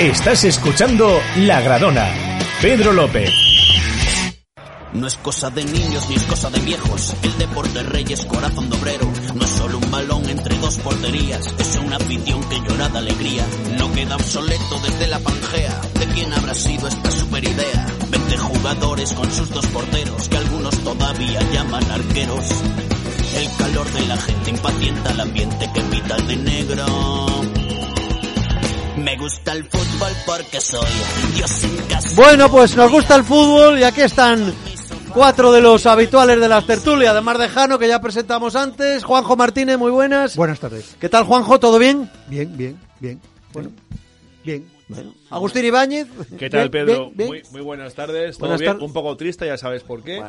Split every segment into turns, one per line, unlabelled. Estás escuchando La Gradona. Pedro López.
No es cosa de niños ni es cosa de viejos. El deporte rey es corazón de obrero. No es solo un balón entre dos porterías. Es una afición que llora de alegría. No queda obsoleto desde la pangea. ¿De quién habrá sido esta super idea? 20 jugadores con sus dos porteros que algunos todavía llaman arqueros. El calor de la gente impacienta el ambiente que pita el de negro. Me gusta el fútbol porque soy Dios en casa.
Bueno, pues nos gusta el fútbol y aquí están cuatro de los habituales de las tertulias. Además de Jano, que ya presentamos antes. Juanjo Martínez, muy buenas.
Buenas tardes.
¿Qué tal, Juanjo? ¿Todo bien?
Bien, bien, bien. Bueno, bien.
Agustín Ibáñez.
¿Qué tal,
Bien,
Pedro?
bien, bien.
Muy, muy buenas tardes. ¿Todo
Buenas
bien?
tardes.
Un poco triste, ya sabes por qué.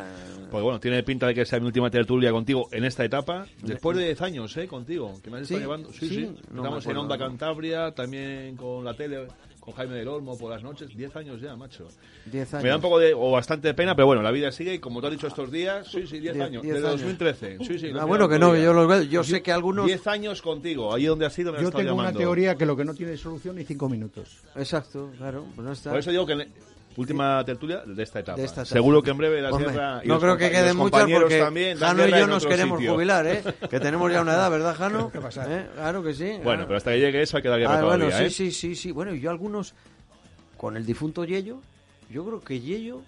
Porque bueno, tiene pinta de que sea mi última tertulia contigo en esta etapa. Después de 10 años, ¿eh? Contigo, que me has estado
Sí,
llevando. Sí,
sí,
sí.
no me
Estamos en
acuerdo.
Onda Cantabria, también con la tele, con Jaime del Olmo por las noches. 10 años ya, macho.
Diez
Me da un
años.
poco de, o bastante pena, pero bueno, la vida sigue y como tú has dicho estos días, sí, sí, 10
Diez-
años.
diez
Desde
años.
2013. Sí, sí.
Ah, bueno, que no, que yo los veo. Yo sé que algunos...
10 años contigo, ahí donde has ido me has
Yo
estado
tengo una
llamando.
teoría que lo que no tiene solución ni cinco minutos.
Exacto, claro. pues no está.
Por eso digo que en- última tertulia de esta etapa.
De esta etapa.
Seguro que en breve la
Hombre,
tierra. y
no
los
creo que
compa- y los
queden muchas
compañeros
porque
también dan
Jano y
guerra
yo
en
nos
otro
queremos
sitio.
jubilar, ¿eh? Que tenemos ya una edad, ¿verdad, Jano? ¿Eh? Claro que sí.
Bueno,
claro.
pero hasta que llegue eso hay que darle
Ah,
para
bueno,
todavía,
sí, sí,
¿eh?
sí, sí. Bueno, y yo algunos, con el difunto Yello, yo creo que Yello,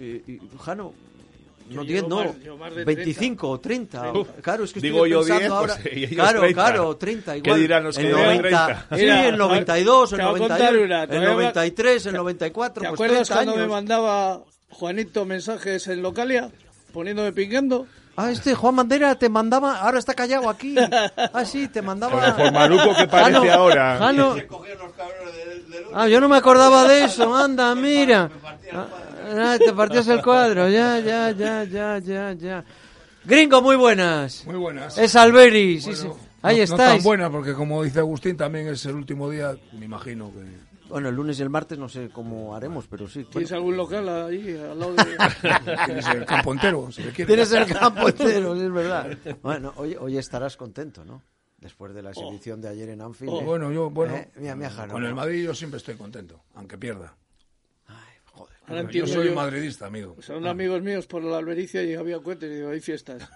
eh, y- Jano, no
Yo
10,
llevo
no,
más- yo más de
25 o 30.
Uf,
claro, es que
digo
estoy
yo
pensando
10,
ahora.
pues, y ellos
claro,
30.
claro, 30
¿Qué
igual.
dirán los que
el
dirán
90,
30?
sí,
Mira,
el 92, el
te voy a contar
91,
una, te
el
voy a-
93, el 94,
¿Te
pues
acuerdas
30
cuando me
años.
mandaba Juanito mensajes en Localia? Poniéndome pingando.
Ah, este Juan Bandera te mandaba, ahora está callado aquí. Ah, sí, te mandaba.
Con el formaruco que parece
Jano,
ahora.
Jano. Ah, yo no me acordaba de eso, anda, mira. Ah, te partías el cuadro, ya, ya, ya, ya, ya, ya. Gringo, muy buenas.
Muy buenas.
Es Alberi, sí, sí.
Bueno,
Ahí
no-
está.
No tan buena, porque como dice Agustín, también es el último día, me imagino que.
Bueno, el lunes y el martes no sé cómo haremos, pero sí.
¿Tienes
bueno.
algún local ahí al lado de...
que es el campo entero, si le quiere.
Tienes el campo entero, sí, es verdad. Bueno, hoy, hoy estarás contento, ¿no? Después de la exhibición de ayer en Anfield. ¿eh?
Oh, Bueno, yo, bueno.
Eh, mira, mira, Jano.
Con el Madrid yo siempre estoy contento, aunque pierda.
Ahora
Yo
entiendo
soy
yo.
madridista, amigo.
Son amigos míos por la albericia y había cohetes y digo, hay fiestas.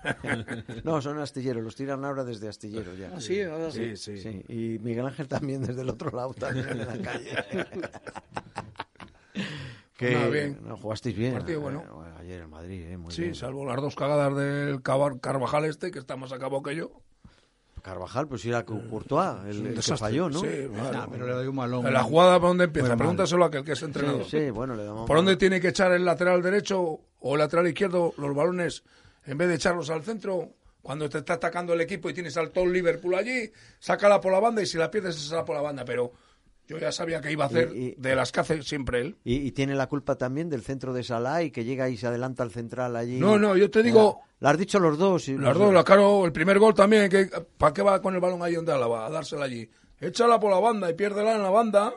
No, son astilleros, los tiran ahora desde astillero ya.
Así, nada así.
Ah, Sí, sí.
Sí, y Miguel Ángel también desde el otro lado, también en la calle. que
Nada, bien.
no jugasteis bien.
Partido
eh,
bueno.
bueno, Ayer en Madrid, eh, muy
Sí,
bien.
salvo las dos cagadas del Cabar- Carvajal este, que está más acabado que yo.
Carvajal, pues era con Courtois, el,
Mm. Un
el que
desastre.
falló, ¿no?
Sí,
Nah,
claro.
pero le doy un malón.
La jugada, ¿para dónde
Muy
empieza?
mal.
Pregúntaselo a aquel que es
Sí,
entrenador.
sí, bueno, le damos.
¿Por dónde tiene que echar el lateral derecho o el lateral izquierdo los balones en vez de echarlos al centro? Cuando te está atacando el equipo y tienes al todo Liverpool allí, sácala por la banda y si la pierdes, sácala por la banda. Pero yo ya sabía que iba a hacer
Y- y-
de las que hace siempre él.
Y, y tiene la culpa también del centro de Salah y que llega y se adelanta al central allí.
No, no, yo te digo-
La has dicho los dos. y-
Las dos, la caro, el primer gol también, que, ¿para qué va con el balón ahí donde la va? A dársela allí. Échala por la banda y piérdela en la banda,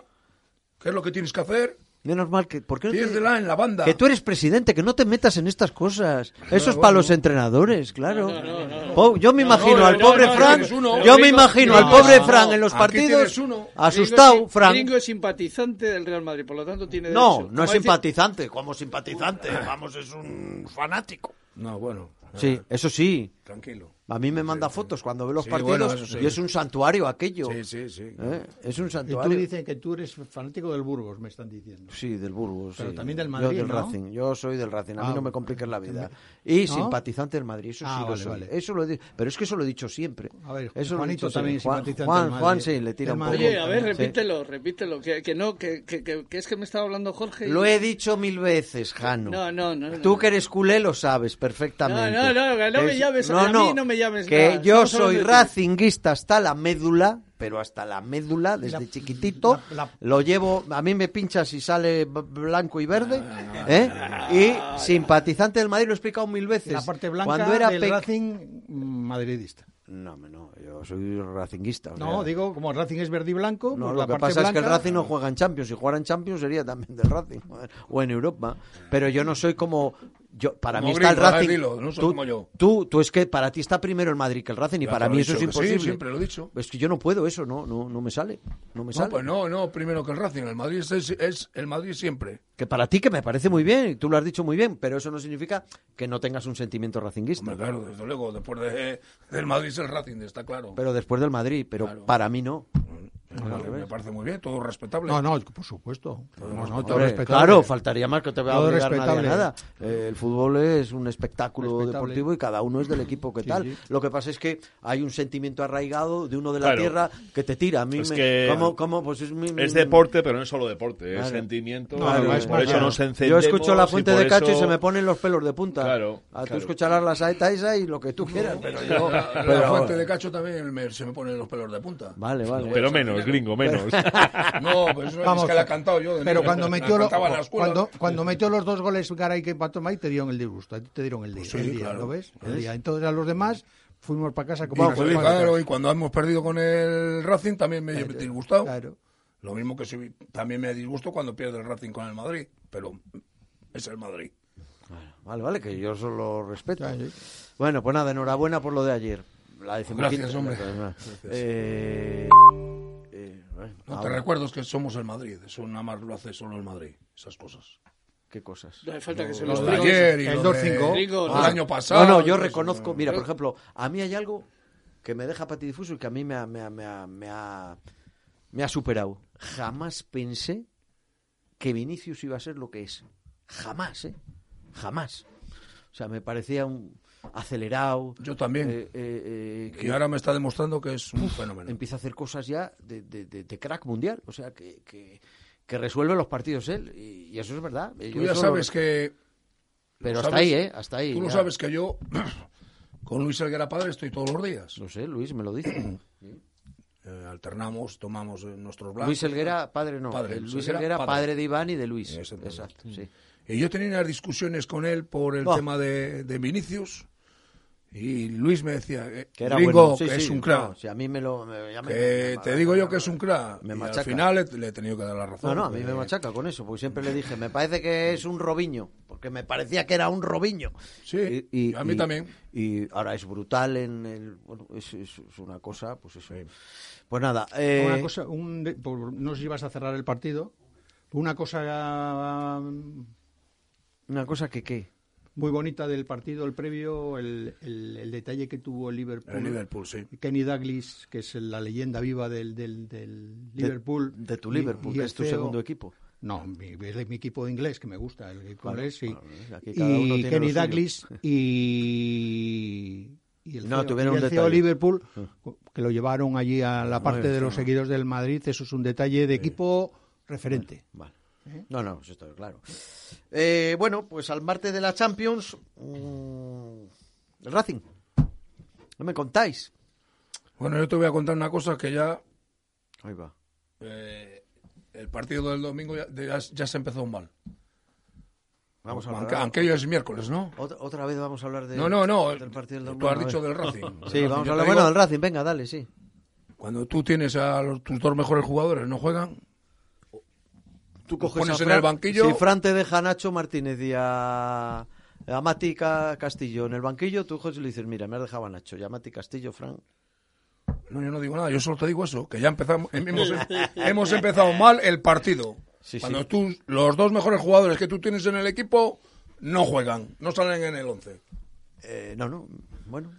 que es lo que tienes que hacer.
Menos mal que. ¿por qué no te-
Piérdela en la banda.
Que tú eres presidente, que no te metas en estas cosas. Eso es
bueno.
para los entrenadores, claro. Po- Yo me imagino
no,
al
no,
pobre
no, no,
Frank,
tienes uno.
yo me
Gringo,
imagino al
Gringo,
pobre
no,
Frank
no,
en los
aquí
partidos
tienes uno.
asustado,
Gringo es-
Frank.
Gringo es simpatizante del Real Madrid, por lo tanto tiene
No,
derecho.
no es
Como dice-
simpatizante, como simpatizante, vamos, es un fanático.
No, bueno,
Sí, eso sí.
tranquilo.
A mí me manda fotos cuando ve los
Sí, bueno,
partidos
eso sí.
y es un santuario aquello.
Sí, sí, sí.
¿Eh? Es un
Y tú
santuario.
dicen que tú eres fanático del Burgos, me están diciendo.
Sí, del Burgos.
Pero
sí.
también del
Yo
Madrid,
del
¿no?
Racing. Yo soy del Racing. A mí
Ah,
no me
bueno.
compliques la vida. Y
¿No?
simpatizante del Madrid. Eso
Ah,
sí lo
vale,
soy.
vale.
Eso lo he di- Pero es que eso lo he dicho siempre.
A ver,
eso lo he
Juanito
dicho
también es
siempre.
simpatizante
Juan,
del
Juan,
Madrid.
sí, le tira
Del
un poco.
Madrid,
Oye, a ver,
Sí.
repítelo, repítelo. Que, que no, que, que, que- que es que me estaba hablando Jorge. y-
Lo he dicho mil veces, Jano.
No, no, no. no.
Tú que eres culé lo sabes perfectamente.
No, no, no, no me
Es-
llames, a mí no me llames
Que
nada,
yo
estamos
soy
hablando de ti.
racinguista hasta la médula, pero hasta la médula, desde
La-
chiquitito.
la- la-
Lo llevo, a mí me pincha si sale b- blanco y verde.
Ah,
¿eh? y simpatizante del Madrid, lo he explicado mil veces.
La parte blanca
Cuando era
del
pe-
Racing mm, madridista.
No, hombre, no, yo soy racinguista. o
No,
sea,
digo, como el Racing es verde y blanco,
no, lo
pues la
que
parte
pasa es que el
blanca-
Racing no juega en Champions. Si jugara en Champions sería también del Racing. joder, O en Europa. Pero yo no soy como Yo, para
Como
mí está el
Gringo, ah,
Racing.
dilo, no soy
tú,
como yo.
Tú, tú es que para ti está primero el Madrid que el Racing y
Ya
para
te lo
mí
he
eso es
dicho que sí,
imposible.
siempre lo he dicho.
Es que yo no puedo eso, no, no, no me sale. No me
No,
sale.
pues no, no, primero que el Racing. El Madrid es, es- es el Madrid siempre.
Que para ti que me parece muy bien, y tú lo has dicho muy bien, pero eso no significa que no tengas un sentimiento racinguista.
Hombre, claro, desde luego, después de, del Madrid es el Racing, está claro.
Pero después del Madrid, pero
Claro.
para mí no.
Claro, me parece muy bien, todo respetable.
No, no, por supuesto. No, no, todo
Hombre,
respetable.
claro, faltaría más que te vaya a
Todo
obligar nadie a
respetable.
nada. Eh, el fútbol es un espectáculo
Respetable.
deportivo y cada uno es del equipo que
Sí,
tal.
sí.
Lo que pasa es que hay un sentimiento arraigado de uno de la
Claro.
tierra que te tira. A mí
Es
me-
que-
¿cómo- cómo? Pues es mi- mi-
Es deporte, pero no es solo deporte, es
Claro.
sentimiento.
No, no,
y
es
por eso
más-
nos
Yo
encendemos.
escucho la
y
fuente
por
de cacho y
eso-
se me ponen los pelos de punta.
Claro,
a tú
claro.
escucharás la saeta esa y lo que tú quieras. Pero yo-
La- la,
pero-
fuente de cacho también me- se me ponen los pelos de punta.
Vale, vale.
Pero menos, gringo, menos.
No, pues eso es
Vamos,
que la he cantado yo. de
Pero
niño.
cuando
La
metió, lo-
cantaba en la escuela.
cuando, cuando metió los dos goles Garay que empató May, te dieron el disgusto. A ti te dieron el, día,
Pues sí,
el día,
claro.
¿lo ves? El día. Entonces a los demás fuimos para casa
Y
como...
cuando- claro, y cuando hemos perdido con el Racing también me he disgustado.
Claro.
Lo mismo que soy- también me disgusto cuando pierde el Racing con el Madrid, pero es el Madrid.
Vale, vale, que yo solo respeto.
Ya, sí.
Bueno, pues nada, enhorabuena por lo de ayer. La decimoquinta-
Gracias, hombre.
Eh, eh, bueno,
No te
ahora,
recuerdo es que somos el Madrid, eso nada más lo hace solo el Madrid, esas cosas.
¿Qué cosas? Ah.
No hace falta que se
Lo
lo
de
diga.
ayer y
el
lo
2-5.
de-
Gringo,
el
no.
año pasado.
No, no, yo
eso,
reconozco.
no.
Mira, por ejemplo, a mí hay algo que me deja patidifuso y que a mí me ha, me ha- me ha- me ha- me ha superado. Jamás pensé que Vinicius iba a ser lo que es. Jamás, ¿eh? Jamás. O sea, me parecía un acelerado.
Yo también.
eh, eh, eh,
Y
que
ahora me está demostrando que es un fenómeno.
empieza a hacer cosas ya de, de- de- de crack mundial. O sea, que, que, que resuelve los partidos él. Y, y eso es verdad. Yo
Tú ya
eso lo-
sabes que
Pero
lo
hasta
sabes-
ahí, ¿eh? Hasta ahí.
Tú lo
ya.
sabes que yo con Luis Elguera Padre estoy todos los días.
No sé, Luis me lo dice.
Eh, alternamos, tomamos eh, nuestros blancos.
Luis Helguera, padre no.
Padre,
El
Luis
Luis
Helguera,
Helguera, padre.
padre.
de Iván y de Luis.
Exactamente.
Exacto, sí.
Y yo tenía unas discusiones con él por el
Ah.
tema de, de Vinicius. Y Luis me decía eh,
Que era
Gringo,
bueno. Sí,
que
sí,
es un crack.
no, si a mí me lo... me- ya me-
que
me-
te
me-
digo yo
me-
que es un crack.
me
Y
machaca.
al final le, le he tenido que dar la razón. eh,
No, no, a mí me
Eh,
porque-
machaca con eso, porque siempre le dije, me parece que es un Robiño, porque me parecía que era un Robiño.
Sí, a mí también.
Y ahora es brutal en el... Bueno, es, es- es una cosa, pues eso. Pues nada, eh,
Una cosa, un de- por- no sé si vas a cerrar el partido. Una cosa mm,
eh, una cosa que qué.
muy bonita del partido, el previo, el, el- el detalle que tuvo el Liverpool.
El Liverpool, sí.
Kenny Douglas, que es el- la leyenda viva del, del- del Liverpool.
De, tu
y-
Liverpool,
y
que
el E
es tu
CEO.
segundo equipo.
No, mi, es de mi equipo inglés que me gusta, el equipo
Claro,
inglés, sí.
claro, aquí cada uno tiene
y
lo
Kenny
suyo.
Douglas y, y el
No,
CEO,
tuvieron
y
un
el CEO
detalle. Ah.
Liverpool, que lo llevaron allí a la parte de los seguidores del Madrid. Eso es un detalle de equipo referente.
Vale. No, no, eso está claro. Eh, bueno, pues al martes de la Champions, mm, el Racing. No me contáis.
Bueno, yo te voy a contar una cosa que ya
Ahí va.
eh, el partido del domingo ya, de- ya- ya se empezó mal.
Vamos a hablar.
Aunque, aunque hoy es miércoles, ¿no?
Otra, otra vez vamos a hablar de,
No, no, no.
del partido del
Tú has
domingo, a
dicho
ver.
del Racing.
Sí, vamos a
Del Racing. Yo
hablar
te digo,
bueno del Racing. Venga, dale, sí.
Cuando tú tienes a los- tus dos mejores jugadores, no juegan.
Tú
coges pones a en Fran- el banquillo.
Si Fran te deja a Nacho Martínez y a, a Mati Ca- Castillo en el banquillo, tú coges y le dices, mira, me has dejado a Nacho. Y a Mati Castillo, Fran.
No, yo no digo nada, yo solo te digo eso, que ya empezamos, hemos, hemos empezado mal el partido.
Sí,
Cuando
sí.
tú, los dos mejores jugadores que tú tienes en el equipo no juegan, no salen en el 11.
Eh, no, no. Bueno,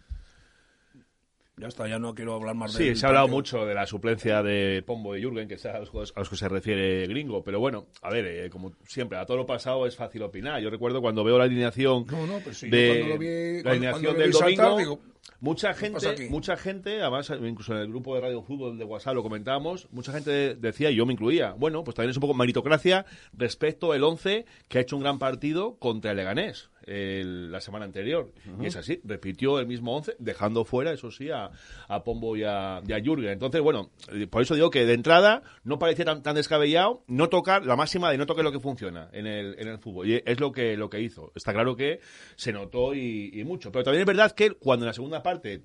Ya está, ya no quiero hablar más de
Sí, se ha hablado mucho de la suplencia de Pombo y Jürgen, que es a los, juegos- a los que se refiere Gringo. Pero bueno, a ver, eh, como siempre, a todo lo pasado es fácil opinar. Yo recuerdo cuando veo la alineación
No, no, pero sí, yo
de
cuando lo vi- cuando-
la alineación
cuando lo
del
vi
domingo,
saltar, digo,
mucha
pasa
gente,
aquí?
mucha gente, además incluso en el grupo de Radio Fútbol de WhatsApp lo comentábamos, mucha gente decía y yo me incluía. Bueno, pues también es un poco meritocracia respecto al 11 que ha hecho un gran partido contra el Leganés el- la semana anterior. Y es así, repitió el mismo 11 dejando fuera, eso sí, a, a Pombo y a, y a Jürgen. Entonces, bueno, eh, por eso digo que de entrada no parecía tan, tan descabellado no tocar la máxima de no tocar lo que funciona en el, en el fútbol. Y es lo que, lo que hizo. Está claro que se notó y, y mucho. Pero también es verdad que cuando en la segunda parte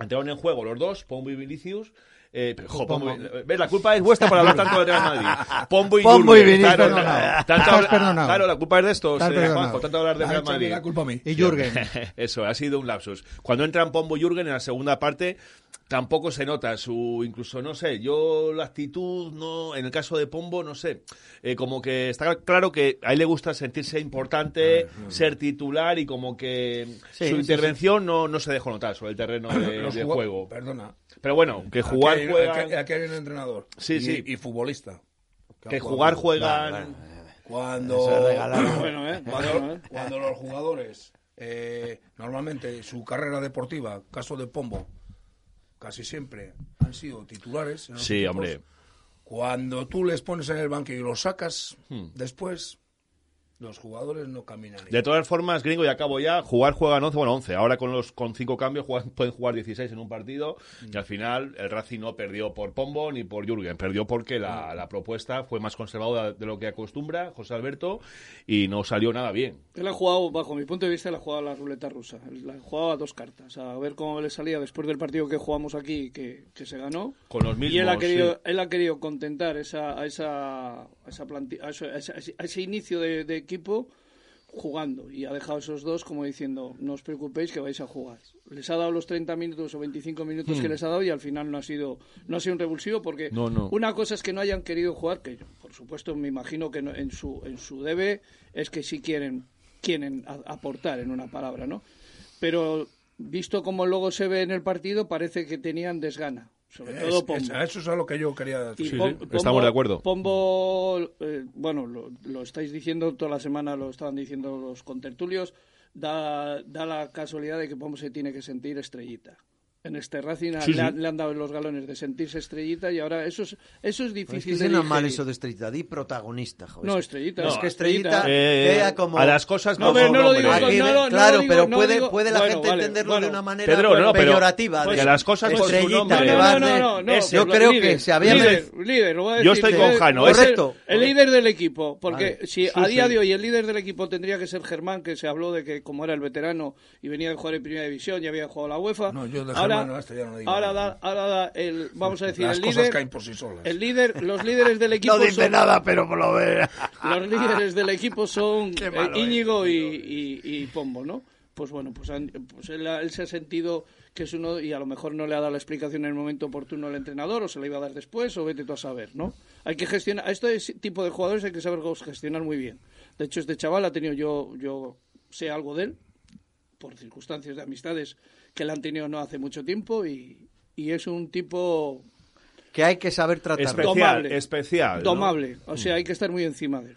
entraron en juego los dos, Pombo y Vinicius, Eh, pero, jo, Pombo, ¿Ves? La culpa es vuestra por hablar tanto del Real Madrid. Pombo y
Pombo y
Jürgen,
Vinicius,
claro,
perdonado.
tanto
Estás
hablar-
perdonado.
Claro, la culpa es de estos,
Estás
eh,
perdonado.
Juanjo, tanto hablar del
La
Real
echa
Madrid.
la culpa a mí.
Y Jürgen.
Eso, ha sido un lapsus. Cuando entran Pombo y Jürgen en la segunda parte, tampoco se nota su, incluso, no sé, yo la actitud, no, en el caso de Pombo, no sé, eh, como que está claro que a él le gusta sentirse importante,
Ah,
ser titular y como que
Sí,
su
sí,
intervención No, no se dejó notar sobre el terreno de,
Los
eh, de
jugad-
juego.
Perdona.
Pero bueno, que jugar
aquí, hay,
juegan,
aquí- aquí hay un entrenador.
Sí,
y,
sí.
Y futbolista.
que jugar juegan.
Cuando,
Bueno, ¿eh? Bueno, ¿eh?
cuando, cuando los jugadores, eh, normalmente su carrera deportiva, caso de Pombo, casi siempre han sido titulares. en los
Sí,
equipos,
hombre.
Cuando tú les pones en el banco y los sacas, después los jugadores no caminan.
Hmm.
Eh,
De todas formas, gringo, y acabo ya, jugar juegan 11, bueno, 11. Ahora con los con cinco cambios juegan- pueden jugar 16 en un partido
Mm.
y al final el Racing no perdió por Pombo ni por Jürgen, perdió porque
Mm.
la, la propuesta fue más conservadora de lo que acostumbra José Alberto y no salió nada bien.
Él ha jugado, bajo mi punto de vista, él ha jugado a la ruleta rusa. Él ha jugado a dos cartas. A ver cómo le salía después del partido que jugamos aquí, que, que se ganó.
Con los mismos,
y él ha querido,
sí.
él ha querido contentar esa, a, esa, a, esa planti- a, eso- a ese, a ese inicio de, de equipo jugando. Y ha dejado esos dos como diciendo, no os preocupéis que vais a jugar. Les ha dado los 30 minutos o 25 minutos que les ha dado y al final no ha sido, no ha sido un revulsivo porque
Hmm. No, no.
una cosa es que no hayan querido jugar, que yo, por supuesto me imagino que no- en, su, en su debe es que sí quieren, quieren a- aportar en una palabra, ¿no? Pero visto como luego se ve en el partido parece que tenían desgana, sobre
Es-
todo Pombo.
es- a eso es a lo que yo quería
Y
decir.
Pom-
estamos de acuerdo.
Pombo, eh, bueno, lo, lo estáis diciendo toda la semana, lo estaban diciendo los contertulios, da, da la casualidad de que Pombo se tiene que sentir estrellita. En este Racing a-
Sí,
le,
sí.
han- le han dado los galones de sentirse estrellita y ahora eso es, eso es
Es
difícil
que
de
suena mal
digerir.
eso de estrellita. Di protagonista, joder.
No, estrellita.
No,
es que
estrellita-
estrellita...
Eh,
Vea como-
a las cosas
Ah, No,
como
pero
son,
no lo
hombre.
digo con-
Aquí,
no, no, no
claro,
lo digo,
pero
no
puede,
digo-
puede la
bueno,
gente
vale,
entenderlo
bueno.
de una manera
Pedro, no, pero-
peyorativa. de
que las cosas por su nombre.
estrellita,
No, no,
Levarne,
no, no, no,
ese.
Yo
lo-
creo
líder,
que se había...
Líder, líder, lo voy a decir.
Yo estoy con
líder,
Jano,
el-
correcto.
El líder del equipo, porque
Vale.
si a día de hoy el líder del equipo tendría que ser Germán, que se habló de que como era el veterano y venía de jugar en Primera División y había jugado la UEFA.
No, yo de
ahora,
Germán hasta ya no digo
ahora da,
nada.
ahora da el, vamos a decir,
Las
el
cosas
líder...
caen por sí solas.
El líder, los líderes del equipo son,
nada, pero por lo menos...
los líderes del equipo son
Qué
eh,
malo es,
Íñigo y,
tío.
y- y Pombo, ¿no? Pues bueno, pues, han- pues él, ha- él se ha sentido que es uno y a lo mejor no le ha dado la explicación en el momento oportuno al entrenador o se la iba a dar después o vete tú a saber, ¿no? Hay que gestionar, a este tipo de jugadores hay que saber gestionar muy bien. De hecho, este chaval ha tenido, yo, yo sé algo de él, por circunstancias de amistades que le han tenido no hace mucho tiempo y, y es un tipo
Que hay que saber tratarlo.
Especial, especial, ¿no?
Domable. O sea,
Mm.
hay que estar muy encima de él.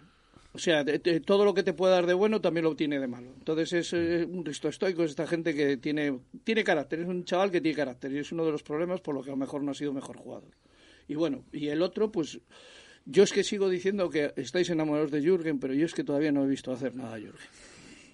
O sea, te- te- todo lo que te puede dar de bueno también lo tiene de malo. Entonces
Mm.
es eh, un risto estoico, es esta gente que tiene, tiene carácter, es un chaval que tiene carácter y es uno de los problemas por lo que a lo mejor no ha sido mejor jugador. Y bueno, y el otro, pues yo es que sigo diciendo que estáis enamorados de Jürgen, pero yo es que todavía no he visto hacer nada a Jürgen.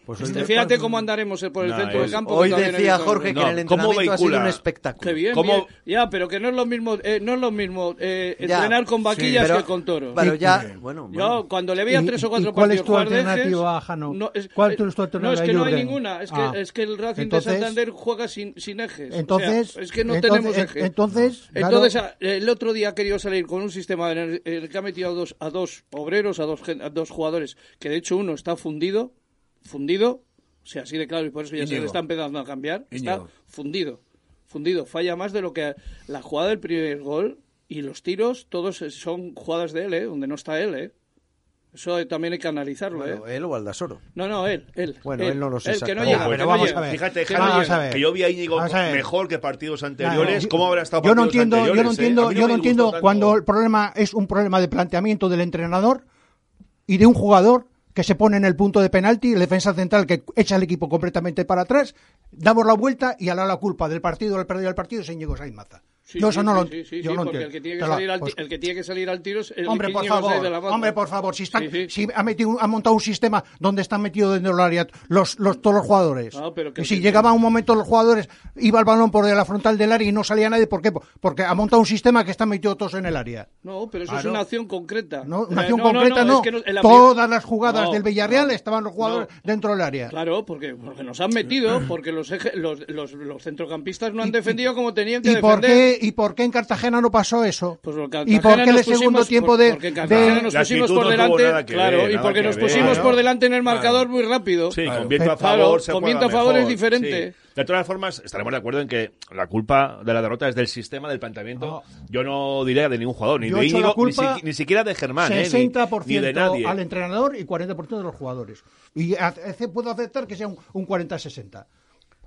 Pues
Este, fíjate cómo andaremos por el
Nah,
centro del
es-
campo. que
Hoy
todavía no he
decía
visto nada.
Jorge que
pues, No,
en el
¿cómo
entrenamiento ha sido
vehicula?
un espectáculo.
Qué bien,
¿Cómo-
bien. Ya, pero que no es lo mismo, eh, no es lo mismo eh,
Ya,
entrenar con
sí,
vaquillas
pero-
que con toros.
Pero ya, bueno, bueno.
Yo, cuando le veía
¿Y-
tres o
y
cuatro
cuál es
partidos
tu
jugar de
alternativa,
ejes,
Jano? ¿Cuál es tu alternativa,
eh, No, es que no hay
Jürgen?
ninguna. Es que,
Ah.
es que el Racing
Entonces-
de Santander juega sin, sin ejes. O sea,
Entonces,
es que no
entonces- eh,
tenemos ejes.
entonces, claro.
Entonces, a- el otro día ha querido salir con un sistema en el, en el que ha metido a dos, a dos obreros, a dos, gen- a dos jugadores, que de hecho uno está fundido, fundido, o sea, así de claro, y por eso ya se
Íñigo.
le está empezando a cambiar, está
Íñigo.
fundido, fundido, falla más de lo que la jugada del primer gol y los tiros, todos eh, son jugadas de él, ¿eh? donde no está él, ¿eh? Eso también hay que analizarlo, ¿eh?
Bueno, él o Aldasoro.
No, no, él, él.
Bueno, él no lo sé
Él, que no
exactamente.
llega,
Ojo,
que
pero
no
vamos
llega.
a ver.
Fíjate,
Vamos
Jano,
a ver.
que yo vi a Íñigo
Vamos a ver.
mejor que partidos
Claro,
anteriores.
yo-
¿Cómo habrá estado
yo no
partidos
entiendo, yo no
anteriores, eh? A
entiendo,
mí
yo
me
no entiendo
disgustó tanto.
cuando el problema es un problema de planteamiento del entrenador y de un jugador que se pone en el punto de penalti, el defensa central que echa el equipo completamente para atrás, damos la vuelta y ahora la culpa del partido, el perdido del partido es Íñigo Sainz Maza.
Sí,
yo
sí,
eso no
sí,
lo,
sí, sí,
yo
sí,
no
porque
entiendo.
El que, tiene que
Te la-
salir al, ti-
pues-
el que tiene que salir al tiro es el
Hombre, por
Iñigo Sainz
favor,
de la Maza.
hombre, por favor, si, están,
Sí, sí.
si ha, metido, un- ha montado un sistema donde están metidos dentro del área los, los, todos los jugadores.
Ah, pero que-
y si llegaba un momento los jugadores, iba el balón por la frontal del área y no salía nadie, ¿por qué? Porque ha montado un sistema que están metidos todos en el área.
No, pero eso
Ah,
es
no.
una acción concreta.
¿no?
Eh,
Una acción
no, no,
concreta
no,
no.
es que no- en la pri-
Todas las jugadas
No,
del Villarreal
no,
estaban los jugadores
no.
dentro del área.
Claro, porque, porque nos han metido, porque los, eje- los, los, los centrocampistas no han defendido como tenían que
¿Y por,
defender.
qué, qué, ¿Y por qué en Cartagena no pasó eso?
Pues porque
¿Y por
Cartagena
qué en el
nos pusimos
segundo
por-
tiempo de,
porque
de-
Cartagena nos
La
pusimos
actitud
por
no tuvo
delante,
nada que ver,
claro, y
nada
porque
que
nos
ver,
pusimos
¿no?
por delante en el marcador muy rápido.
Sí,
Claro.
conviento a
Claro,
favor, se
con
juega
viento a favor
mejor,
es diferente.
sí. De todas formas, estaremos de acuerdo en que la culpa de la derrota es del sistema, del planteamiento. Yo no diría de ningún jugador, ni
Yo
de
echo la
Íñigo, ni,
culpa
si- ni siquiera de Germán, eh, ni-
60%
ni, de nadie. eh.
al entrenador y 40% de los jugadores. Y hace- puedo aceptar que sea un, un 40-60.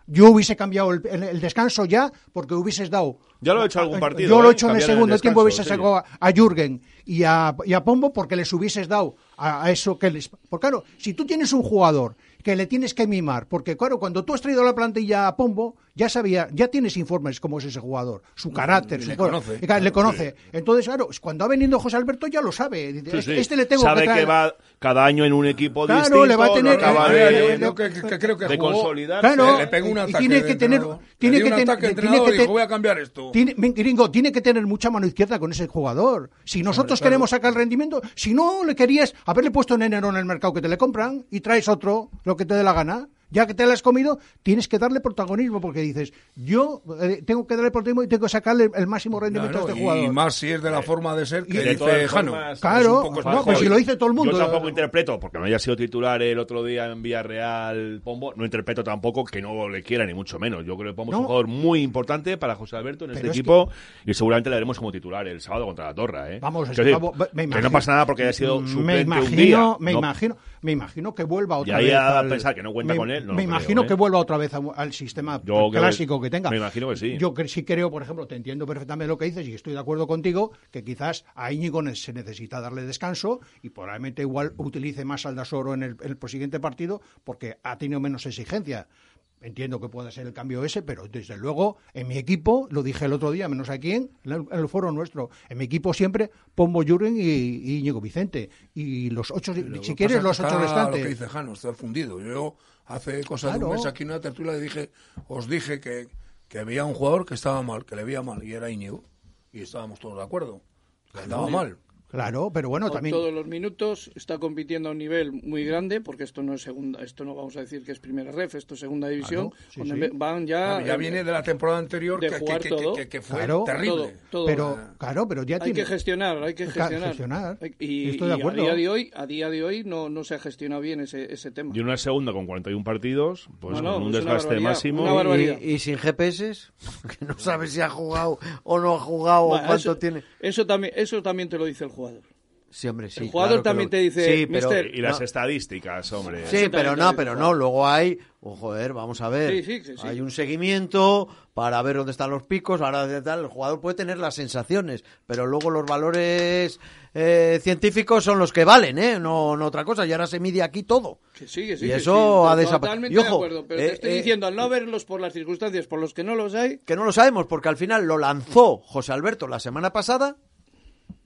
Yo hubiese cambiado el, el- el descanso ya porque hubieses dado.
Ya lo he hecho algún partido,
Yo lo he
¿eh?
hecho en el
Cambiar el
segundo tiempo, hubiese
descanso, sí.
sacado a, a Jürgen y a, y a Pombo porque les hubieses dado a, a eso que les. Porque claro, si tú tienes un jugador que le tienes que mimar, porque claro, cuando tú has traído la plantilla a Pombo, ya sabía, ya tienes informes cómo es ese jugador, su carácter,
y
su
le
juego.
conoce.
Y claro, le conoce. Entonces, claro, cuando ha venido José Alberto ya lo sabe. Dice,
Sí,
este,
sí.
este le tengo
Sabe que,
traer".
va cada año en un equipo
Claro,
distinto,
le va a tener
no acaba
que-
de,
eh,
yo que, que creo que
de
jugó-
consolidarse.
Claro.
Le pegó un
Y
ataque.
tiene
de
que tener-
entrenador.
tiene
Le dio
que
un
ten-
ataque de
tiene que
entrenador y dijo,
ten-
voy a cambiar esto.
Tiene, men- gringo, tiene que tener mucha mano izquierda con ese jugador. Si nosotros queremos sacar el rendimiento, si no le querías haberle puesto en enero en el mercado que te le compran y traes otro, lo que te dé la gana, ya que te lo has comido, tienes que darle protagonismo porque dices, yo eh, tengo que darle protagonismo y tengo que sacarle el, el máximo rendimiento
Claro,
a este
y
jugador.
más si es de la forma de ser que
De
dice
todas
Jano.
formas,
Claro,
es un poco
no, pues si lo dice todo el mundo. eh,
Yo tampoco interpreto, porque no haya sido titular el otro día en Villarreal Pombo, no interpreto tampoco que no le quiera, ni mucho menos. Yo creo que Pombo es
No.
un jugador muy importante para José Alberto en este
Pero es
equipo y seguramente le veremos como titular el sábado contra la Torra. ¿eh?
Vamos,
Quiero
es que
decir,
vamos, me
que no
imagino- Mm,
pasa nada porque haya sido
me
suplente
imagino,
un día.
me
¿no?
imagino, me imagino que vuelva otra
Y ahí
vez.
a
al-
pensar que no cuenta
me-
con él, no
me
lo creo,
imagino
¿eh?
que vuelva otra vez a- al sistema
Yo creo que-
clásico que, tenga.
me imagino que sí.
Yo cre- sí creo, por ejemplo, te entiendo perfectamente lo que dices y estoy de acuerdo contigo que quizás a Íñigo ne- se necesita darle descanso y probablemente igual utilice más al Aldasoro en el, en el siguiente partido porque ha tenido menos exigencia. Entiendo que pueda ser el cambio ese, pero desde luego en mi equipo, lo dije el otro día, menos aquí en el, en el foro nuestro, en mi equipo siempre Pombo Jürgen y, y Íñigo Vicente. Y los ocho,
Lo
si
que
quieres,
pasa
los
es que
ocho
está
restantes.
Lo que dice Jano, está fundido. Yo hace cosa de un
Claro.
mes aquí en una tertulia le dije, os dije que, que había un jugador que estaba mal, que le veía mal, y era Íñigo. Y estábamos todos de acuerdo. Que andaba mal.
Claro, pero bueno,
Con
también.
todos los minutos está compitiendo a un nivel muy grande porque esto no es segunda esto no vamos a decir que es primera ref esto es segunda división
Claro, sí,
donde
sí.
me- van ya
ya viene de la temporada anterior
Ah, eh, de
que, que-
jugar
que-
todo.
que- que fue
Claro.
terrible.
todo, todo.
pero, claro, pero ya
hay
tiene.
que gestionar hay que
Ca-
gestionar,
gestionar.
Hay- y,
Estoy de
y
acuerdo.
a día de hoy a día de hoy no, no se ha gestionado bien ese, ese tema
Y en una segunda con 41 partidos, pues
No, no,
con un
es una
desgaste
barbaridad,
máximo.
una barbaridad.
Y, y sin GPS, que no sabes si ha jugado o no ha jugado o
Bueno,
cuánto
eso,
tiene.
eso también eso también te lo dice el jugador
Sí, hombre, sí,
El jugador
claro que
también te dice,
sí, pero,
"Mister,
Y las
Eh, no,
estadísticas, hombre.
Sí, pero
también
no,
te
pero
dice.
no. Luego hay, oh, joder, vamos a ver.
Sí, sí, sí, sí.
Hay un seguimiento para ver dónde están los picos. Ahora de tal, el jugador puede tener las sensaciones, pero luego los valores eh, científicos son los que valen, ¿eh? No, no otra cosa. Y ahora se mide aquí todo.
Que sí, que sí,
Y
que
eso
sí.
ha desapa-
Totalmente
Y ojo,
de acuerdo, pero
eh,
te estoy
eh,
diciendo, al no verlos por las circunstancias por los que no los hay,
que no lo sabemos porque al final lo lanzó José Alberto la semana pasada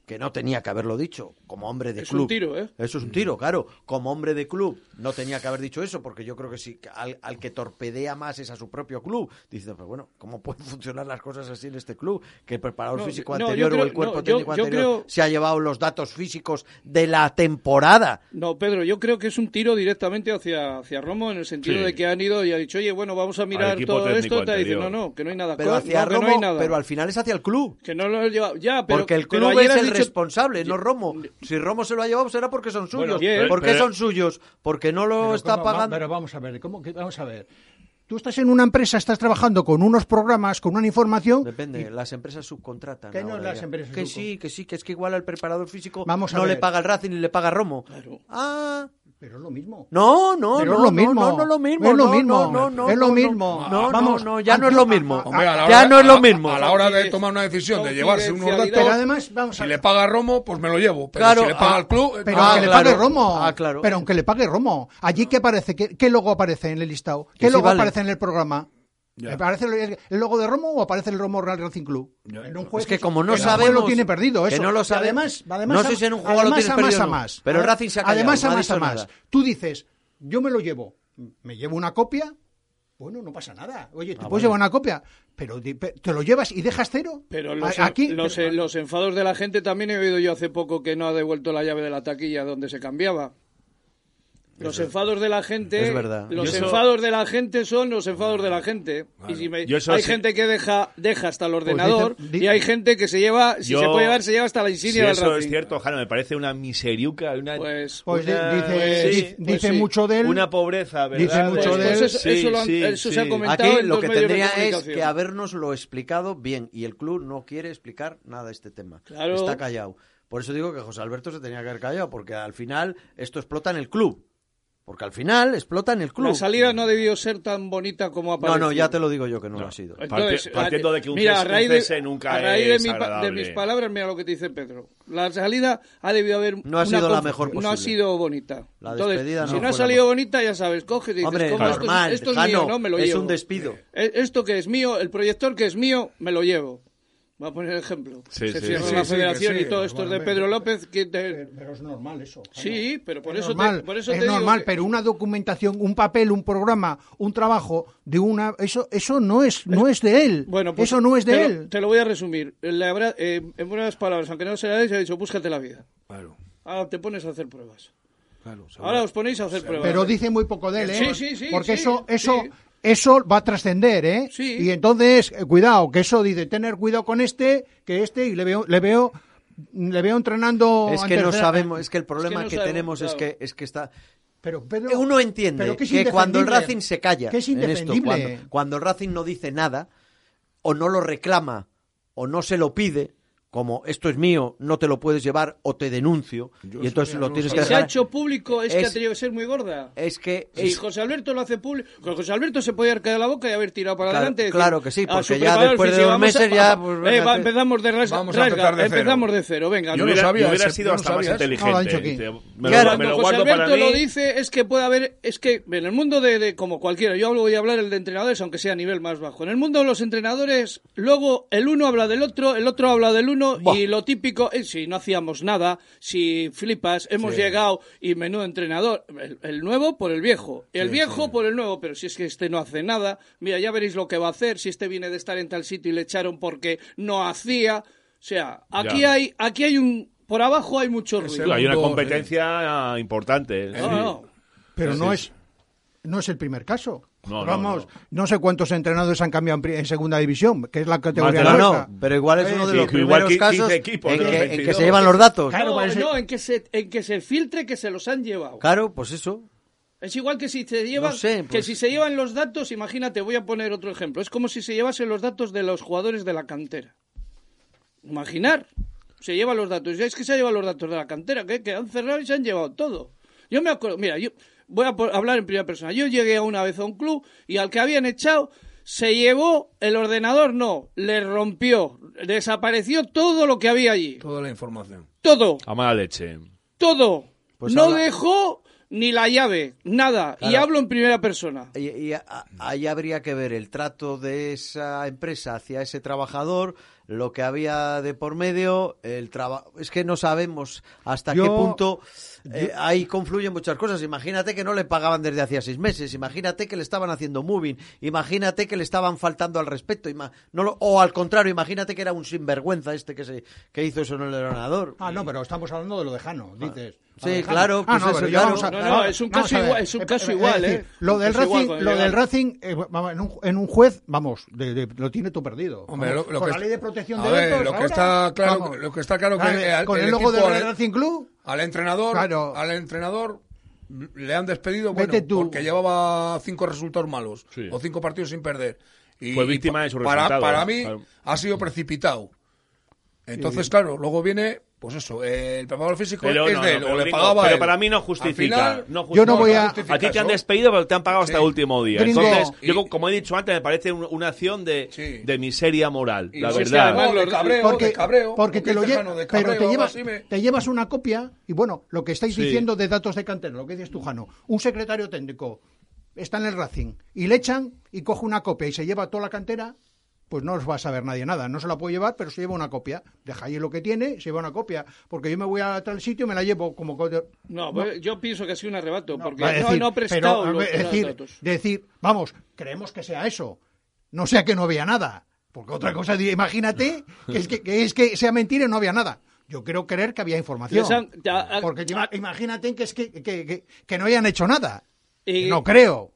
que no tenía que haberlo dicho como hombre de
Es un
club.
tiro, ¿eh?
Eso es un tiro, claro. Como hombre de club no tenía que haber dicho eso porque yo creo que sí que al, al que torpedea más es a su propio club diciendo, pero bueno, ¿cómo pueden funcionar las cosas así en este club? Que el preparador
No,
físico
no, yo
anterior
creo-
o el cuerpo
no, yo-
técnico
yo
anterior
creo-
se ha llevado los datos físicos de la temporada.
No, Pedro, yo creo que es un tiro directamente hacia, hacia Romo en el sentido
Sí.
de que han ido y ha dicho, oye, bueno, vamos a mirar
equipo
todo
técnico
esto. Te dice, no,
anterior.
no, que no hay nada.
Pero
Co-
hacia
no, que
Romo,
no hay nada.
pero al final es hacia el club.
Que no lo he llevado. Ya, pero.
porque el
pero
club
ayer
es
has
el
dicho-
responsable, no Romo. Si Romo se lo ha llevado, será porque son
Bueno,
suyos.
bien.
¿Por qué
pero-
son suyos? Porque no lo
Pero
está
¿cómo va-
pagando.
pero vamos a ver, ¿cómo que- vamos a ver. Tú estás en una empresa, estás trabajando con unos programas, con una información.
Depende, las empresas subcontratan.
¿Qué no
ahora
las
ya.
empresas
Que
subcon-
sí, que sí, que es que igual al preparador físico
Vamos a
no le
ver.
paga el Racing ni le paga Romo.
Claro.
Ah,
Pero es lo mismo.
no, no,
Pero
no,
es lo
no,
mismo.
No, no, lo mismo.
Es lo
no,
mismo.
No, no, no,
Es lo
no,
mismo.
No, no,
Vamos,
no, ya no
aquí-
es lo mismo.
Hombre,
Ah,
a la
ya
hora-
no es
a-
lo mismo.
A la hora de tomar una decisión, de llevarse unos
Pero
datos,
Confidencialidad.
además, vamos a
si
ver.
le paga a Romo, pues me lo llevo. Pero
Claro,
si le paga
ah,
al club... eh,
Pero
Ah, claro.
aunque le pague Romo.
Ah, claro.
Pero aunque le pague Romo. Allí que aparece, ¿Qué, qué logo aparece en el listado?
Que
¿Qué
sí
logo
vale.
aparece en el programa? ¿Aparece el, el logo de Romo o aparece el Romo Real Racing Club? En un juego
Es que como no
el juego
sabemos
lo tiene perdido,
que
eso.
no lo
Y
sabe-
Además, además
no
a-
sé si en un juego lo
además
tienes
a más
perdido o
a
no.
más.
Pero Racing se ha callado,
Además
no
a
ha
más a
dicho
más.
nada.
Tú dices, yo me lo llevo, me llevo una copia. Bueno, no pasa nada. Oye,
Ah,
te puedes llevar una copia, pero di- pe- te lo llevas y dejas cero.
Pero
A-
los,
aquí Ah,
los, eh,
pero-
los enfados de la gente también he oído yo hace poco que no ha devuelto la llave de la taquilla donde se cambiaba. Los enfados de la gente,
Es verdad.
los
Yo eso-
enfados de la gente son los enfados de la gente. Y si me-
Yo eso
hay
sí-
gente que deja deja hasta el ordenador
Pues dice- di-
y hay gente que se lleva, si
Yo-
se puede llevar, se lleva hasta la
Si
insignia del
eso es
Racing.
cierto, Jano, me parece una miseriuca, una,
Pues,
Pues di-
Una-
dice,
sí,
dice-
pues
dice
sí.
mucho de él.
una pobreza, ¿verdad?
Dice mucho
Pues
de él.
eso- eso lo han- eso se ha comentado.
Aquí
en
lo
dos
que
medios de
tendría es
comunicación.
que habernoslo explicado bien y el club no quiere explicar nada de este tema.
Claro.
Está callado. Por eso digo que José Alberto se tenía que haber callado, porque al final esto explota en el club. Porque al final explota en el club.
la salida no debió ser tan bonita como
no,
apareció.
no, ya te lo digo yo que no, lo ha sido.
Parti- partiendo de que un
mira, a
cese-
raíz
un
de-
cese nunca
a raíz de
es
mi pa- de
agradable.
mis palabras, mira lo que te dice Pedro. La salida ha debido haber.
No ha
una
sido la
conf-
mejor
No ha
posible.
sido bonita.
La
Entonces,
despedida no
si no
fue
ha
la
salido
mejor.
bonita, ya sabes, coges y dices,
Hombre,
"Como esto es-
normal,
esto es,
Jano,
mío, no me lo
es
llevo.
un despido.
Eh, Esto que es mío, el proyector que es mío, me lo llevo. Voy a poner el ejemplo.
Sí,
Se
sí,
cierra
sí,
la
sí, que
federación
sí,
y todo esto es de
normalmente.
Pedro López. que te-
Pero es normal eso.
Sí, pero por
es
eso
normal,
te, por eso
es
te digo
normal,
que-
pero una documentación, un papel, un programa, un trabajo de una eso eso no es no es de él.
Bueno, pues
eso no es de
te lo-
él.
te lo voy a resumir. Le habrá- eh, en buenas palabras, aunque no se la se ha dicho, búscate la vida.
Claro,
Ahora te pones a hacer pruebas.
claro. seguro.
Ahora os ponéis a hacer pruebas.
Pero dice muy poco de él, ¿eh?
Sí, sí, sí,
Porque
sí,
eso eso
sí.
eso va a trascender, ¿eh?
Sí.
Y entonces eh, cuidado, que eso dice tener cuidado con este, que este y le veo le veo le veo entrenando
Es
a
que no
tercera-
sabemos, es que el problema
no
que,
sabemos,
tenemos es
claro.
que es que está
Pero Pedro-
uno entiende
pero
que,
es
cuando el
indefendible.
Racing se calla
Que es
en esto,
indefendible.
cuando, cuando el Racing no dice nada, o no lo reclama, o no se lo pide, como esto es mío, no te lo puedes llevar o te denuncio, y entonces lo tienes
Si
que
se ha
dejar.
hecho público es, que
Es-
ha tenido que ser muy gorda.
Es que
Si
es-
José Alberto lo hace público, con José Alberto se podía haber quedado la boca y haber tirado para
Claro-
adelante. y decir,
claro que sí,
a
porque
su
ya
preparador
después de
físico,
dos
vamos a-
meses ya, pues,
eh,
venga,
va,
te-
empezamos de ras-
Vamos a empezar
rasga,
de cero.
empezamos de cero, venga.
Yo
no
lo
hubiera,
sabía,
yo hubiera
ese- yo
sido
no
hasta más
sabía eso.
No lo ha
inteligente.
dicho aquí.
dice, me,
Claro,
lo, me
Cuando
lo
José
guardo
Alberto
para mí.
lo dice es que puede haber, es que en el mundo de, de- como cualquiera, yo hablo voy a hablar el de entrenadores, aunque sea a nivel más bajo. En el mundo de los entrenadores, luego el uno habla del otro, el otro habla del uno, y lo típico es si no hacíamos nada, si flipas, hemos llegado y menudo entrenador, el, el nuevo por el viejo, el viejo por el nuevo, pero si es que este no hace nada, mira, ya veréis lo que va a hacer, si este viene de estar en tal sitio y le echaron porque no hacía, o sea, aquí
Ya.
hay, aquí hay un, por abajo hay mucho
Es
ruido.
el-
Hay una
Segundo,
competencia importante. ¿eh? sí.
eh. No, no.
Pero
Sí,
no
sí.
es no es el primer caso.
No, no,
Vamos,
no.
no, sé cuántos entrenadores han cambiado en, pri- en segunda división, que es la categoría
de la
No,
nuestra.
no, pero igual es uno de
Sí,
los
que igual
primeros
qui-
casos
15 equipos,
en,
¿no?
que, en que
22.
se llevan los datos.
Claro,
no,
parece-
no, en que se en que se filtre que se los han llevado.
Claro, pues eso.
Es igual que si se llevan
No sé,
que
pues-
si se llevan los datos, imagínate, voy a poner otro ejemplo. Es como si se llevasen los datos de los jugadores de la cantera. Imaginar, se llevan los datos. Ya es que se llevan los datos de la cantera, que, que han cerrado y se han llevado todo. Yo me acuerdo, mira, yo voy a por- hablar en primera persona. Yo llegué una vez a un club y al que habían echado se llevó el ordenador, no, le rompió, desapareció todo lo que había allí.
Toda la información.
Todo
A mala leche.
todo.
Pues
no
habla-
dejó ni la llave, nada. Y
Claro.
hablo en primera persona.
Y, y a- a- ahí habría que ver el trato de esa empresa hacia ese trabajador, lo que había de por medio, el trabajo. Es que no sabemos hasta
Yo-
qué punto eh, ahí confluyen muchas cosas. Imagínate que no le pagaban desde hacía seis meses, imagínate que le estaban haciendo moving, imagínate que le estaban faltando al respeto, ima- no lo- o al contrario, imagínate que era un sinvergüenza este que, se, que hizo eso en el ordenador.
Ah, no, pero estamos hablando de lo de Jano, dices.
Sí,
Lo de Jano.
claro,
Ah,
pues
no,
eso,
pero ya
claro.
vamos a-
No, no,
vamos-
es un
vamos
caso
a ver.
igual- es un
Eh,
caso
eh,
igual,
es
¿eh?
decir, Lo del
Es igual
Racing,
cuando
lo
llega
del
el-
Racing, eh, vamos, en, un, en un juez, vamos, de- de- lo tiene todo perdido.
Hombre,
Vamos,
lo- lo
con
que
la
es-
ley de protección
a
de
ver,
datos.
lo que
ahora,
está claro-
vamos.
lo que está claro que
Dale,
el-
con el,
el
logo
equipo-
del Racing Club,
Al entrenador,
Claro.
al entrenador mm, le han despedido
Vete
bueno,
tú.
porque llevaba cinco resultados malos
Sí.
o cinco partidos sin perder. Y,
Fue víctima
y pa-
de su
para,
resultado,
Para
¿eh?
mí
Claro.
ha sido precipitado. Entonces, claro, luego viene, pues eso, eh, el preparador físico
Pero
es
no,
de él,
no,
o
pero
le
gringo,
pagaba
pero
él.
para mí no
Al
justifica,
final,
no
Yo no voy a-
justifica
A ti te han
eso.
despedido, pero te han pagado hasta
Sí.
el último día.
Gringo.
Entonces, yo,
Y-
co- como he dicho antes, me parece un- una acción de,
Sí.
de miseria moral,
Y
la
sí, sí,
verdad.
además- de cabreo, de cabreo,
porque
lo
te
que
lo
dice
llevas,
Jano, de
pero te
cabreo,
llevas,
así me-
te llevas una copia y bueno, lo que estáis
Sí.
diciendo de datos de cantera, lo que dices tú, Jano, un secretario técnico está en el Racing y le echan y coge una copia y se lleva toda la cantera, pues no os va a saber nadie nada, no se la puede llevar, pero se lleva una copia, deja ahí lo que tiene, se lleva una copia, porque yo me voy a tal sitio y me la llevo como co-
No, pues, yo pienso que ha sido un arrebato, porque
Va
no,
a decir,
no ha
pero,
prestado
a
los
ver, decir,
datos.
decir, vamos, creemos que sea eso, no sea que no había nada, porque otra cosa, di- imagínate que es que, que es que sea mentira y no había nada. Yo creo creer que había información.
Les han- ya-
porque ima-
ah,
imagínate que, es que, que- que- que no hayan hecho nada.
Y-
no creo.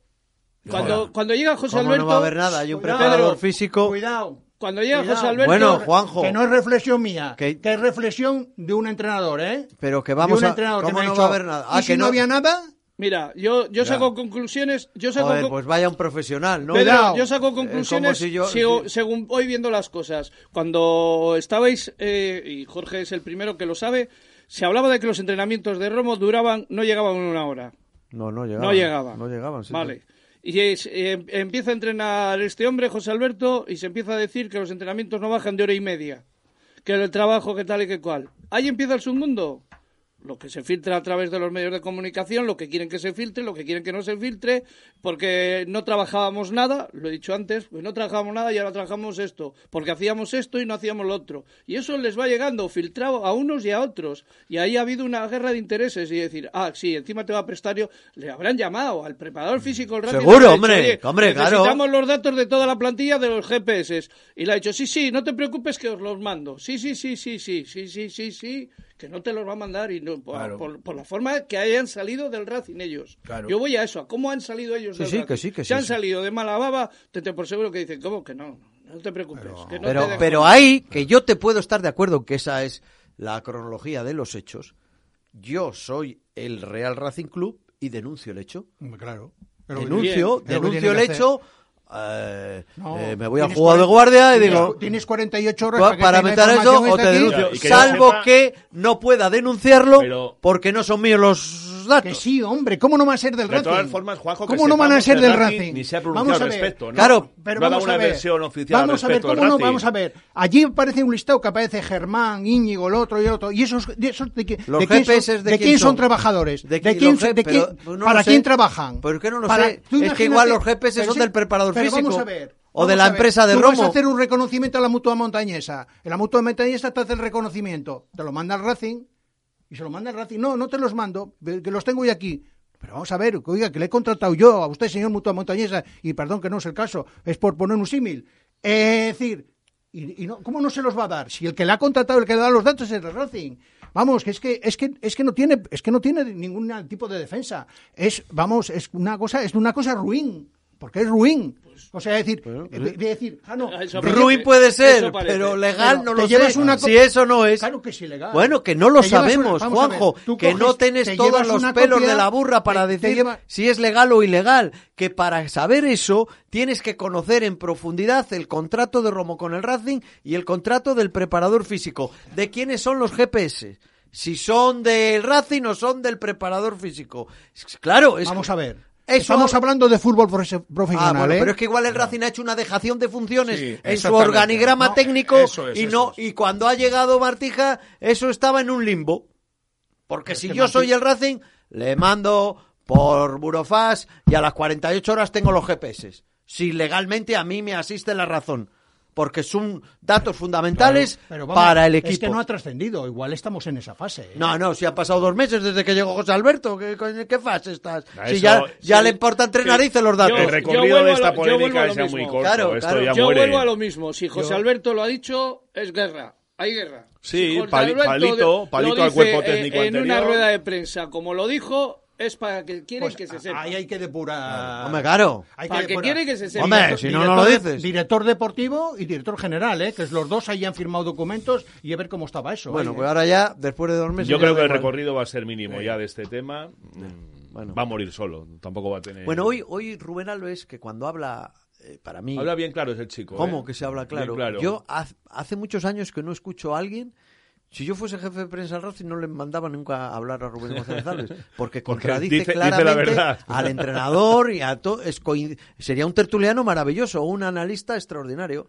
Cuando, cuando llega José
Como
Alberto.
no va a haber nada, hay un
Pedro,
preparador físico.
Cuidado.
Cuando llega
Cuidado.
José Alberto.
Bueno, Juanjo.
Que no es reflexión mía,
Que-
que, es reflexión de un entrenador, ¿eh?
Pero que vamos
de
a-
un entrenador
¿cómo
que me ha
no
dicho,
va a haber nada?
¿Y
Ah,
si
que
no,
no-
había nada?
Mira, yo, yo saco conclusiones. Yo saco
Joder,
con-
pues vaya un profesional, ¿no? Eh,
Pedro,
Cuidado.
yo saco
como
conclusiones
si yo-
sego-
si-
según voy viendo las cosas. Cuando estabais, eh, y Jorge es el primero que lo sabe, se hablaba de que los entrenamientos de Romo duraban, no llegaban a una hora.
No, no llegaban.
No llegaban.
No llegaban, sí.
Vale. Y es- eh, empieza a entrenar este hombre, José Alberto, y se empieza a decir que los entrenamientos no bajan de hora y media. Que el trabajo, que tal y que cual. Ahí empieza el submundo. Lo que se filtra a través de los medios de comunicación, lo que quieren que se filtre, lo que quieren que no se filtre, porque no trabajábamos nada, lo he dicho antes, pues no trabajábamos nada y ahora trabajamos esto, porque hacíamos esto y no hacíamos lo otro. Y eso les va llegando filtrado a unos y a otros. Y ahí ha habido una guerra de intereses y decir, ah, sí, encima te va a prestar yo. Le habrán llamado al preparador físico el Racing,
Seguro,
le habrá dicho,
hombre,
"Oye,
hombre, claro".
necesitamos los datos de toda la plantilla de los GPS. Y le ha dicho, sí, sí, no te preocupes que os los mando. Sí, sí, sí, sí, sí, sí, sí, sí, sí, que no te los va a mandar y no, por,
Claro.
por- por la forma que hayan salido del Racing ellos.
Claro.
Yo voy a eso, a cómo han salido ellos
Sí,
del
sí,
Racing.
que sí, que
Si
sí,
han
sí.
salido de mala baba, te, te por seguro que dicen, ¿cómo que no? No te preocupes. que no te
Pero,
dejo".
pero ahí, que yo te puedo estar de acuerdo en que esa es la cronología de los hechos, yo soy el Real Racing Club y denuncio el hecho.
Hombre, Claro. Es lo que tiene- es
Denuncio,
lo que
denuncio
tiene
el
que hacer.
hecho, eh,
No,
eh, me voy a
tienes
jugar de
40
guardia y
tienes-
digo...
Tienes 48 horas
pa- Para
que
meter
la
eso
información
o
esté
te
aquí.
denuncio,
Y que yo
salvo
sepa-
que no pueda denunciarlo
Pero-
porque no son míos los
Que
datos.
sí, hombre, ¿cómo no va a ser del
De
Racing?
todas formas, Juanjo, que
¿Cómo no van a
sepamos
ser
que
del
el
Racing?
Ni se ha
Vamos
pronunciado
a
al
ver.
respecto, ¿no?
Claro,
Pero
no ha
vamos
dado una
a ver.
versión oficial
Vamos
al respecto
a ver,
del
¿cómo no?
Racing.
Vamos a ver. Allí aparece un listado que aparece Germán, Íñigo, el otro y el otro. ¿Y esos de, esos de, qué-
Los
de quién
GPS
son,
de
de
quién
quién son
son?
trabajadores? ¿De,
quién
quién,
los G-
de quién-
pero, pues no
¿Para
lo sé.
quién trabajan?
¿Por qué no lo
Para-
sé?
tú
Es que
imagínate-
igual los GPS son
sí,
del preparador
pero Vamos
físico
a ver.
o de
vamos
la
a ver.
empresa de
Tú Vas
Romo.
a hacer un reconocimiento a la mutua montañesa. En la mutua montañesa te hace el reconocimiento. Te lo manda el Racing y se lo manda el Racing. No, no te los mando, que los tengo yo aquí. Pero vamos a ver, que oiga, que le he contratado yo a usted, señor Mutua Montañesa, y perdón que no es el caso, es por poner un símil. Eh, Es decir, y, y no, ¿cómo no se los va a dar? Si el que le ha contratado, el que le da los datos es el Racing. Vamos, que es que es que es que no tiene es que no tiene ningún tipo de defensa. Es vamos, es una cosa es una cosa ruin, porque es ruin. O sea, decir, eh, de- de decir, ah no,
Ah, eso
te-
parece.
Ruin puede ser,
Eso parece.
pero legal
Pero
no
te
lo
llevas
sé.
una co-
si eso no es.
Claro que es ilegal.
Bueno, que no lo
Ah. Te llevas una-
sabemos,
vamos a ver,
Juanjo.
tú
que no
coges-
tienes
te
todos
llevas
los
una
pelos
copia,
de la burra para
te- te
decir
lleva-
si es legal o ilegal. Que para saber eso tienes que conocer en profundidad el contrato de Romo con el Racing y el contrato del preparador físico. ¿De quiénes son los GPS? Si son del Racing o son del preparador físico. Claro, es
Vamos a ver.
Eso-
Estamos hablando de fútbol profe- profesional,
Ah, bueno,
¿eh?
pero es que igual el Racing ha hecho una dejación de funciones
Sí,
en su
exactamente.
organigrama
No,
técnico
eso es,
y
eso
no
es.
y cuando ha llegado Martija eso estaba en un limbo. Porque si yo soy el Racing le mando por Burofax y a las 48 horas tengo los GPS. Si legalmente a mí me asiste la razón, porque son datos fundamentales
Pero vamos,
para el
Es
equipo.
que no ha trascendido, igual estamos en esa fase. ¿eh?
No, no, si han pasado dos meses desde que llegó José Alberto, ¿qué, coño- qué fase estás?
A
si
eso-
ya, ya
sí.
le importan tres
Sí.
narices los
Yo-
datos.
El
yo
recorrido
vuelvo
de
a
esta
lo- yo vuelvo a
polémica
lo
sea muy
mismo.
corto.
Claro,
Esto
claro.
ya
Yo
muere.
vuelvo a lo mismo. Si José Alberto lo ha dicho, es guerra. Hay guerra.
Sí,
Si José
pali-
Alberto
palito-
de- lo
palito al
dice,
cuerpo
eh,
técnico
En
anterior.
una rueda de prensa, como lo dijo, es para que quieren
Pues,
que se
a-
sepa.
Ahí hay que depurar.
Hombre, claro.
Hay
Para que
depurar.
quiere que se sepa.
Hombre, si no, no lo
director de-
dices.
Director deportivo y director general, ¿eh? que es los dos ahí han firmado documentos y a ver cómo estaba eso.
Bueno,
¿eh?
pues ahora ya, después de dos meses.
Yo
ya
creo
da
que el
igual.
recorrido va a ser mínimo ya de este tema. Mm,
Bueno.
Va a morir solo. Tampoco va a tener.
Bueno, hoy, hoy Rubén Alves, que cuando habla, eh, para mí.
Habla bien claro, es el chico.
¿Cómo
¿eh?
que se habla
Bien
claro? Yo haz- hace muchos años que no escucho a alguien. Si yo fuese jefe de prensa del Racing, no le mandaba nunca a hablar a Rubén González Alves, porque contradice
dice- dice la
claramente
verdad.
al entrenador y a todo. Sería un tertuliano maravilloso, un analista extraordinario.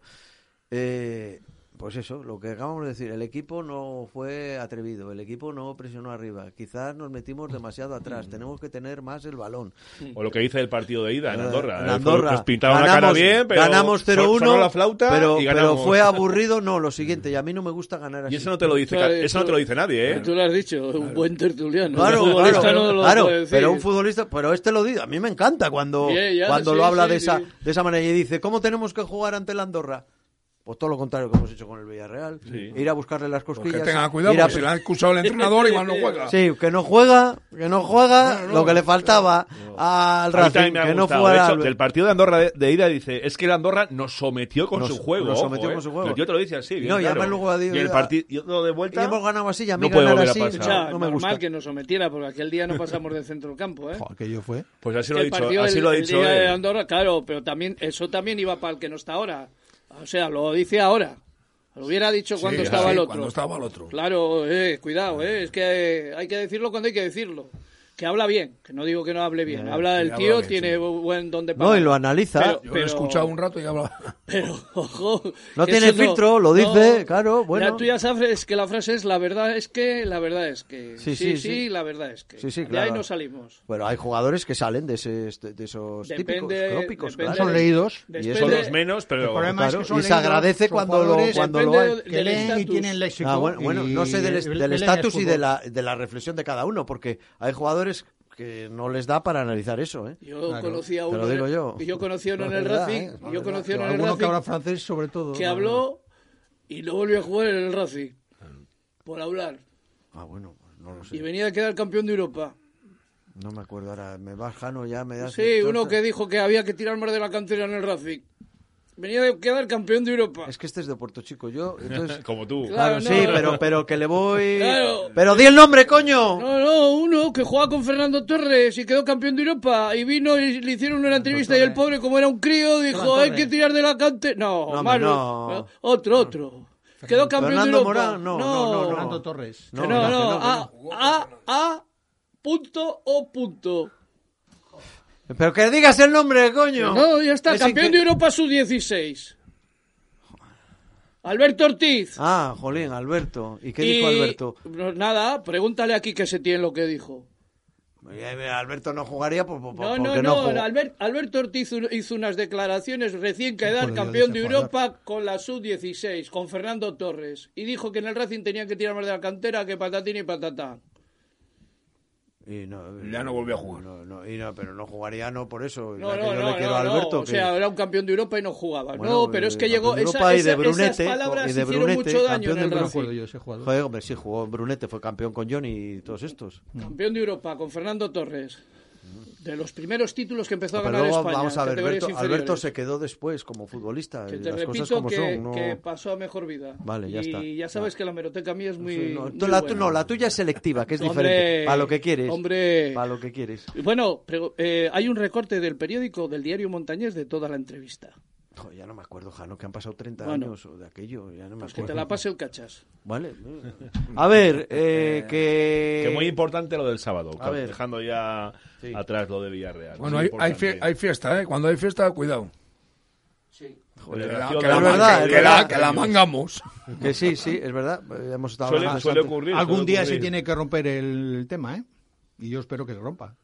Eh, pues eso, lo que acabamos de decir, el equipo no fue atrevido, el equipo no presionó arriba, quizás nos metimos demasiado
Mm.
atrás, tenemos que tener más el balón.
O lo que dice el partido de ida en Andorra.
En
eh,
Andorra.
Nos pintaron la cara bien, pero.
ganamos
son-
0-1,
sonó la flauta
pero,
y
pero
ganamos.
fue aburrido. No, lo siguiente, y a mí no me gusta ganar así.
Y eso no te lo dice,
Tú has-
eso no te lo dice nadie, ¿eh?
Tú lo has dicho, un buen tertuliano.
Claro,
un futbolista
claro,
no lo
claro,
puede decir.
pero un futbolista, pero este lo dice, a mí me encanta cuando,
Bien, ya,
cuando
sí,
lo habla
sí,
de,
sí.
esa, de esa manera y dice, ¿cómo tenemos que jugar ante la Andorra? o todo lo contrario que hemos hecho con el Villarreal,
Sí.
ir a buscarle las
Pues que
costillas.
tengan cuidado,
ir a
porque si
pe-
le han excusado el entrenador, igual no juega.
Sí, que no juega, que no juega, lo que le faltaba al
A mí
Racing,
también me ha
que no
gustado. De
fuera
hecho, del partido de Andorra de, de ida dice, es que el Andorra nos sometió con
Nos-
su juego.
nos
ojo,
sometió
eh.
con su juego.
El tío te lo dice así. bien
No, y
claro.
además luego ha dicho,
Y el
ya-
partido de
Y
vuelta.
hemos ganado así, y a mí
No puede
ganar
volver a
así
pasar.
O
no-
sea,
no, me
normal
gusta.
que nos sometiera, porque aquel día no pasamos del centro del campo, ¿eh?
Jo, aquello fue.
Pues así
Que
lo ha
el
dicho,
partido
así
del-
lo ha
el
dicho
día de
él.
Andorra, claro, pero también eso también iba para el que no está ahora. O sea, lo dice ahora. Lo hubiera dicho cuando
Sí,
estaba
sí,
el otro.
Cuando estaba el otro.
Claro, eh, cuidado, eh, es que eh, hay que decirlo cuando hay que decirlo. Que habla bien, que no digo que no hable
Eh,
bien. habla del
habla
tío,
bien,
tiene
sí.
bu- buen don de
No, y
palabra.
lo analiza.
Pero-
Yo lo he escuchado un rato y hablaba.
Pero, ojo.
No
que
tiene
eso
filtro, lo dice, claro, bueno.
La tuya sabes que la frase es la verdad es que, la verdad es que.
Sí,
Sí, sí,
sí, sí.
la verdad es que.
Sí, sí,
De ahí
claro.
no salimos.
Bueno, hay jugadores que salen de, ese, este- de esos típicos
Depende-
tópicos, claro.
depende-
Son leídos.
Y eso
Son
de-
los menos, pero...
El problema
Claro,
es que son
y se
leídos,
agradece
son
cuando lo-
jugadores
cuando lo
depende
hay.
del
que leen y
estatus.
tienen léxico.
Ah, bueno, bueno,
y
no sé del,
leen
del
el
estatus y de
fútbol.
la, de la reflexión de cada uno, porque hay jugadores que no les da para analizar eso, ¿eh?
Yo conocí a
Te
uno.
lo digo
en-
yo.
conocí a uno
No,
en el
es verdad,
Racing.
¿eh? No,
Yo
es
conocí a uno en el
Alguno que
Racing.
habla francés, sobre todo.
que
no,
habló y no volvió a jugar en el Racing por hablar
Ah, bueno, pues no lo
y
sé.
venía a quedar campeón de Europa.
No me acuerdo ahora. Me vas, Jano, ya me das...
Sí, uno que dijo que había que tirar más de la cantera en el Racing. Venía a quedar campeón de Europa.
Es que este es de Puerto Chico, yo, entonces...
Como tú.
Claro,
Claro,
sí,
no.
pero, pero que le voy...
Claro.
¡Pero di el nombre, coño!
No, no, uno que jugaba con Fernando Torres y quedó campeón de Europa y vino y le hicieron una entrevista y el pobre, como era un crío, dijo, hay que tirar de la cantera. No,
hombre,
Manu,
no.
otro, otro. Quedó campeón
Fernando
de Europa.
Morán, no, no, no, no.
Fernando Torres.
Que No, no, A, A, A, punto, O, punto.
Pero que digas el nombre, coño.
No, ya está,
Es
campeón
inque-
de Europa sub-16. Alberto Ortiz.
Ah, jolín, Alberto. ¿Y qué
Y-
dijo Alberto?
No, nada, pregúntale aquí que se tiene lo que dijo.
Eh, eh, Alberto no jugaría por, por-
No, no,
porque no,
no,
jugó.
Albert- Alberto Ortiz hizo- hizo unas declaraciones recién
Joder,
quedar
ya
campeón de
dice,
Europa con la sub-16, con Fernando Torres. Y dijo que en el Racing tenían que tirar más de la cantera que patatín y patatá.
Y no, eh,
Ya no volvió a jugar.
No, no, y no, pero no jugaría no por eso.
No,
Pues ya que
no,
yo
no,
le quiero
no,
a
no,
Alberto.
O
que-
sea, era un campeón de Europa y no jugaba.
Bueno,
no, pero es que
eh,
llegó.
campeón de
esa-
Europa y de
esa-
Brunete,
esas palabras
y de
hicieron
Brunete,
mucho daño
campeón
en
del
el
No
Brasil.
me
Racing.
acuerdo yo de ese jugador.
Joder, hombre, sí jugó en Brunete, fue campeón con Johnny y todos estos.
Campeón de Europa con Fernando Torres. De los primeros títulos que empezó a
Pero
ganar
luego
España.
vamos a ver,
categorías
Alberto, Alberto
inferiores.
se quedó después como futbolista.
Que
eh,
te
las
repito
cosas como
que,
son. No...
que pasó a mejor vida.
Vale, ya
y
está. Ah.
ya sabes que la meroteca mía es muy.
Sí, no,
muy
tú- la, tu-
buena.
no, la tuya es selectiva, que es
Hombre,
diferente. Para lo que quieres.
hombre.
Para lo que quieres.
Bueno, prego- eh, hay un recorte del periódico del diario Montañés de toda la entrevista.
Joder, ya no me acuerdo, Jano, que han pasado 30
Bueno.
años o de aquello. Ya no me
Pues que
acuerdo.
te la pase el cachas.
Vale. A ver, eh, que...
Que muy importante lo del sábado,
A ver.
dejando ya
Sí.
atrás lo de Villarreal.
Bueno,
Muy
hay, hay, fie-
importante.
hay fiesta, ¿eh? Cuando hay fiesta, cuidado.
Joder, la-
que,
es verdad,
la-
la, que
es
la-
verdad.
que la mangamos.
Que sí, sí, es verdad. eh, Hemos estado
Suele,
hablando
suele
bastante.
ocurrir.
Algún
suele
día se
ocurrir.
tiene que romper el tema, ¿eh? Y yo espero que se rompa.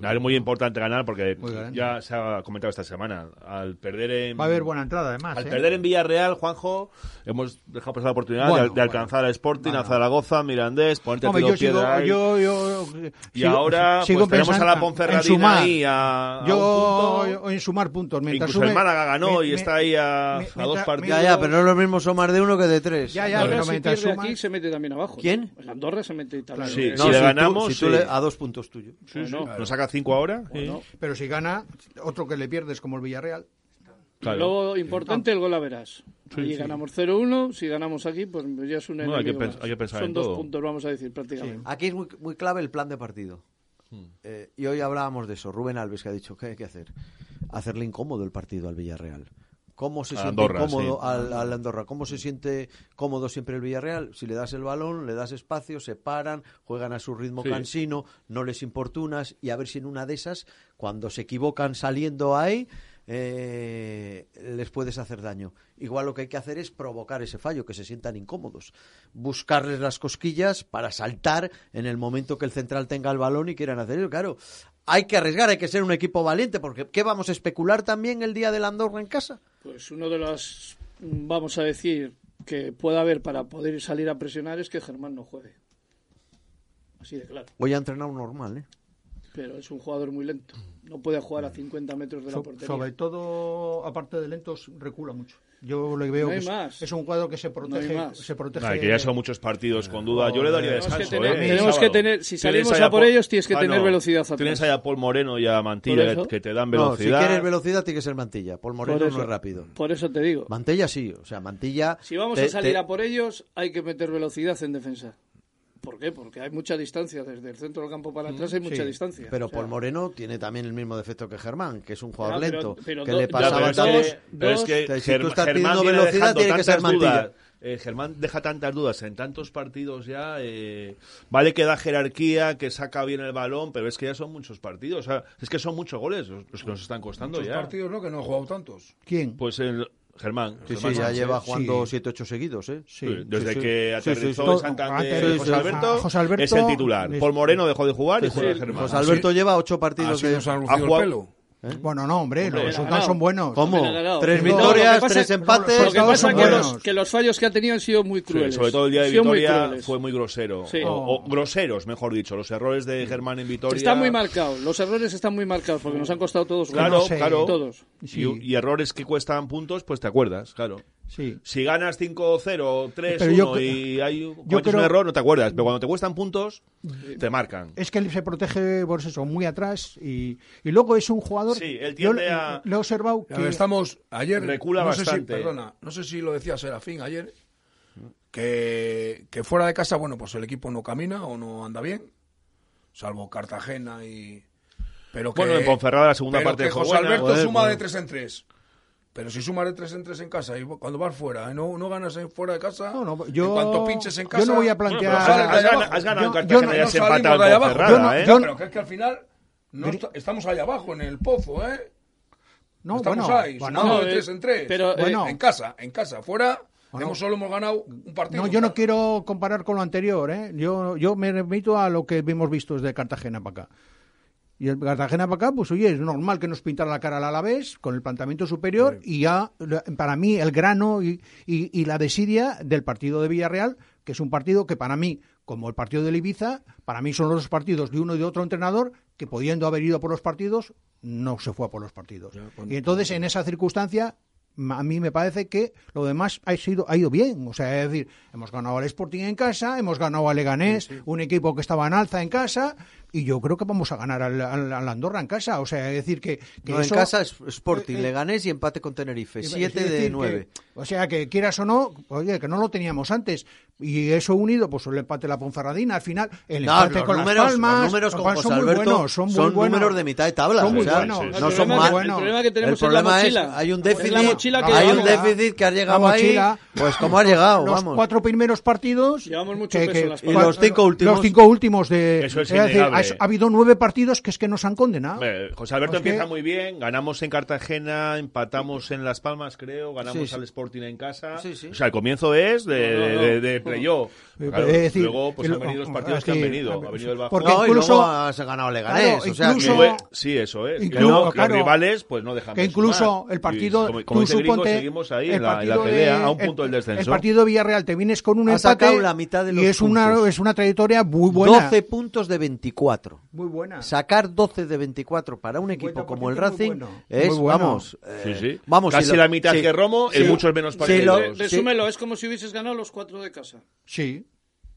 Claro, es muy importante ganar porque
Muy grande.
ya se ha comentado esta semana. Al perder en.
Va a haber buena entrada, además.
Al
¿eh?
perder en Villarreal, Juanjo, hemos dejado pasar la oportunidad
Bueno,
de, de alcanzar a Sporting, a Zaragoza, Mirandés, ponerte
Hombre,
tiro
yo sigo,
piedra ahí.
yo, yo,
y
sigo-
ahora
sigo
pues, tenemos a
pensando
la
en
Ponferradina
sumar.
ahí a, a un
yo,
punto.
yo- en sumar puntos. Mientras
Incluso
sume-
el Málaga ganó
mi-
y
mi-
está ahí a,
mi-
a
mientras-
dos partidos.
mientras-
Ya, ya, pero no lo mismo son más de uno que de tres.
Ya, ya,
Andorra
pero
si
mientras
pierde
sumas-
aquí se mete también abajo.
¿Quién?
El Andorra se mete también.
Sí,
Eh,
si le
tú-
ganamos,
si tú
sí.
le- a dos puntos tuyos.
Sí, sí.
Bueno.
Nos saca cinco ahora. Sí.
Pero si gana, otro que le pierdes como el Villarreal.
Claro. Ah.
Luego, importante, el gol a verás. y ganamos 0-1, si ganamos aquí, pues ya es un
Bueno, hay que
enemigo
pens-
más.
hay que pensar
Son
en
dos
todo.
puntos, vamos a decir, prácticamente.
Aquí es muy, muy clave el plan de partido.
Hmm.
Eh, y hoy hablábamos de eso. Rubén Alves que ha dicho, ¿qué hay que hacer? Hacerle incómodo el partido al Villarreal. ¿Cómo se
A
siente
Andorra,
cómodo
sí.
al, al Andorra? ¿Cómo se siente cómodo siempre el Villarreal? Si le das el balón, le das espacio, se paran, juegan a su ritmo
Sí.
cansino, no les importunas y a ver si en una de esas, cuando se equivocan saliendo ahí, eh, les puedes hacer daño. Igual lo que hay que hacer es provocar ese fallo, que se sientan incómodos. Buscarles las cosquillas para saltar en el momento que el central tenga el balón y quieran hacer eso. Claro, hay que arriesgar, hay que ser un equipo valiente, porque ¿qué vamos a especular también el día del Andorra en casa?
Pues uno de los, mm, vamos a decir, que pueda haber para poder salir a presionar es que Germán no juegue. Así de claro.
Hoy ha entrenado normal, ¿eh?
Pero es un jugador muy lento. No puede jugar a 50 metros de la
So-
portería.
sobre todo, aparte de lentos, recula mucho. Yo lo que veo
No hay
que es-
más.
es un cuadro que se protege,
más.
se protege.
Nada, que ya son muchos partidos con duda. Yo le daría
Tenemos que
descanso. ¿eh?
tener- tenemos
El sábado.
que tener- si
Tienes
salimos
ahí
a por ellos, tienes que
Ah,
tener velocidad atrás.
Tienes ahí a Paul Moreno y a
Por
Mantilla
eso.
que, que te dan
No, si
velocidad.
quieres velocidad tiene que ser Mantilla. Paul Moreno
eso.
no es rápido.
Por eso te digo.
Mantilla sí, o sea, Mantilla...
Si vamos
te-
a salir
te-
a por ellos, hay que meter velocidad en defensa. ¿Por qué? Porque hay mucha distancia. Desde el centro del campo
Mm,
para atrás hay mucha
sí.
distancia.
Pero
O sea,
Paul Moreno tiene también el mismo defecto que Germán, que es un
Ah,
jugador
pero-
lento,
pero
que
do-
le
ya,
Ya, pero
pasaba
es
dos,
que-
todos...
dos.
pero es que
Si tú
Germ-
estás
Germán
pidiendo
viene
velocidad,
dejando
tiene que ser
tantas
Mantilla.
dudas. Eh, Germán deja tantas dudas en tantos partidos ya. eh, vale que da jerarquía, que saca bien el balón, pero es que ya son muchos partidos. O sea, es que son muchos goles los, los que nos están costando
Muchos
ya.
partidos, ¿no? Que no he jugado tantos.
¿Quién?
Pues el Germán.
Sí,
Germán
sí, ya
Sánchez.
lleva
sí.
jugando 7-8 seguidos, ¿eh?
Sí,
Sí,
Desde
sí,
que
sí. Sí, sí,
aterrizó
sí.
en Santander
Antes,
José,
sí,
Alberto,
José Alberto
es el titular.
es-
Paul Moreno dejó de jugar y
Sí,
juega
sí.
Germán.
José Alberto lleva 8
Ha
partidos
sido
de...
nos han
ha
lucido el
jugado-
pelo.
¿eh?
Bueno, no, hombre,
Hombre,
los resultados
ganado.
son buenos.
¿Cómo?
También ha ganado.
Tres
No, lo que
victorias,
pasa-
tres em-, empates.
Lo que
Todos
pasa
son
es que
buenos.
los, que los fallos que ha tenido han sido muy
Sí,
crueles.
sobre todo el día de
Han sido muy
Vitoria
crueles.
fue muy grosero.
Sí.
O, o groseros, mejor dicho. Los errores de Germán en Vitoria.
Está muy marcado. Los errores están muy marcados porque nos han costado todos.
Claro,
goles.
sé.
claro.
Todos.
Y-
Sí.
Y, errores que cuestan puntos, pues te acuerdas, claro.
Sí.
Si ganas 5-0,
Pero yo
3-1 y
cre-
hay
yo
cometes un
creo-
error, no te acuerdas. Pero cuando te cuestan puntos, te marcan.
Es que él se protege, por eso, muy atrás. Y, y luego es un jugador.
Sí, él
yo
tiende
le-
a-
le he observado
A
que.
ver, estamos ayer
Recula
no
bastante.
Sé si, perdona, no sé si lo decía Serafín ayer que, que fuera de casa, bueno, pues el equipo no camina o no anda bien, salvo Cartagena y pero que
Bueno, en Ponferrada la segunda
pero
parte
que
fue
José
buena.
Alberto
Joder,
suma
bueno.
de tres en tres. Pero si sumas de tres en tres en casa y cuando vas fuera y no, no ganas en- fuera de casa,
No, no, yo-
en cuanto pinches en
yo
casa,
no voy a
Bueno, pero
plantear-
Has,
sales de
has
ahí
gana-
abajo.
has ganado en
Yo-
Cartagena
yo
y
no-
has
no salimos
empatado en
de ahí abajo.
Ponferrada,
Yo no-
¿eh?
yo-
pero que es que al final no
Gri-
esta- estamos ahí abajo en el pozo, ¿eh?
no,
Estamos
bueno,
ahí,
Ah,
bueno,
sumando
no,
de
eh,
tres en tres.
pero,
eh, Bueno.
en casa, en casa, fuera,
Bueno.
hemos solo hemos ganado un partido.
No, yo no quiero comparar con lo anterior, ¿eh? Yo, yo me remito a lo que hemos visto desde Cartagena para acá. Y el Cartagena para acá, pues oye, es normal que nos pintara la cara al Alavés con el planteamiento superior y ya, la- para mí, el grano y, y- y la desidia del partido de Villarreal, que es un partido que para mí, como el partido del Ibiza, para mí son los dos partidos de uno y de otro entrenador que pudiendo haber ido por los partidos, no se fue a por los partidos. y entonces, en esa circunstancia, ma- a mí me parece que lo demás ha, sido, ha ido bien. O sea, es decir, hemos ganado al Sporting en casa, hemos ganado al Leganés, un equipo que estaba en alza en casa, y yo creo que vamos a ganar al, al- al Andorra en casa. O sea, es decir, que, que
No, en
eso-
casa es Sporting,
Eh, eh,
Leganés y empate con Tenerife.
es
7
decir,
de
que-
9.
o sea, que quieras o no, oye, que no lo teníamos antes. Y eso unido, pues el empate de la Ponferradina, al final, el
No,
empate
los
con
números,
las palmas.
los números con
son
José
muy
Alberto
buenos, son, muy
son
buenos.
números de mitad de tabla,
Son muy
o sea,
buenos.
sí, sí,
El
no
problema
son
que-
mal.
El problema que tenemos
el problema
es
es,
la mochila.
hay un
Es
déficit,
la mochila que
hay un
llevamos.
déficit que ha llegado
La
ahí,
mochila.
pues como ha llegado,
los
vamos.
cuatro primeros partidos
Llevamos mucho peso en las
Y los cinco últimos.
los cinco últimos de
Eso es
decir,
innegable.
ha, ha habido nueve partidos que es que nos han condenado
Hombre, José Alberto
Es que-
empieza muy bien, ganamos en Cartagena, empatamos en Las Palmas, creo, ganamos
Sí, sí.
al Sporting en casa.
Sí, sí.
O sea, el comienzo es de,
No, no, no.
de, de playoff.
Eh,
Claro,
es decir,
luego pues,
el-
han venido los partidos
es
que han
que-
venido. Ha venido el Bajón.
porque-
No, y
incluso-
luego has ganado a Leganés,
Claro,
o sea, que-
Y
incluso-
luego- sí, eso es. Y
Incluso,
luego
claro,
los rivales pues no dejan de
que incluso
sumar.
el
Y
partido
como, como
tú
dice Gringo,
suponte,
seguimos ahí
el
en la, en la
partido
pelea
de-
a un
el-
punto del descenso.
el partido de Villarreal te vienes con un
Ha
empate
sacado la mitad de los
y es una
puntos.
es una trayectoria muy buena
12 puntos de 24.
muy buena
Sacar 12 de 24 para un equipo como el
50% es muy
Racing
bueno.
es,
Muy bueno.
vamos,
Sí,
eh,
sí.
vamos
Casi
si lo-
la mitad
sí.
que Romo en
Sí.
muchos menos
Sí,
partidos.
lo- sí.
Resúmelo, es como si hubieses ganado los cuatro de casa.
sí,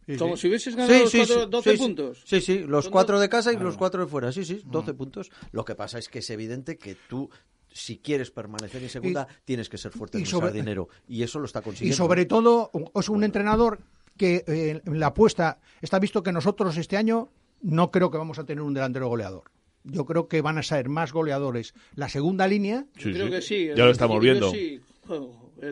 sí,
Como
sí.
si hubieses ganado
Sí,
los
sí,
cuatro,
sí,
12
sí, sí.
puntos.
Sí, sí, los
Son
cuatro de casa y los cuatro de fuera. Sí, sí, 12
Mm.
puntos. Lo que pasa es que es evidente que tú, si quieres permanecer en segunda, tienes que ser fuerte
y
en usar
sobre-
dinero. Y eso lo está
y
consiguiendo.
sobre todo un- es un entrenador que eh, en la apuesta está visto que nosotros este año no creo que vamos a tener un delantero goleador yo creo que van a ser más goleadores la segunda línea
Sí,
Creo
sí.
que sí.
Ya lo estamos
yo
viendo.
sí. Juego. El,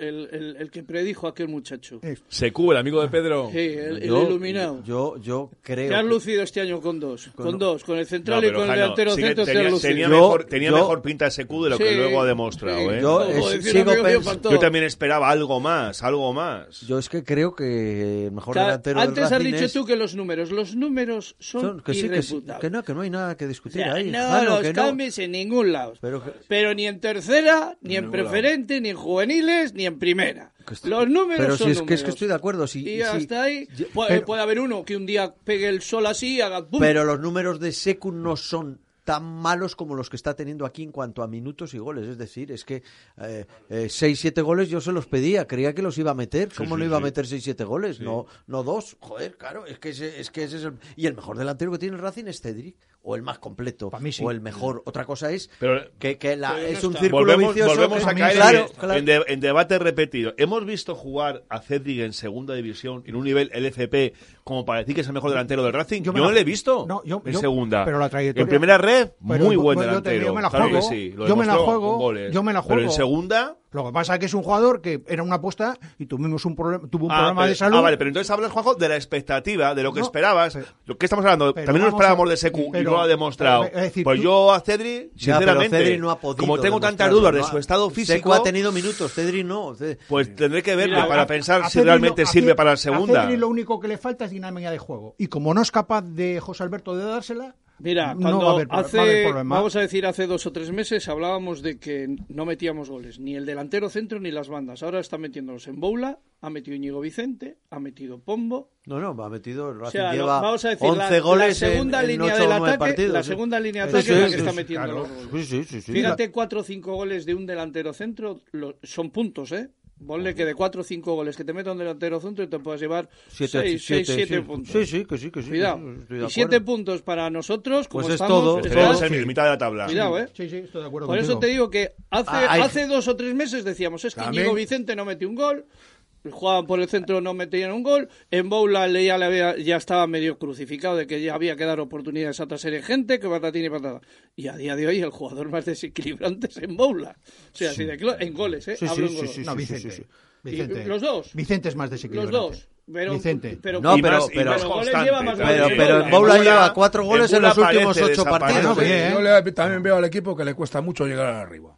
el- el- el- el que predijo aquel muchacho.
Eh,
Se cubre el amigo de
Ah.
Pedro.
Sí, el, el
Yo-
iluminado.
Yo, yo creo.
Te has
que-
lucido este año con dos. Con, dos, con el central
No,
y
pero
con el
Jano,
delantero
sí que
centro te
tenía,
has lucido.
tenía
Yo-
mejor, tenía
yo-
mejor pinta de SQ de lo que
Sí,
luego ha demostrado.
sí.
¿eh?
Yo,
Como
eh,
decía un
sigo
amigo mío,
pens-
faltó.
Yo también esperaba algo más, algo más.
Yo es que creo que el mejor
Ca-
delantero del
Antes has
Racing
dicho
es-
tú que los números. Los números son,
son- que sí, que, sí,
irrefutables.
que no, que no hay nada que discutir
O sea,
ahí.
no
Claro
los
que no.
cambies en ningún lado.
Pero
Pero,
que-
ni en tercera, ni en preferente, ni en juveniles, ni en primera.
Que estoy-
Los números
Pero
son
si es que, es
números.
que estoy de acuerdo. Si,
Y
si-
hasta ahí
yo-
puede,
pero-
puede haber uno que un día pegue el sol así y haga pum.
Pero los números de Secu no son tan malos como los que está teniendo aquí en cuanto a minutos y goles. Es decir, es que eh, eh, seis, siete goles yo se los pedía, creía que los iba a meter. ¿Cómo
sí,
no iba
sí.
a meter seis, siete goles? No, no dos. Joder, claro, es que ese, es que ese es el... Y el mejor delantero que tiene el Racing es Cedric, o el más completo,
Pa' mí sí.
o el mejor. Otra cosa es
Pero-
que, que la-
Pero no
es un
está.
círculo
volvemos,
vicioso.
volvemos
que-
a caer
claro,
en,
claro.
en de- en debate repetido. Hemos visto jugar a Cedric en segunda división en un nivel LFP como para decir que es el mejor delantero del Racing.
Yo
Yo,
me
no
la-
le he visto
No, yo-
en
yo-
segunda.
pero la trayectoria-
En primera red,
Pero
muy
yo-
buen
yo te- yo
delantero.
me la
claro que
juego,
sí. lo
yo me la
demostró
juego,
con goles.
yo me la
Pero en
juego.
segunda...
Lo que pasa es que es un jugador que era una apuesta y tuvimos un problema, tuvo un
Ah,
problema
pero-
de salud.
ah, vale, pero entonces hablas, Juanjo, de la expectativa, de lo que
No.
esperabas. Lo que estamos hablando,
Pero
también lo
vamos a-
esperábamos de Secu y
pero-
no lo ha demostrado.
pero, es decir,
pues
tú-
yo a Cedri,
Ya, pero
sinceramente,
Cedric no ha podido
como tengo tantas
demostrarlo,
dudas
no
de
ha-
su estado
Seco
físico,
ha tenido minutos, Cedric no. Ced-
pues tendré que verlo
Mira,
para
a-
pensar
A
si
Cedric
realmente
lo- a
sirve
Ced-
para la segunda.
A Cedric lo único que le falta es dinámica de juego. Y como no es capaz de José Alberto de dársela,
Mira,
no
cuando
va a haber, pro- va a
hace,
haber problema.
vamos a decir, hace dos o tres meses hablábamos de que no metíamos goles, ni el delantero centro ni las bandas. Ahora están metiéndolos en Boula, ha metido Íñigo Vicente, ha metido Pombo.
No, no, me ha metido. el
O
Racing
sea, lo-
lleva
vamos a decir,
11
la, la
goles en-
segunda
en
línea
ocho o
del
nueve
ataque,
partidos, ¿eh?
la
sí.
segunda línea de
Eso
ataque es la
es,
que
eso
está
es,
metiendo
claro.
los goles.
Sí, sí, sí, sí.
Fíjate, cuatro o cinco goles de un delantero centro lo- son puntos, ¿eh? Ponle que de cuatro o cinco goles que te meta un delantero centro te puedes llevar
Siete,
seis,
siete,
seis, siete
sí.
puntos.
Sí, sí, que sí, que sí.
Cuidado.
que sí, estoy de
Y siete
acuerdo.
puntos para nosotros, como
Pues es
estamos,
todo,
Pues
es
estamos-
estamos en mitad de la tabla.
Cuidado, ¿eh?
Sí, sí, estoy de acuerdo
Por eso
contigo.
te digo que hace,
Ah, hay-
hace dos o tres meses decíamos, es que
También-
Íñigo Vicente no metió un gol, jugaban por el centro no metían un gol, en Boula le- ya, le había- ya estaba medio crucificado de que ya había que dar oportunidades a otra serie de gente, que patatín y patada. Y a día de hoy el jugador más desequilibrante es en Boula. O sea, así de cla- en goles, ¿eh?
Sí,
Hablo
sí,
en goles.
sí,
No,
sí, sí,
Vicente.
sí, sí.
Vicente.
Y- los dos.
Vicente es más
Los
desequilibrante.
dos. Pero,
Vicente.
pero,
No,
Y
pero-
más- y
pero-
más
goles
constante,
lleva más
también.
goles. Pero- pero
en Boula
En
lleva cuatro goles en
Boula
los últimos
parece
ocho partidos.
desaparecer.
Ah, bien.
Yo le- también veo al equipo que le cuesta mucho llegar arriba.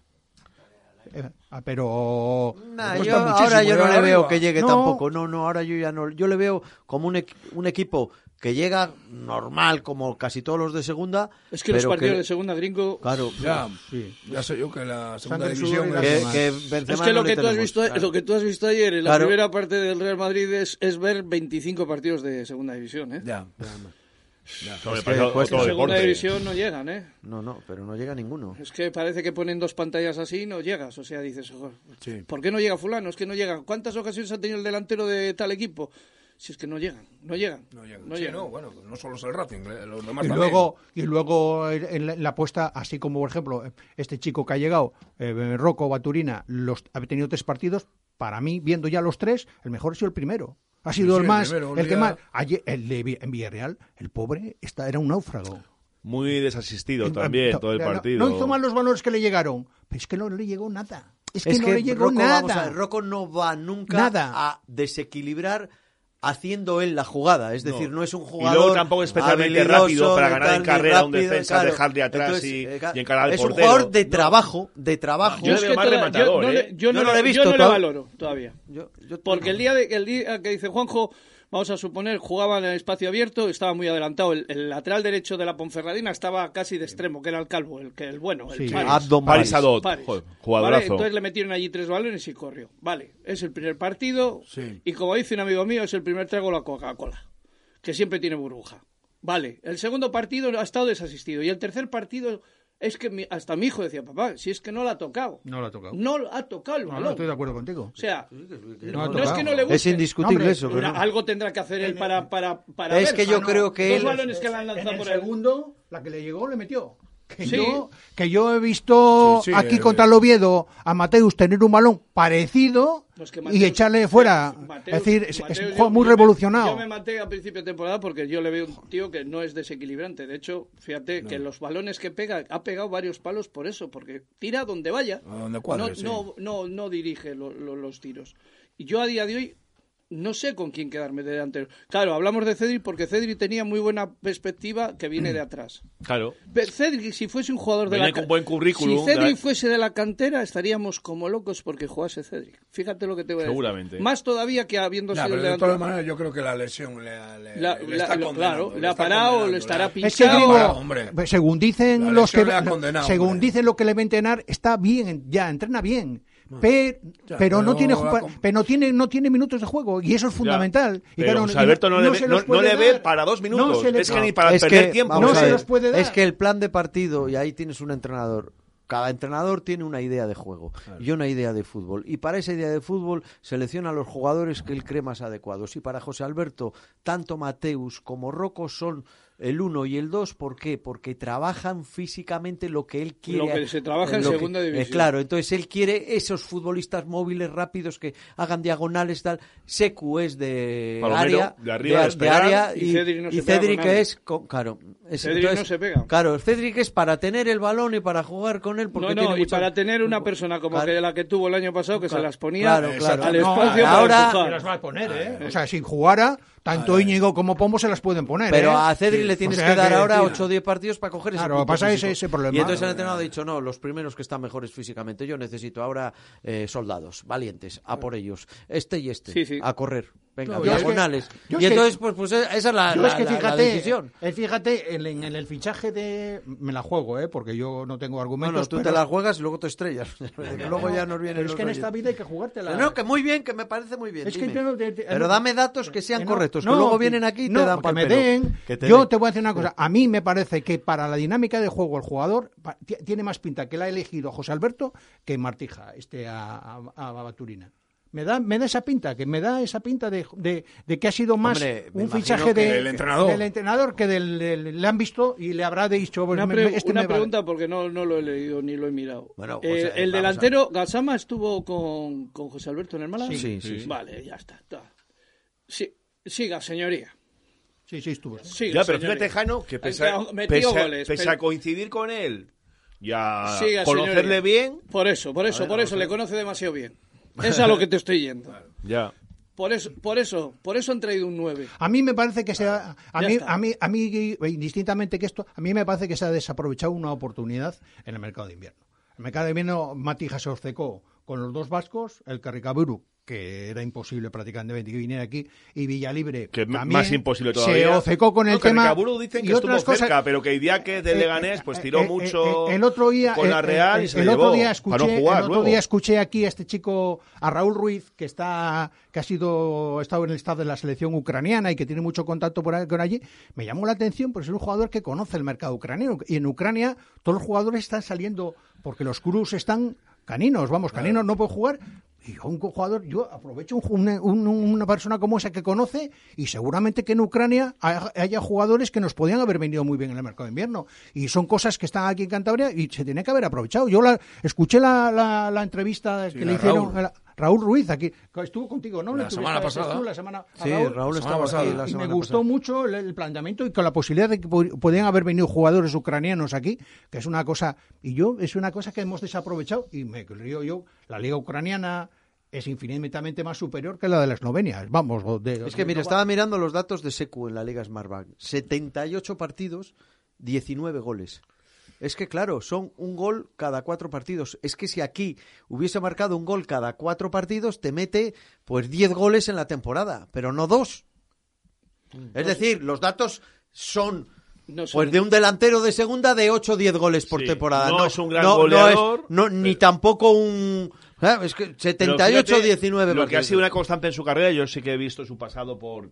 Eh, ah, pero.
Nah,
Le
yo-
cuesta muchísimo
ahora yo no
llegar
le veo
arriba.
que llegue
No.
tampoco. No, no, ahora yo ya no. Yo le veo como un, equ- un equipo que llega normal, como casi todos los de segunda.
es que los
pero
partidos de segunda gringo...
Claro,
Ya,
Sí.
ya sé yo que la segunda
Sangre,
división
sudor y
es-
que,
lágrimas.
que
Es
Benzema
que
no
lo
le
que, tú has
tenemos,
visto,
claro.
lo que tú has visto ayer en la
Claro.
primera parte del Real Madrid es, es ver 25 partidos de segunda división. ¿eh?
Ya.
Eso me
Es que
parece
cuesta.
otro
En segunda
deporte.
división no llegan. ¿eh?
No, no, pero no llega ninguno.
Es que parece que ponen dos pantallas así y no llegas. O sea, dices, "Joder,
Sí.
¿por qué no llega fulano? Es que no llega. ¿Cuántas ocasiones ha tenido el delantero de tal equipo? Si es que no llegan, no llegan.
No llega. Sí, no, bueno, pues no solo es el Racing, eh, los demás
Y
también.
luego, y luego en en la, en la apuesta, así como por ejemplo este chico que ha llegado, eh, Rocco Baturina, los, ha tenido tres partidos. Para mí, viendo ya los tres, el mejor ha sido el primero. Ha sido
Sí,
el
el
más,
primero,
el, que
ya-
más. Ayer, el de Vi- en Villarreal, el pobre, esta, era un náufrago.
Muy desasistido
En-
también
to-
todo el
no-
partido.
No hizo mal los valores que le llegaron, pero es que no le llegó nada. Es que, no le llegó
Rocco,
nada.
vamos a ver, Rocco no va nunca
Nada.
a desequilibrar haciendo él la jugada. Es decir, no, es un jugador.
Y luego tampoco es especialmente
habilidoso,
rápido para
de
ganar en
tal,
carrera a un
rápido,
defensa,
claro.
dejar de atrás
Entonces,
y,
eh, claro,
y encarar al
es
portero.
un jugador de trabajo, de trabajo.
Yo
es
le
que
veo más
toda-
rematador,
yo no le-
¿eh?
yo no
Yo no
lo-
lo he visto
Yo no lo
todavía.
valoro todavía.
Yo- yo-
Porque el día, de, el día que dice Juanjo, vamos a suponer, jugaban en espacio abierto, estaba muy adelantado. El, el lateral derecho de la Ponferradina estaba casi de extremo, que era el calvo, el, que, el bueno, el
Sí.
Paris.
Abdon
Paris
Paris.
Adot,
Pares.
joder,
Vale,
jugadorazo.
entonces le metieron allí tres balones y corrió. Vale, es el primer partido
Sí.
y como dice un amigo mío, es el primer trago de la Coca-Cola, que siempre tiene burbuja. Vale, el segundo partido ha estado desasistido y el tercer partido es que mi- hasta mi hijo decía, papá, si es que no la ha tocado.
No la ha tocado.
No la ha tocado el
No, no,
balón.
estoy de acuerdo contigo.
O sea,
No ha
no, es
tocado.
que no le guste.
Es indiscutible
Hombre,
eso. pero
Una-
no.
Algo tendrá que hacer él para, para, para
Es
ver.
que yo
Ah, no.
creo que
Dos
él-
balones que le han lanzado
en el
por el
segundo, la que le llegó, le metió. Que,
Sí.
yo, que yo he visto
Sí, sí,
aquí
eh,
contra el Oviedo a Mateus tener un balón parecido
No, es Pues que
y
Mateus-
echarle fuera.
Mateus-
es decir, es, es
Mateus,
un
yo-
juego muy
yo me-
revolucionado.
Yo me maté a principio de temporada porque yo le veo un tío que no es desequilibrante. De hecho, fíjate que los balones que pega, ha pegado varios palos por eso, porque tira donde vaya.
A donde cuadre,
no,
sí.
no, no, no dirige lo- lo- los tiros. Y yo a día de hoy no sé con quién quedarme de delantero. Claro, hablamos de Cedric porque Cedric tenía muy buena perspectiva que
Mm.
viene de atrás.
Claro.
Pero Cedric, si fuese un jugador de
Venía
la
con
ca-
buen currículum,
Si Cedric
¿verdad?
fuese de la cantera, estaríamos como locos porque jugase Cedric. Fíjate lo que te voy a decir.
Seguramente.
Más todavía que habiendo
Ya,
sido
pero
el
de todas
delantero.
maneras yo creo que la lesión le, le-
La-
le
la-
está
lo-
condenando.
claro, le ha
está
parado,
condenando,
le estará
la-
pin-
Es que
Pinchao.
digo,
Ahora, hombre.
pues, según
La
dicen los que
lesión le ha condenado,
según
hombre.
dicen lo que le va a entrenar está bien, ya entrena bien, Pe-
Ya,
pero no
pero
tiene,
la
ju-
com-
pero no tiene no tiene minutos de juego y eso es fundamental. Y
Pero
claro,
José Alberto no le ve-
se
no-
los
no
puede
le ve
dar.
para dos minutos.
se le-
Es que ni para
Es
perder
que,
tiempo.
vamos
No
a
se
ver,
los puede dar.
Es que el plan de partido, y ahí tienes un entrenador. Cada entrenador tiene una idea de juego y una idea de fútbol. Y para esa idea de fútbol selecciona a los jugadores que él cree más adecuados. Y para José Alberto, tanto Mateus como Rocco son el 1 y el 2. ¿Por qué? Porque trabajan físicamente lo que él quiere.
Lo que se trabaja en
lo que-
segunda
eh,
división.
claro, entonces él quiere esos futbolistas móviles rápidos que hagan diagonales, tal. Secu es de
Palomero,
área.
de arriba, de esperar,
área.
y
Y,
Cedric no
y
se pega
Cedric
con nadie.
es co- claro, es-
Cedric no se pega.
Claro, Cedric es para tener el balón y para jugar con él. Porque
no, no,
tiene
y
mucha-
para tener una persona como
Claro,
que la que tuvo el año pasado, que
claro,
se las ponía
claro,
Exacto.
claro.
al
No,
espacio
ahora-
para
las va
empujar.
a poner, ¿eh? O sea, sin jugara, tanto Íñigo como Pombo se las pueden poner.
Pero
¿eh?
a Cedric
Sí.
le
O
tienes
sea
que dar ahora
decir,
8 o 10 partidos para coger ese
Claro,
punto
pasa ese-
físico.
ese problema.
Y entonces el entrenador ha dicho, no, los primeros que están mejores físicamente, yo necesito ahora eh, soldados, valientes, a por ellos, este y este,
Sí, sí.
a correr, venga,
No, yo es que-
diagonales.
yo es
y
que-
entonces, pues, pues esa es la,
Yo
la-
es que
la- la
fíjate,
decisión.
eh, fíjate en, en el fichaje de. Me la juego, ¿eh? Porque yo no tengo
Bueno,
argumentos.
tú
pero-
te la juegas y luego te estrellas. luego ya nos viene
Pero es que en esta vida hay que
No,
jugártela.
no, que muy bien, que me parece muy bien.
Es que
dime.
yo no te- te-
Pero dame datos que sean
no,
correctos,
no,
que luego
que-
vienen aquí y
no,
te dan
que
pa'l
me
pelo.
den.
Que te
Yo
den.
te voy a decir una cosa. A mí me parece que para la dinámica de juego el jugador pa- ti- tiene más pinta que la ha elegido José Alberto que Martija, este a, a- a Baturina. Me da, me da esa pinta, que me da esa pinta de, de- de que ha sido más
Hombre, me
un
imagino
fichaje de-
que
el entrenador.
del entrenador que del, del- le han visto y le habrá dicho, pues,
Una,
me-
pre-
me- este
una
me vale.
pregunta porque no, no lo he leído ni lo he mirado.
Bueno,
Eh,
José,
el
vamos a ver.
delantero Gasama estuvo con, con José Alberto en el Málaga.
Sí, sí, sí.
Vale, ya está. está. Sí, siga, señoría.
Sí, sí, estuvo.
Siga,
Ya, pero
señoría.
fíjate, Jano, que pese, a-
Aunque metió
pese a-
goles,
pese
pero-
a coincidir con él y a
Siga,
conocerle
señoría.
bien.
Por eso, por eso, por eso, le conoce demasiado bien. Es a lo que te estoy yendo.
Ya.
Por eso, por eso, por eso han traído un 9.
A mí me parece que sea a
Ya
mí,
está.
a mí a mí eh, indistintamente que esto, a mí me parece que se ha desaprovechado una oportunidad en el mercado de invierno. El mercado de invierno Matija se obcecó con los dos vascos, el Carricaburu que era imposible prácticamente que viniera aquí y Villalibre
Que m-
también
más imposible
se
todavía.
obcecó con el
No, que
tema
Ricaburu dicen
y
que estuvo
otras cosas-
cerca, pero que Idiáquez de
eh,
Leganés pues tiró
eh, eh,
mucho
eh, el otro día,
con
eh,
la
eh,
Real
el,
y se la
otro
llevó
día escuché,
para no jugar
el otro
luego.
día escuché aquí a este chico, a Raúl Ruiz, que está, que ha sido, ha estado en el staff de la selección ucraniana y que tiene mucho contacto por ahí- con allí. Me llamó la atención porque es un jugador que conoce el mercado ucraniano y en Ucrania todos los jugadores están saliendo porque los Cruz están caninos, vamos, caninos no pueden jugar. Y yo, un jugador, yo aprovecho un ju- una, un- una persona como esa que conoce y seguramente que en Ucrania ha- haya jugadores que nos podían haber venido muy bien en el mercado de invierno. Y son cosas que están aquí en Cantabria y se tiene que haber aprovechado. Yo la, escuché la, la- la entrevista que le
a
hicieron
Raúl.
a la- Raúl Ruiz aquí. que Estuvo contigo, ¿no? Le
La
tuviste
semana
a-
pasada.
tú la semana, a
Sí,
Raúl.
Raúl estaba
pasada.
aquí Eh, la
Y me
semana
gustó
pasada.
mucho el, el planteamiento y con la posibilidad de que pu- podían haber venido jugadores ucranianos aquí, que es una cosa, y yo, es una cosa que hemos desaprovechado y me río yo, la liga ucraniana es infinitamente más superior que la de la Eslovenia. Vamos, o de-
Es que, mira,
no
estaba mirando los datos de Secu en la Liga Smartbank. 78 partidos, 19 goles. Es que, claro, son un gol cada cuatro partidos. Es que si aquí hubiese marcado un gol cada cuatro partidos, te mete pues 10 goles en la temporada, pero no dos. Es decir, los datos son
No sé.
pues de un delantero de segunda de 8 o 10 goles por
Sí,
temporada.
no
No,
es un gran
no- no es-
goleador,
no, ni
pero-
tampoco un... ¿sabes? Es que
Pero
78
fíjate,
19
Lo que ha
partidos.
sido una constante en su carrera, yo sí que he visto su pasado por.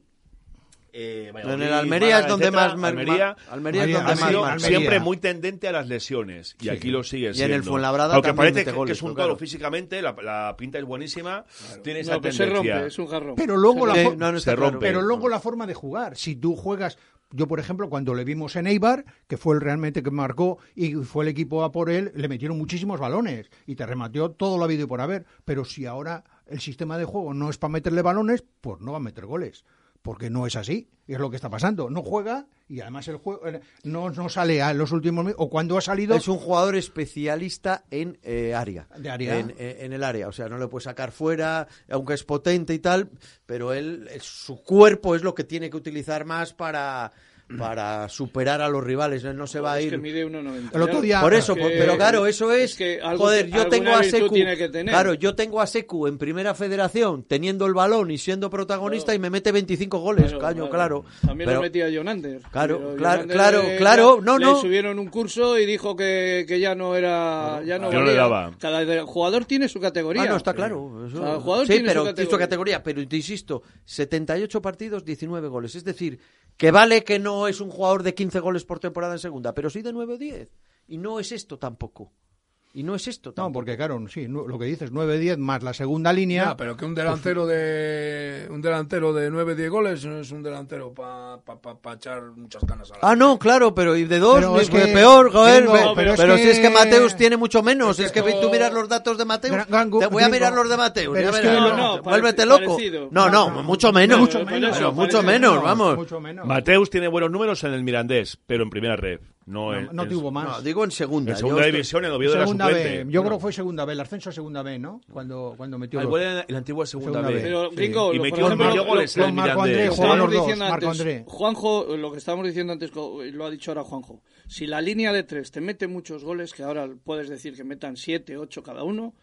eh, Valladolid,
En el Almería es
Málaga,
donde
etcétera.
más mar-
Almería,
ma- Almería es
ha
donde
sido
más-
siempre
Almería.
muy tendente a las lesiones y aquí lo sigue
en
siendo.
el Fuenlabrada
Aunque
también
parece
mete
que,
goles,
que es un
pero
toro
claro.
físicamente, la, la pinta es buenísima, tiene esa
No, que se
tendencia.
rompe, es un jarrón.
Pero luego la
Sí,
fo-
no, no está
se
claro.
rompe.
Pero luego la forma de jugar, si tú juegas, yo por ejemplo, cuando le vimos en Eibar, que fue el realmente que marcó y fue el equipo a por él, le metieron muchísimos balones y te remateó todo lo habido y por haber. Pero si ahora el sistema de juego no es para meterle balones, pues no va a meter goles. Porque no es así, es lo que está pasando. No juega y además el juego eh, no, no sale a los últimos mi- o cuando ha salido
Es un jugador especialista en eh, área.
De área.
En, en- en el área. O sea, no le puede sacar fuera, aunque es potente y tal, pero él, eh, su cuerpo es lo que tiene que utilizar más para para superar a los rivales. Él no se va a
Mm. Es
ir.
que mide 1,90.
El otro día-
Por eso,
que-
por- pero claro, eso es.
es que algo-
joder, yo
alguna
tengo a
virtud
Secu.
tiene que tener.
Claro, yo tengo a Secu en primera federación, teniendo el balón y siendo protagonista, y me mete 25 goles,
Claro,
caño, claro.
También
Pero-
lo metía John Ander.
Claro,
Pero
claro,
John Ander
claro,
le-
claro, no,
le
no.
subieron un curso y dijo que, que ya no era. Ya no
Yo no
valía.
le daba.
Cada jugador tiene su categoría.
Ah, no, está claro. eso-
Cada jugador
sí,
tiene
pero
su
tiene
categoría.
su categoría. Pero te insisto, 78 partidos, 19 goles. Es decir, que vale que no es un jugador de 15 goles por temporada en segunda, pero sí de 9 o 10. Y no es esto tampoco. Y no es esto
No,
tampoco.
porque claro, sí, no- lo que dices, 9-10 más la segunda línea.
Ya, pero que un delantero de un delantero de 9 10 goles no es un delantero para pa, pa- pa echar muchas canas a la
Ah, no, claro, pero y de dos,
Pero
ni
es
fue
que-
peor, joder.
Tengo-
ve- pero
pero es que-
si es que Mateus tiene mucho menos, es que,
esto-
tú miras los datos de Mateus,
Gran- gran gu-
te voy a mirar
gringo.
los de Mateus,
Pero
ya
es que
verás.
no,
no,
vuélvete
parec-
loco.
parecido.
No, no,
No, no,
mucho menos,
mucho
Pero
menos,
pero mucho
parecido.
menos, vamos.
Mucho menos.
Mateus tiene buenos números en el Mirandés, pero en primera red. No,
No,
en,
no
en-
tuvo más.
No, digo en segunda.
En
yo
segunda
estoy-
división, en Oviedo era
segunda
suplente.
B. Yo creo que fue segunda B, el ascenso a segunda B, ¿no? Cuando, cuando metió.
Al
los-
igual era en la antigua segunda,
Segunda
B.
B.
Pero,
Sí.
Gringo,
Y
lo-
metió-
por ejemplo,
metió
lo-
goles
lo-
en el
Marco
Mirandés.
Andrés,
Sí.
Juan
estábamos
los dos,
diciendo
Marco
antes,
André.
Juanjo, lo que estábamos diciendo antes, co- y lo ha dicho ahora Juanjo, si la línea de tres te mete muchos goles, que ahora puedes decir que metan siete, ocho cada uno,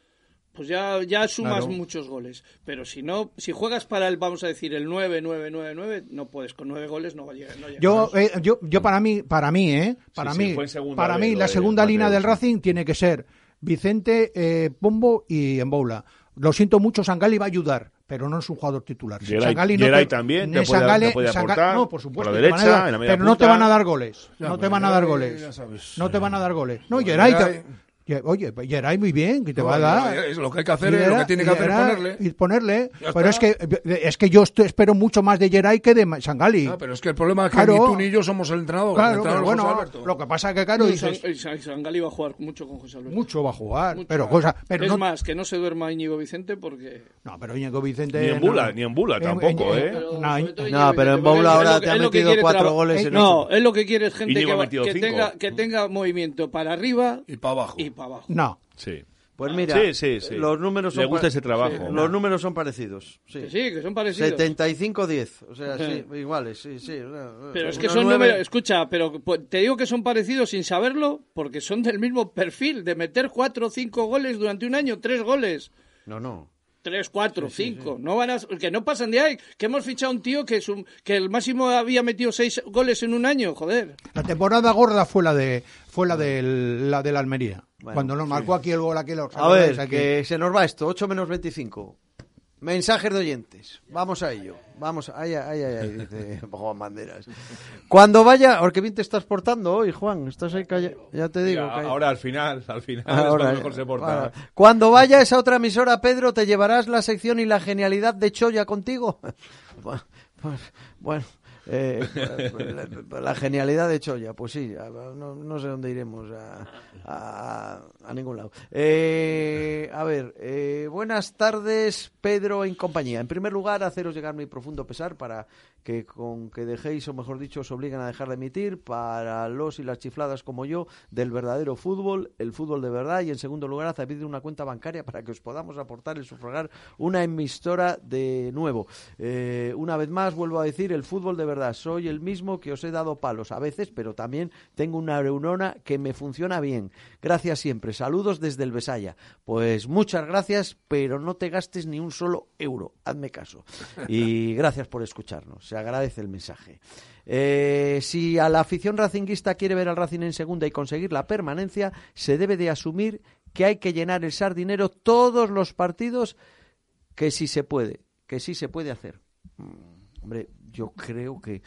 pues ya, ya sumas
Claro.
muchos goles. Pero si no, si juegas para el, vamos a decir, el 9, 9, 9, 9, no puedes, con nueve goles no va a llegar. no
Yo,
llegas.
eh, yo, yo para mí, para mí, ¿eh? Para
Sí, sí,
mí,
fue en segunda
para
B,
mí
lo
la
de
segunda línea
Mateo,
del
sí.
Racing tiene que ser Vicente, eh, Pombo y Emboula. Lo siento mucho, Sangali va a ayudar, pero no es un jugador titular.
Geray-
Sangali
Geray
te-
también
ni
te puede-
Sangali-
te puede
Sangali-
aportar
no, por supuesto,
por la
te van a
derecha,
dar,
en la media
pero no te
punta.
van a dar goles.
Ya,
no te
pero
van a dar
Geray,
goles.
ya sabes.
No te van a dar goles. No,
Pero
Geray,
Geray-
te- Ge- oye, pues Geray muy bien, que te
No,
va a dar.
es lo que hay que hacer,
Y
es lo
Geray-
que tiene
y
que hacer es
Geray-
ponerle.
Y ponerle.
Ya
Pero es
está.
que, es que yo estoy- espero mucho más de Geray que de Ma- Sangali.
Ah, pero es que el problema es que
Claro.
ni tú ni yo somos el entrenador. el
Claro, pero
entrenador es
bueno,
José Alberto.
lo que pasa que, claro,
Y
dices,
San- y San- Sangali va a jugar mucho con José Alberto.
mucho va a jugar,
Mucho.
pero cosa, pero
es
no,
más, que no se duerma Íñigo Vicente porque...
no, pero Íñigo Vicente
Ni en Bula,
no.
ni en Bula
Eh,
tampoco, ¿eh.
no,
Pero
Íñigo-
sobre todo
No,
Íñigo
pero en
Vicente,
Boula
porque es
ahora
lo que-
te ha
es lo que
metido
quiere
cuatro
traba-
goles
en
No, eh,
ocho.
es lo que quiere es gente
Íñigo
que,
ha
va-
metido
que
cinco.
tenga, que tenga movimiento para arriba
Y para abajo.
y para abajo.
no.
Sí.
Pues mira,
Sí, sí, sí.
los números son
Le gusta
pa-
ese trabajo.
sí, los números son parecidos. Sí.
Que sí, que son parecidos.
75-10, o sea, sí, iguales, sí, sí. una-
Pero es que
una
son
nueve-
números, escucha, pero po- te digo que son parecidos sin saberlo, porque son del mismo perfil, de meter cuatro o cinco goles durante un año, tres goles.
No, no.
Tres, cuatro, cinco. No van a, que no pasan de ahí. Que hemos fichado a un tío que, es un- que el máximo había metido seis goles en un año, joder.
La temporada gorda fue la de fue la del la de la Almería,
Bueno,
cuando nos marcó aquí el gol aquel. ¿os
Ah,
A
acordáis?
ver,
Aquí.
que se nos va esto, 8 menos 25. Mensajes de oyentes. Vamos a ello. Vamos, ay, ay, ay, ay, dice Juan Banderas. Cuando vaya, porque bien te estás portando hoy, Juan. Estás ahí callado. Ya te digo.
Mira,
calla-
ahora al final, al final Ah, es
Ahora,
cuando mejor se porta.
ahora. Cuando vaya a esa otra emisora, Pedro, ¿te llevarás la sección y la genialidad de Choya contigo? Bu- bu- pues, bueno, eh, la genialidad de Choya, pues sí, a- no, no sé dónde iremos, a, a- a ningún lado. Eh, a ver, eh, buenas tardes, Pedro en compañía. En primer lugar, haceros llegar mi profundo pesar para que con que dejéis, o mejor dicho, os obliguen a dejar de emitir para los y las chifladas como yo del verdadero fútbol, el fútbol de verdad. Y en segundo lugar, haced una cuenta bancaria para que os podamos aportar el sufragar una emisora de nuevo. Eh, una vez más, vuelvo a decir, el fútbol de verdad. Soy el mismo que os he dado palos a veces, pero también tengo una neurona que me funciona bien. Gracias siempre. Saludos desde el Besaya. Pues muchas gracias, pero no te gastes ni un solo euro. Hazme caso. Y gracias por escucharnos. Se agradece el mensaje. Eh, si a la afición racinguista quiere ver al Racing en segunda y conseguir la permanencia, se debe de asumir que hay que llenar el sardinero todos los partidos que sí se puede, que sí se puede hacer. Mm, Hombre, yo creo que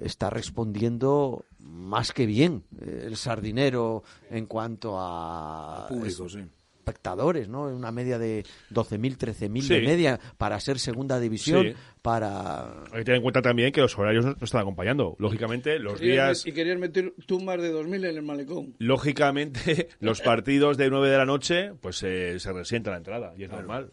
está respondiendo más que bien eh, el sardinero en cuanto a
Público, sí.
espectadores, ¿no? Una media de 12.000, 13.000 de
Sí.
media para ser segunda división,
Sí.
para...
Hay que tener en cuenta también que los horarios no no están acompañando. Lógicamente, los días.
Y querías meter tú más de 2.000 en el malecón.
Lógicamente, los partidos de 9 de la noche, pues eh, se resiente la entrada, y es normal.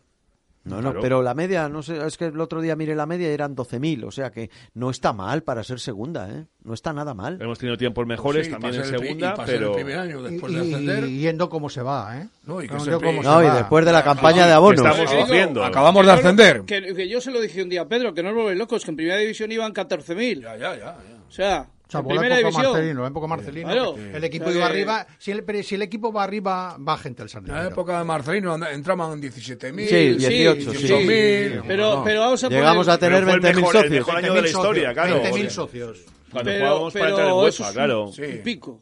No, no,
Claro.
pero la media, no sé, es que el otro día miré la media y eran 12.000, o sea que no está mal para ser segunda, ¿eh? No está nada mal.
Hemos tenido tiempos
Pues
mejores
sí,
también
para
en
ser el pri-
segunda,
y para ser
pero.
el primer año
Y,
después de
y-
ascender.
y yendo como se va, ¿eh?
No, y que
Yendo
se-
cómo
y-
se
No, y
va.
después de la campaña de abono.
Estamos
Pero
sufriendo.
Acabamos de
Que no-
ascender.
Que, que yo se lo dije un día, Pedro, que no os volvéis locos, que en primera división iban 14.000.
Ya, ya, ya. ya.
O sea,
O sea,
En
volar
primera
poco
división.
Marcelino, ¿eh? en poco Marcelino.
Claro.
que El equipo
O sea
iba
que-
arriba. Si el, pero si el equipo va arriba, va gente al
En la
Sardinero.
época de Marcelino anda- entraban 17.000.
Sí, 18,
sí,
sí.
18.000.
Pero,
No,
pero vamos a poner-
Llegamos a tener
Pero fue el
20.000
mejor- el
socios.
mejor año de la historia, claro.
20.000 socios.
Cuando
Pero-
jugábamos para
pero
entrar en
eso
UEFA,
es-
claro.
Sí.
Y pico.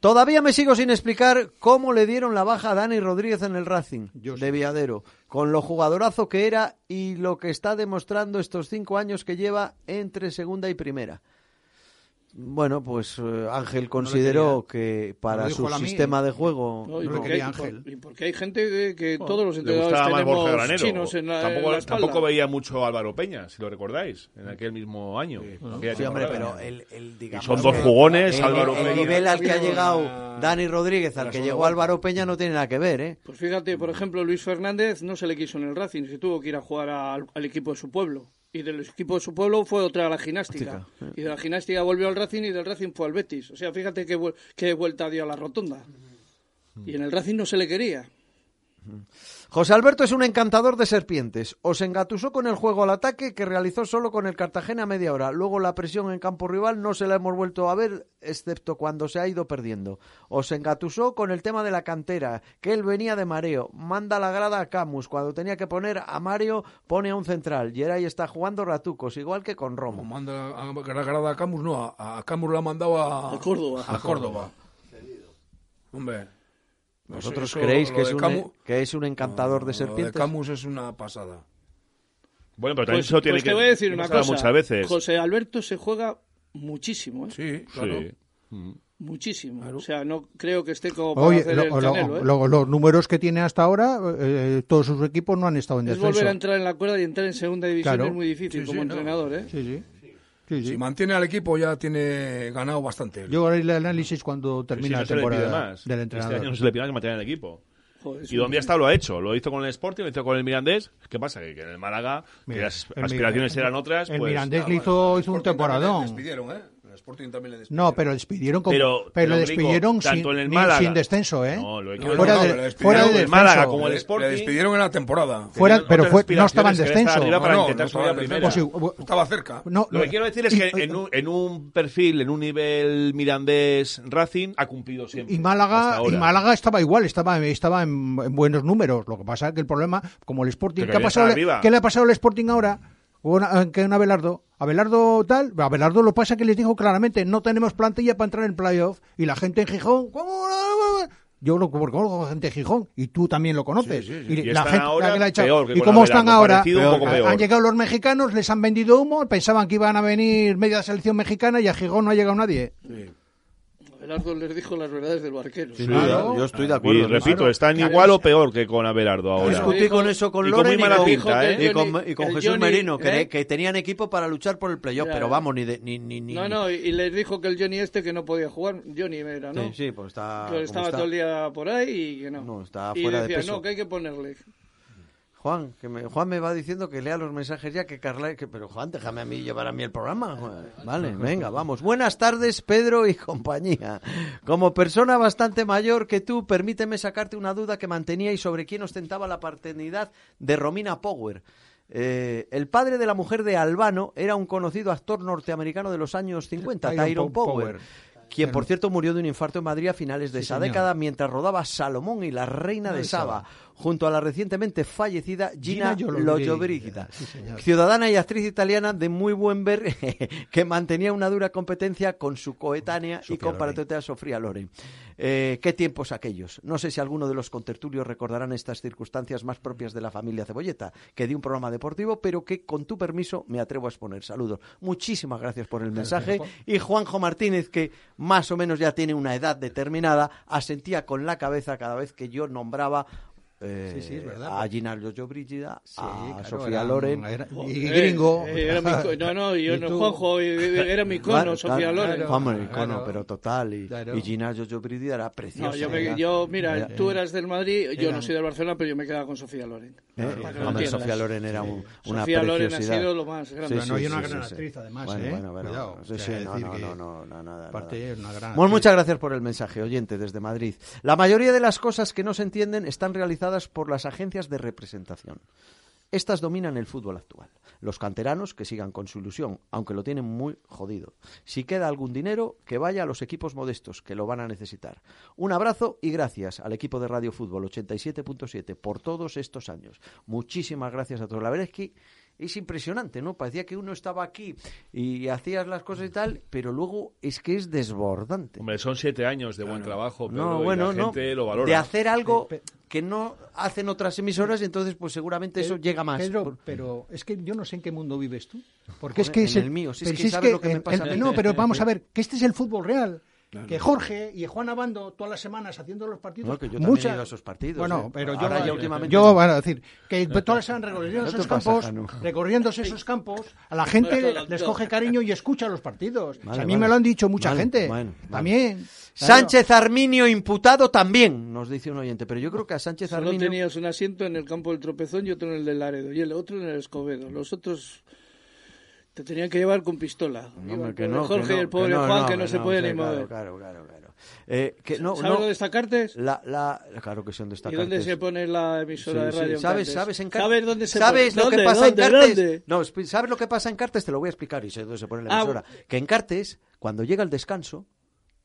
Todavía me sigo sin explicar cómo le dieron la baja a Dani Rodríguez en el Racing de Viadero, con lo jugadorazo que era y lo que está demostrando estos cinco años que lleva entre segunda y primera. Bueno, pues eh, Ángel consideró que para
dijo
su
él a mí.
sistema de juego
No, y
No lo
porque
quería
hay-
Ángel.
por- y porque hay gente que, que todos los
Le
entrenadores
gustaba más
tenemos
Borja Granero.
chinos en la,
tampoco,
en la espalda.
tampoco veía mucho a Álvaro Peña, si lo recordáis, en aquel mismo año. aquella
Sí, hombre,
temporada.
pero el, el,
Y
digamos
eh,
son dos
que
jugones,
el-
Álvaro
el
Peña.
nivel al que ha llegado Dani Rodríguez, al que llegó Álvaro Peña, no tiene nada que ver, ¿eh?
Pues fíjate, por ejemplo, Luis Fernández no se le quiso en el Racing, se tuvo que ir a jugar al, al equipo de su pueblo. Y del equipo de su pueblo fue otra a la gimnástica.
eh.
Y de la gimnástica volvió al Racing y del Racing fue al Betis. O sea, fíjate qué, vuel- qué vuelta dio a la rotonda.
Mm.
Y en el Racing no se le quería.
José Alberto es un encantador de serpientes. Os engatusó con el juego al ataque que realizó solo con el Cartagena a media hora. Luego la presión en campo rival no se la hemos vuelto a ver, excepto cuando se ha ido perdiendo. Os engatusó con el tema de la cantera, que él venía de mareo. Manda la grada a Camus. Cuando tenía que poner a Mario, pone a un central. Y ahí está jugando ratucos, igual que con
Como
Romo.
Pues Manda a, a- a- a Camus, no, a, a Camus la ha mandado a,
A Córdoba.
A Córdoba. Hombre.
¿Vosotros
Eso- eso-
creéis
lo
que es,
de
un,
Camus-
que es un encantador de
Lo de
serpientes?
Camus es una pasada.
Bueno, pero también
Pues,
eso tiene
pues
que
te voy a decir una
pasar
cosa.
muchas veces.
José Alberto se juega muchísimo, ¿eh?
Sí,
Sí.
claro.
Muchísimo. O sea, no creo que esté como para
Oye,
hacer
lo-
el
lo-
canelo, ¿eh?
lo- los números que tiene hasta ahora, eh, todos sus equipos no han estado en
es volver a
descenso.
entrar en la cuerda y entrar en segunda división
Claro.
es muy difícil
Sí, sí,
como
no.
entrenador, ¿eh?
Sí, sí. Sí, sí.
Si mantiene al equipo ya tiene ganado bastante.
Yo haré el análisis cuando
Pero si
termine
no
la
se le pide
temporada
más.
del
Este año
entrenador.
no se le pide más que mantener el equipo.
Joder, es
Y
un-
donde ha estado lo ha hecho. Lo hizo con el Sporting, lo hizo con el Mirandés. ¿Qué pasa? Que, que en el Málaga que
Mira,
las
el
aspiraciones
Mirandés-
eran otras.
el
pues,
Mirandés
Ah,
le
bueno,
hizo,
el
hizo un
Sporting también le
temporadón.
despidieron, ¿eh? El Sporting también le despidieron.
No, pero le despidieron como,
Pero,
le
Rico,
despidieron sin,
tanto en el
ni-
Málaga-
sin descenso, ¿eh?
No, lo de-
No,
fuera
no,
de-
pero le
fuera de
despidieron
tanto en
descenso.
el Málaga como el
Le-
Sporting.
Le despidieron en la temporada.
Fuera-
Tenían
pero
otras
fue- no estaba en
aspiraciones que era estar
descenso.
arriba para
No, no,
intentar
no
subir
estaba
a
en
primera.
Pues
Espera.
sí, hubo-
Estaba cerca.
no,
Lo que quiero decir es
y-
que en un, en un perfil, en un nivel mirandés Racing, ha cumplido siempre.
Y
hasta
Málaga,
ahora.
y Málaga estaba igual, estaba, estaba en, en buenos números. Lo que pasa es que el problema, como el Sporting,
Pero
¿qué, ha
ya
pasado,
está arriba.
¿qué le ha pasado al Sporting ahora? Una- que un Abelardo. Abelardo tal, Abelardo lo pasa que les dijo claramente, no tenemos plantilla para entrar en playoff. Y la gente en Gijón, ¿cómo? no? Yo lo conozco la gente de Gijón y tú también lo conoces. Y,
Y
la
están
gente
ahora
la que le ha echado-
peor que
¿Y
con
cómo están
Abelardo,
ahora?
parecido, un poco
Han-
peor.
Han llegado los mexicanos, les han vendido humo, pensaban que iban a venir media selección mexicana y a Gijón no ha llegado nadie.
Abelardo les dijo las verdades del barquero.
Sí,
Claro.
yo, yo estoy de
Y
acuerdo. en eso.
repito, están igual o peor que con Abelardo ahora.
Discu-
Discutí con eso con
Y con
Loren
muy mala
con-
pinta,
Dijo que el
y con,
Johnny-
y con
el
Jesús
Johnny,
Merino, que,
¿eh?
ne- que tenían equipo para luchar por el playoff,
Ya.
pero vamos, ni de, ni, ni, ni-
No, no, y- y les dijo que el Johnny este que no podía jugar, Johnny era, ¿no?
Sí, sí, pues está.
Que
como
estaba
está.
todo el día por ahí y que no.
No, estaba
y
fuera de
decía,
peso.
no, que hay que ponerle.
Juan, que me, Juan me va diciendo que lea los mensajes ya que Carla. Que, pero Juan, déjame a mí llevar a mí el programa. Juan. Vale, venga, vamos. Buenas tardes, Pedro y compañía. Como persona bastante mayor que tú, permíteme sacarte una duda que mantenía y sobre quién ostentaba la paternidad de Romina Power. Eh, el padre de la mujer de Albano era un conocido actor norteamericano de los años 50,
Tyrone
Tyrone,
Power.
Power quien por cierto murió de un infarto en Madrid a finales de esa década mientras rodaba Salomón y la reina de Saba, junto a la recientemente fallecida Gina,
Gina Lollobrigida.
Lollobrigida,
Sí, señor.
ciudadana y actriz italiana de muy buen ver que mantenía una dura competencia con su coetánea y
Sofía
compatriota Sofía Loren. Eh, ¿Qué tiempos aquellos? No sé si alguno de los contertulios recordarán estas circunstancias más propias de la familia Cebolleta, que di un programa deportivo, pero que con tu permiso me atrevo a exponer. Saludos. Muchísimas gracias por el mensaje. Y Juanjo Martínez, que más o menos ya tiene una edad determinada, asentía con la cabeza cada vez que yo nombraba. eh,
Sí, sí, es verdad.
a Gina Lollobrigida, a
claro,
Ah, Sofía
era-
Loren.
era- y
Eh,
gringo.
eh, era mi co- no, no, yo
Y
no,
tú-
Juanjo, eh, era mi cono,
Claro,
Sofía
claro,
Loren.
claro.
Hombre, icono,
Claro.
pero total. Y,
Claro.
y Gina Lollobrigida era preciosa.
No, yo, me-
era-
yo, mira,
era-
tú eras del Madrid, yo
Era-
no soy del Barcelona, pero yo me quedaba con Sofía
¿Eh?
Loren. Para que lo
Hombre,
entiendas.
Sofía Loren era un- una
Sofía Loren ha
preciosidad.
sido lo más grande.
Bueno, y una gran actriz, además,
Bueno,
¿eh?
bueno, bueno.
Cuidado,
Sí,
o sea,
sí,
decir
no, no,
que-
no, no, no, nada,
Aparte,
nada.
es una gran
Bueno,
actriz.
muchas gracias por el mensaje, oyente, desde Madrid. La mayoría de las cosas que no se entienden están realizadas por las agencias de representación. Estas dominan el fútbol actual. Los canteranos que sigan con su ilusión, aunque lo tienen muy jodido. Si queda algún dinero, que vaya a los equipos modestos, que lo van a necesitar. Un abrazo y gracias al equipo de Radio Fútbol 87.7 por todos estos años. Muchísimas gracias a Trolavereski. Es impresionante, ¿no? Parecía que uno estaba aquí y hacías las cosas y tal, pero luego es que es desbordante.
Hombre, son siete años de buen trabajo, pero
No, bueno,
la gente
no.
lo valora.
De hacer algo
Pe- pe-
que no hacen otras emisoras, y entonces, pues seguramente eso
Pe-
llega más.
Pedro,
Por-
pero es que yo no sé en qué mundo vives tú. Porque es
Joder,
que
en
es
el mío, si es
pero
que sabes lo que me pasa a mí.
No, pero vamos a ver, que este es el fútbol real. Que Jorge y Juan Abando todas las semanas haciendo los partidos.
No, que yo también
muchas-
he ido a esos partidos,
Bueno,
¿eh?
pero yo,
Ahora ya últimamente
yo,
no.
bueno, a decir, que todas las semanas recorriendo
No te
esos
pasa,
campos,
Janu.
recorriéndose esos campos, a la gente
Bueno,
les
yo-
coge cariño y escucha los partidos. O sea,
Vale,
a mí
vale.
me lo han dicho mucha
Vale,
gente.
bueno, vale.
También. Claro.
Sánchez Arminio imputado también, nos dice un oyente, pero yo creo que a Sánchez
Solo
Arminio
tenías un asiento en el campo del tropezón y otro en el del Laredo y el otro en el Escobedo. Los otros te tenían que llevar con pistola.
No,
Iban
hombre,
por
que
el
no,
Jorge
que
y
no,
el pobre
que no,
Juan que no se puede
sí,
ni
claro,
mover.
Claro, claro, claro. Eh, que no,
¿Sabes
no,
lo de destacarte?
la, la, claro que son
¿Y
destacantes.
dónde se pone la emisora
Sí,
de
sí.
radio? en
¿Sabes,
Cartes?
sabes en Cartes?
¿Sabes dónde se
¿Sabes
pone?
lo que
¿Dónde,
pasa en
dónde,
Cartes?
dónde?
No, esp- ¿sabes lo que pasa en Cartes? Te lo voy a explicar y sé dónde se pone la
Ah,
emisora. que en Cartes, cuando llega el descanso,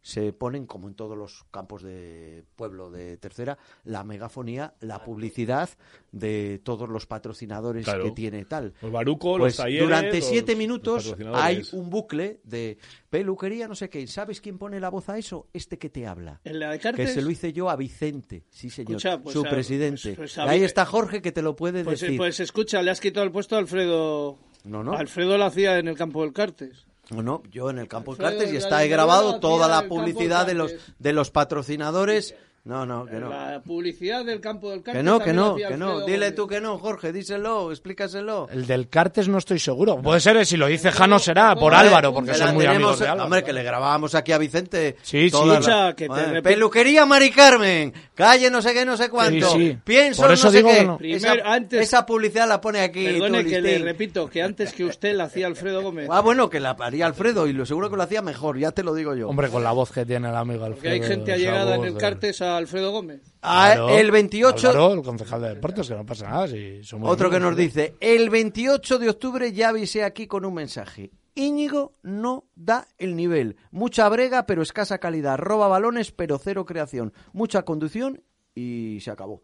se ponen, como en todos los campos de pueblo de tercera, la megafonía, la publicidad de todos los patrocinadores
Claro.
que tiene tal.
Los barucos, los
Pues
talleres,
Durante
los-
siete
los
minutos hay
patrocinadores.
un bucle de peluquería, no sé qué. ¿Sabes quién pone la voz a eso? Este que te habla.
En la de
Que
Cartes.
se lo hice yo a Vicente, sí señor,
Escucha, pues,
su
a-
presidente.
pues, pues, a
Y ahí
Vi-
está Jorge que te lo puede
Pues,
decir.
pues escucha, le has quitado el puesto a Alfredo.
No, no.
Alfredo lo hacía en el campo del Cartes.
No, no, yo en el campo de
Alfredo
Cartes y
de
está
la
ahí grabado
Libertad,
toda
tía,
la
del campo
publicidad de los
Cartes.
de los patrocinadores. No, no, que no.
La publicidad del campo del Cartes.
Que no, que
también la
no,
hacía
que no.
Alfredo
Dile
Gómez.
tú que no, Jorge, díselo, explícaselo.
El del Cartes no estoy seguro. Puede ser, eh, si lo dice Jano será por Álvaro, porque
Eh, Que
son
la
muy
tenemos-
amigos de Álvaro.
Hombre, que le grabábamos aquí a Vicente.
Sí,
todas
sí.
las-
Escucha, que te
Madre,
repito-
Peluquería Mari Carmen. Calle no sé qué, no sé cuánto.
Sí, sí.
Pienso
Por eso
no sé
digo
qué.
que no.
Primero,
esa,
antes-
esa publicidad la pone aquí.
Perdone
tú,
que le
listín.
repito que antes que usted la hacía Alfredo Gómez.
Ah, bueno, que la haría Alfredo y lo seguro que lo hacía mejor, ya te lo digo yo.
Hombre, con la voz que tiene el amigo Alfredo.
Porque hay gente
esa
allegada en
voz
el
de-
Cartes a Alfredo Gómez.
Ah,
Claro.
el 28
Álvaro, el concejal de deportes, que no pasa nada. si ¿eh? son muy
Otro que
amigos.
nos dice, el 28 de octubre ya avisé aquí con un mensaje. Íñigo no da el nivel. Mucha brega, pero escasa calidad. Roba balones, pero cero creación. Mucha conducción y se acabó.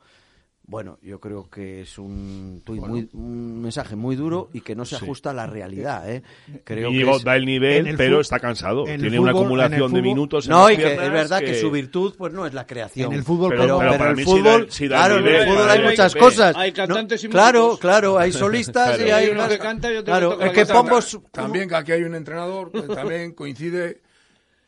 Bueno, yo creo que es un, tuit muy- un mensaje muy duro y que no se ajusta a la realidad. ¿eh? Creo que
Íñigo
es-
da el nivel,
en el
pero
fut-
está cansado.
en el
Tiene
fútbol- en
una
el
acumulación de
fútbol-
minutos. en
No,
las
y que es
piernas
verdad que... su virtud pues no es la creación.
En el fútbol,
Pero-
pero-
pero
en
para
el
mí sí
fútbol,
da- sí da
claro, en
nivel,
el fútbol
para
hay
mí
muchas
nivel.
cosas.
Hay cantantes y
No, Claro,
músicos.
claro, hay solistas y
Claro.
hay
Hay uno
unas-
que canta y otro que
Claro,
toca
es
la
que
guitarra.
pongos
También que aquí hay un entrenador que también coincide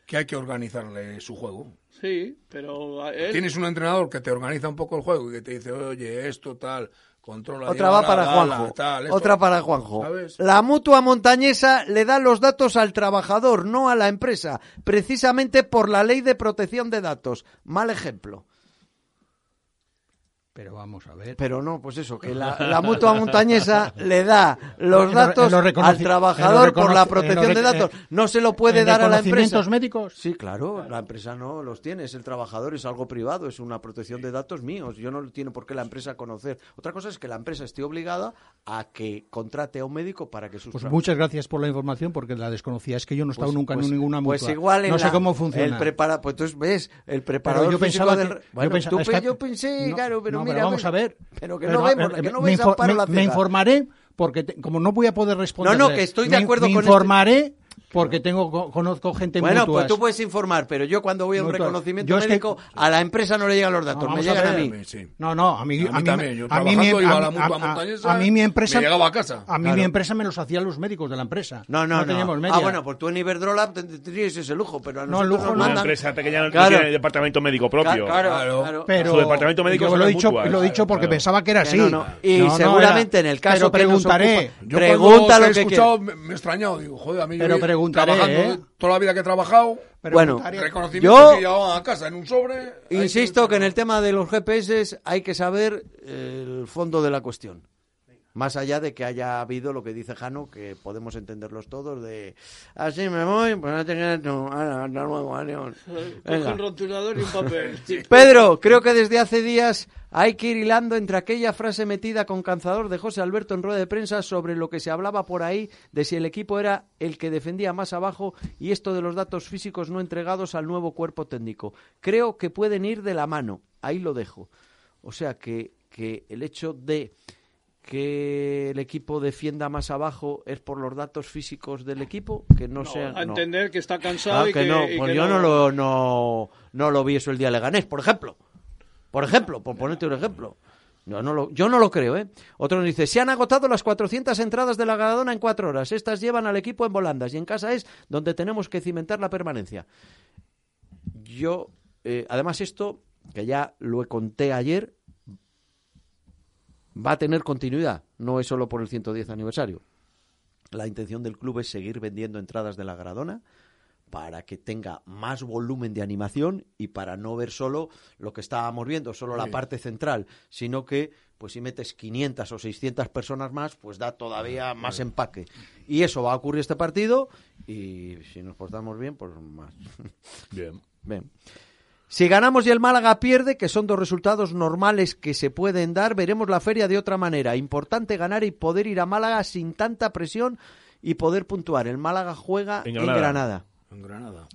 que hay que organizarle su juego.
Sí, pero a él-
Tienes un entrenador que te organiza un poco el juego y que te dice, oye, esto tal, controla.
Otra
y
va
ahora
para
bala,
Juanjo.
tal, esto".
Otra para Juanjo. Eh,
¿Sabes?
La mutua montañesa le da los datos al trabajador, no a la empresa, precisamente por la ley de protección de datos. Mal ejemplo.
Pero vamos a ver.
Pero no, pues eso, que la, la mutua montañesa le da los
En lo-
datos
en lo reconoci-
al trabajador
en lo
por la
reconoci-
protección
en
de
lo rec-
datos. No se lo puede
en
dar a la empresa.
reconocimientos médicos?
Sí, claro, la empresa no los tiene, es el trabajador, es algo privado, es una protección de datos míos. Yo no lo tiene por qué la empresa conocer. Otra cosa es que la empresa esté obligada a que contrate a un médico para que sus
Pues
tra-
muchas gracias por la información porque la desconocía. Es que yo no he estado
Pues-
nunca
pues-
en ninguna mutua.
Pues igual en
no sé
la-
cómo funciona.
El prepara, pues entonces ves, el preparador
pero yo
físico
pensaba
del-
que,
bueno,
yo pensaba-
tú pe-
está-
yo pensé,
no,
claro, pero
no,
mira,
vamos a ver.
Pero que
Pero,
no vemos,
eh,
que no
me,
ves a
infor-
Amparo
me-
la
me
ciega.
informaré porque te- como no voy a poder responder.
No, no, que estoy de acuerdo
me,
con este-
informaré porque tengo co- conozco gente en
Bueno,
mutuas.
pues tú puedes informar, pero yo cuando voy a un
Mutuas.
reconocimiento
Yo es que-
médico a la empresa no le llegan los
No,
datos, me
vamos a
llegan a,
ver. pues,
mí.
Sí.
No, no, a mí,
A mí
a mí,
también, yo
a mí mi,
trabajando iba a la
a-
mutua
a-
montañesa,
a mí mi empresa
me llegaba a casa.
A mí
Claro.
mi empresa me los hacían los médicos de la empresa.
No, no, no.
teníamos media.
ah, bueno, pues tú en Iberdrola tendrías ese lujo, pero a
No,
nosotros
lujo
nos
no.
Una
mandan-
empresa pequeña no
Claro.
tiene departamento médico
Ca-
propio.
Claro,
Claro.
claro.
pero
Su departamento médico
yo
son
lo he
las
dicho,
mutuas.
lo he dicho porque
Claro.
pensaba que era
Que
así.
no, no. Y
No, no,
seguramente
era-
en el caso
pero preguntaré.
que nos ocupa-
Yo
pregunta
cuando te
lo
he
que
escuchado
quieras.
me, me he extrañado, digo, joder, a mí yo
Pero
vi-
preguntaré,
trabajando
¿eh?
toda la vida que he trabajado,
Bueno,
Preguntaré.
reconocimiento
Yo-
que llevaban a casa en un sobre. ahí
Insisto que en el tema de los GPS hay que saber eh, el fondo de la cuestión. Más allá de que haya habido lo que dice Jano, que podemos entenderlos todos, de así me voy, pues no te quedas tú. Ahora, hasta luego, adiós.
Coge
Venga.
un rotulador y un papel. Sí.
Pedro, creo que desde hace días hay que ir hilando entre aquella frase metida con canzador de José Alberto en rueda de prensa sobre lo que se hablaba por ahí de si el equipo era el que defendía más abajo y esto de los datos físicos no entregados al nuevo cuerpo técnico. Creo que pueden ir de la mano. Ahí lo dejo. O sea que, que el hecho de que el equipo defienda más abajo es por los datos físicos del equipo, que no,
No,
sean...
a
no.
entender que está
Ah,
cansado y
que,
que,
no,
y
pues
que
yo no. lo, no, no lo vi eso el día de Leganés, por ejemplo. Por ejemplo, por ponerte un ejemplo. Yo no, lo, yo no lo creo, ¿eh? Otro nos dice, se han agotado las 400 entradas de la Gradona en cuatro horas. Estas llevan al equipo en volandas y en casa es donde tenemos que cimentar la permanencia. Yo, eh, además esto, que ya lo conté ayer, va a tener continuidad. No es solo por el 110 aniversario. La intención del club es seguir vendiendo entradas de la Gradona para que tenga más volumen de animación y para no ver solo lo que estábamos viendo, solo la parte central, sino que pues si metes 500 o 600 personas más, pues da todavía más empaque. Y eso va a ocurrir este partido y si nos portamos bien, pues más.
Bien.
Bien. Si ganamos y el Málaga pierde, que son dos resultados normales que se pueden dar, veremos la feria de otra manera. Importante ganar y poder ir a Málaga sin tanta presión y poder puntuar. El Málaga juega
En
en
Granada.
Granada.
En Granada.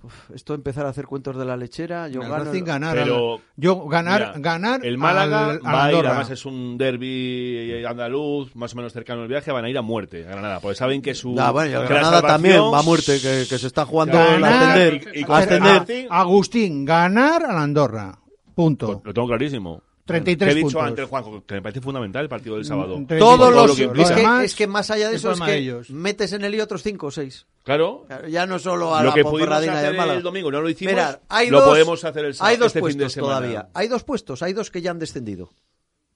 Uf, esto empezar a hacer cuentos de la lechera, yo
Al
gano.
Racing ganar.
Pero,
al- yo ganar,
Mira,
ganar.
El Málaga
al- al
va a ir,
Andorra.
además es un derby andaluz, más o menos cercano al viaje, van a ir a muerte a Granada, porque saben que su.
Ah, bueno, y el
que la
Granada
salvación-
también va a muerte, que, que se está jugando el
Ganar.
ascender.
Y- y-
ascender.
Racing-
Agustín, ganar al Andorra. Punto.
Lo tengo clarísimo.
33
Que he dicho
puntos. Mm,
antes, Juanjo, que me parece fundamental el partido del sábado.
Tre-
Con
Todos
todo
los
lo que
lo
implica.
es, que,
demás
es que más allá de
es
eso es
problema
que
de ellos.
metes en el lío otros 5 o 6.
Claro.
Ya no solo a
lo
la
que pudimos
pomperradina
hacer
del Málaga.
el domingo no lo hicimos,
Mirad, hay
lo
dos,
podemos hacer el sa-
Hay dos
este fin de
puestos
semana.
todavía. Hay dos puestos, hay dos que ya han descendido.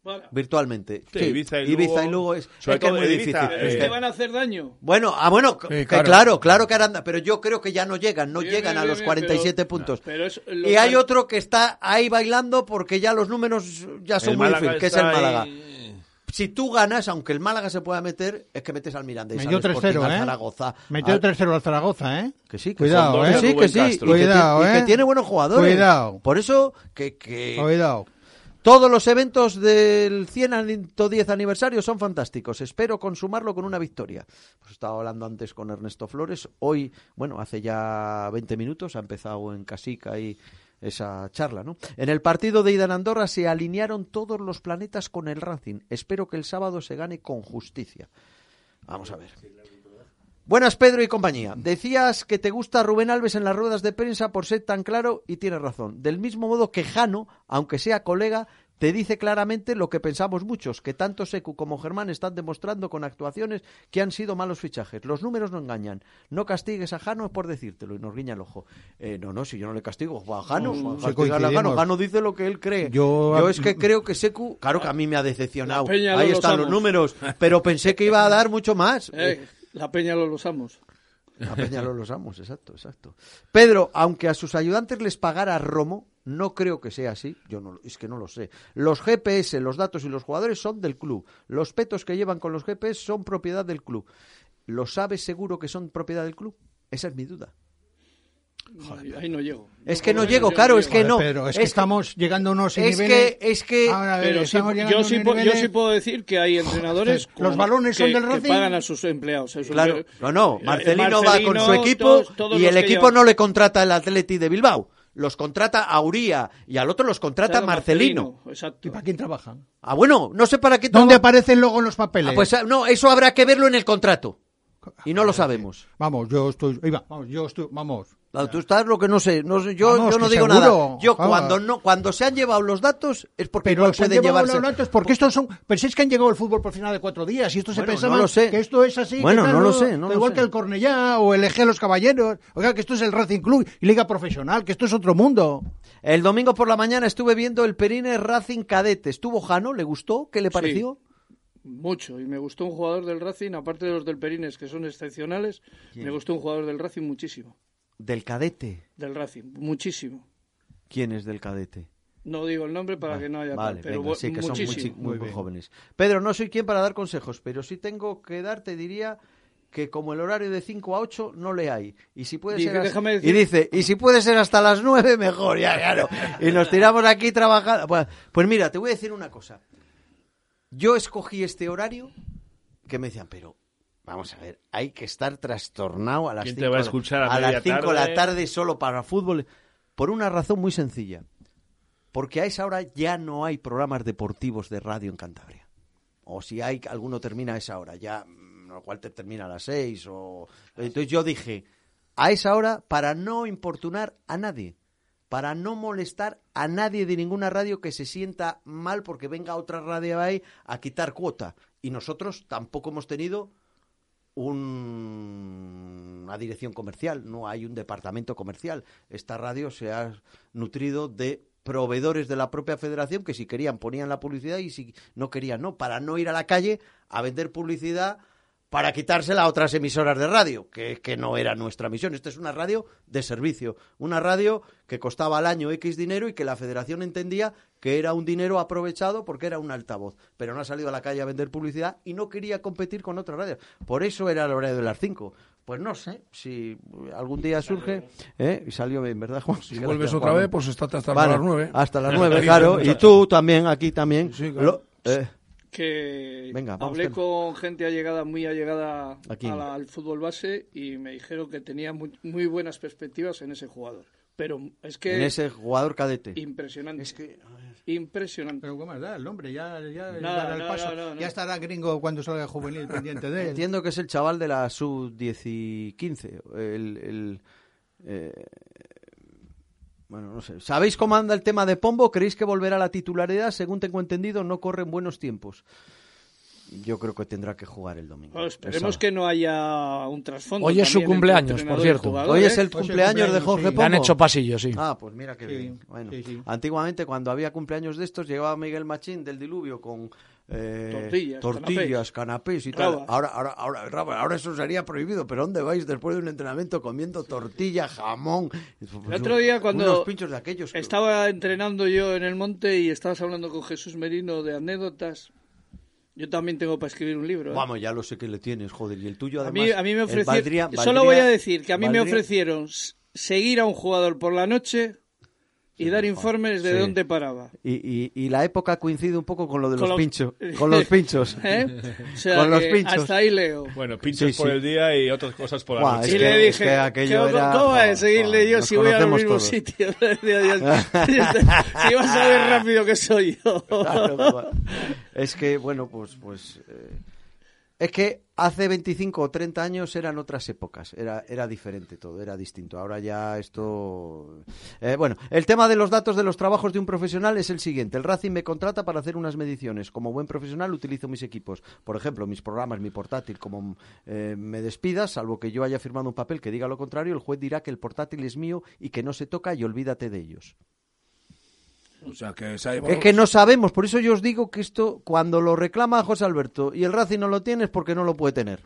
Vale.
Virtualmente.
Sí,
Sí,
Ibiza y Lugo.
es,
Sobre
es que es
todo
muy
Ibiza,
difícil.
eh,
¿Es
Es
que
que-
van a hacer daño?
Bueno, ah, bueno, que
claro.
claro. claro, que Aranda, pero yo creo que ya no llegan, no
Bien,
llegan
bien,
a los
bien,
47
pero-
puntos.
pero es- lo-
y hay otro que está ahí bailando porque ya los números ya son
El
muy
Málaga
difíciles, que es el
está ahí-
Málaga. Si tú ganas, aunque el Málaga se pueda meter, es que metes al Mirandés,
Metió
al Sporting,
3-0,
al
¿eh?
Zaragoza.
Metió
al-
3-0 al Zaragoza, ¿eh?
Que sí, que
Cuidado,
son
¿eh?
dos
Que sí, que sí. Y
Rubén
que
Castro.
Cuidado,
tie- y
¿eh?
que tiene buenos jugadores.
Cuidado.
Por eso que, que
Cuidado.
todos los eventos del 110 aniversario son fantásticos. Espero consumarlo con una victoria. Pues estaba hablando antes con Ernesto Flores. Hoy, bueno, hace ya 20 minutos ha empezado en Casica y esa charla, ¿no? En el partido de ida en Andorra se alinearon todos los planetas con el Racing. Espero que el sábado se gane con justicia. Vamos a ver. Buenas, Pedro y compañía. Decías que te gusta Rubén Alves en las ruedas de prensa por ser tan claro y tienes razón. Del mismo modo que Jano, aunque sea colega, te dice claramente lo que pensamos muchos, que tanto Secu como Germán están demostrando con actuaciones que han sido malos fichajes. Los números no engañan. No castigues a Jano por decírtelo y nos guiña el ojo. Eh, no, no, si yo no le castigo pues, a Jano,
No, no,
castigar a
coincidimos.
Jano. Jano dice lo que él cree.
Yo-
es que creo que Secu, claro que a mí me ha decepcionado.
La peña
Ahí
no los
están los
amos.
números, pero pensé que iba a dar mucho más.
Eh, la peña lo los amos.
A Peñalol los amos, exacto, exacto. Pedro, aunque a sus ayudantes les pagara Romo, no creo que sea así. Yo no, es que no lo sé. Los GPS, los datos y los jugadores son del club. Los petos que llevan con los GPS son propiedad del club. ¿Lo sabes seguro que son propiedad del club? Esa es mi duda.
Ahí- ahí no llego.
Es que no
Yo-
llego,
yo
claro,
no
es
llego.
que no.
Pero es que
Es que-
estamos llegando a unos
es
niveles-
que- es que-
Ahora, a ver,
Pero sí-
estamos llegando
yo,
a
sí
unos
po- yo
niveles-
sí puedo decir que hay entrenadores
Los
como-
balones son
que-
del
que
Racing.
pagan a sus empleados. Es un-
Claro, no, no.
Eh,
Marcelino, va con su
Marcelino,
equipo
todos- todos
y
los
el
que
equipo
llevan-
no le contrata el Atleti de Bilbao. Los contrata a Uría y al otro los contrata
Claro,
Marcelino.
Exacto.
¿Y para quién trabajan?
Ah, bueno, no sé para qué.
¿Dónde
traba-
aparecen luego en los papeles?
Ah, pues ah, no, eso habrá que verlo en el contrato. Y no lo sabemos.
Vamos, yo estoy. ahí va, vamos, yo estoy. Vamos.
Claro, Tú estás lo que no sé. No, sé, yo,
Vamos,
yo no
que
digo
seguro.
nada. Yo
Vamos.
cuando no, cuando se han llevado los datos es porque
Pero
igual
se han
pueden
llevado
llevarse. Pues
los datos porque estos son. Penséis que han llegado al fútbol por final de cuatro días y esto se
Bueno,
pensaba
no lo sé.
que esto es así. que
Bueno,
tal,
no lo sé, no lo
igual
sé.
que el Cornellá o el Eje Los Caballeros. Oiga, que esto es el Racing Club y Liga Profesional, que esto es otro mundo.
Pues, El domingo por la mañana estuve viendo el Perines Racing Cadete. Estuvo Jano, ¿le gustó? ¿Qué le
Sí.
pareció?
Mucho. Y me gustó un jugador del Racing, aparte de los del Perines, que son excepcionales, me gustó un jugador del Racing muchísimo.
Del Cadete.
Del Racing, muchísimo.
¿Quién es del Cadete?
No digo el nombre para que no haya
Vale,
tal, pero
venga,
bu-
sí, que son muy,
muchísimo.
chi- muy jóvenes. Pedro, no soy quien para dar consejos, pero si tengo que dar, te diría que como el horario de 5 a 8 no le hay. Y si puede
Dice,
ser as-
déjame decir-
y dice, y si puede ser hasta las 9 mejor, ya claro. Y nos tiramos aquí trabajando. Bueno, pues mira, te voy a decir una cosa. Yo escogí este horario que me decían, pero vamos a ver, hay que estar trastornado a las
¿Quién te
5
va a
de-
escuchar a
a
media
las 5 de
tarde?
la tarde solo para fútbol por una razón muy sencilla. Porque a esa hora ya no hay programas deportivos de radio en Cantabria. O si hay, alguno termina a esa hora, ya, mm, lo cual te termina a las seis. O... Entonces yo dije, a esa hora, para no importunar a nadie, para no molestar a nadie de ninguna radio que se sienta mal porque venga otra radio ahí a quitar cuota. Y nosotros tampoco hemos tenido un- una dirección comercial, no hay un departamento comercial. Esta radio se ha nutrido de proveedores de la propia federación que si querían ponían la publicidad y si no querían no, para no ir a la calle a vender publicidad para quitársela a otras emisoras de radio, que es que no era nuestra misión. Esta es una radio de servicio, una radio que costaba al año X dinero y que la federación entendía que era un dinero aprovechado porque era un altavoz, pero no ha salido a la calle a vender publicidad y no quería competir con otras radios. Por eso era el horario de las 5. Pues no sé, si algún día surge, ¿eh? y salió bien, ¿verdad, Juan?
Si vuelves otra vez, pues está hasta
Vale,
las nueve.
Hasta las 9, claro. Y tú también, aquí también.
Sí, claro.
Lo- eh,
que
Venga, vamos,
hablé
Carlos.
con gente allegada, muy allegada
¿A quién?
a la- al fútbol base y me dijeron que tenía muy, muy buenas perspectivas en ese jugador. Pero es que
en ese jugador cadete.
impresionante. impresionante.
Pero ¿qué más da el nombre? Ya, ya,
No,
dará el
no,
paso.
no, no, no.
Ya estará gringo cuando salga juvenil pendiente de él.
Entiendo que es el chaval de la sub-15. El, el, eh, bueno, no sé. ¿Sabéis cómo anda el tema de Pombo? ¿Creéis que volverá a la titularidad? Según tengo entendido, no corren buenos tiempos. Yo creo que tendrá que jugar el domingo.
Bueno, Pues esperemos
Esa.
que no haya un trasfondo.
Hoy es su
también entre
cumpleaños, por
entrenador y
cierto.
jugador,
Hoy
¿eh?
es el
Hoy es el
cumpleaños de
cumpleaños,
Jorge
sí.
Pombo.
Le han hecho pasillo, sí.
Ah, pues mira que
Sí,
bien. Bueno,
sí, sí.
antiguamente cuando había cumpleaños de estos llegaba Miguel Machín del diluvio con eh,
Tortillas,
tortillas, canapés, y tal.
rabas.
Ahora, ahora, ahora, rabas, ahora eso sería prohibido, pero ¿dónde vais después de un entrenamiento comiendo tortilla, jamón? pues
El otro día cuando
unos pinchos de aquellos. que-
Estaba entrenando yo en el monte y estabas hablando con Jesús Merino de anécdotas. Yo también tengo para escribir un libro. ¿eh?
Vamos, ya lo sé que le tienes, joder, y el tuyo
a
además.
mí, a mí me
el
ofrecieron.
Valdría- Valdría-
solo voy a decir que a mí me
Valdría-
ofrecieron s- seguir a un jugador por la noche y dar informes de
Sí.
dónde paraba.
Y, y- y la época coincide un poco con lo de los,
Con los-
pinchos. Con los pinchos.
¿Eh? O sea,
Con los
que
pinchos.
Hasta ahí leo.
Bueno, pinchos
Sí, sí.
por el día y otras cosas por la
Guau,
noche.
es
y
que-
le
es
dije,
que aquello
¿cómo,
era-
cómo voy a
joder,
seguirle yo
nos
si voy al
conocemos
mismo
todos.
sitio? Decía yo, si vas a ver rápido que soy yo.
Claro, claro. es que, bueno, pues... pues eh, es que hace 25 o 30 años eran otras épocas, era, era diferente todo, era distinto. Ahora ya esto... eh, bueno, el tema de los datos de los trabajos de un profesional es el siguiente. El Racing me contrata para hacer unas mediciones. Como buen profesional utilizo mis equipos, por ejemplo, mis programas, mi portátil. Como eh, me despidas, salvo que yo haya firmado un papel que diga lo contrario, el juez dirá que el portátil es mío y que no se toca y olvídate de ellos.
O sea, que se ha llevado-
Es que no sabemos, por eso yo os digo que esto, cuando lo reclama José Alberto y el Racing no lo tiene, es porque no lo puede tener.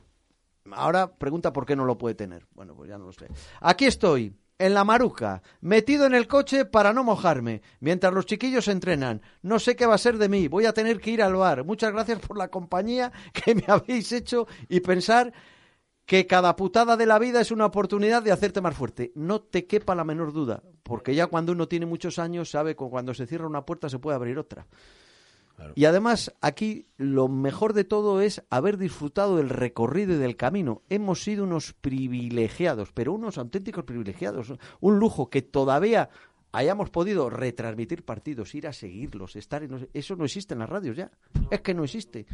Ahora pregunta por qué no lo puede tener. Bueno, pues ya no lo sé. Aquí estoy, en la maruca, metido en el coche para no mojarme, mientras los chiquillos entrenan. No sé qué va a ser de mí, voy a tener que ir al bar. Muchas gracias por la compañía que me habéis hecho y pensar que cada putada de la vida es una oportunidad de hacerte más fuerte. No te quepa la menor duda, porque ya cuando uno tiene muchos años sabe que cuando se cierra una puerta se puede abrir otra. Y además aquí lo mejor de todo es haber disfrutado del recorrido y del camino. Hemos sido unos privilegiados, pero unos auténticos privilegiados. Un lujo que todavía hayamos podido retransmitir partidos, ir a seguirlos, estar en... Eso no existe en las radios ya. Es que no existe.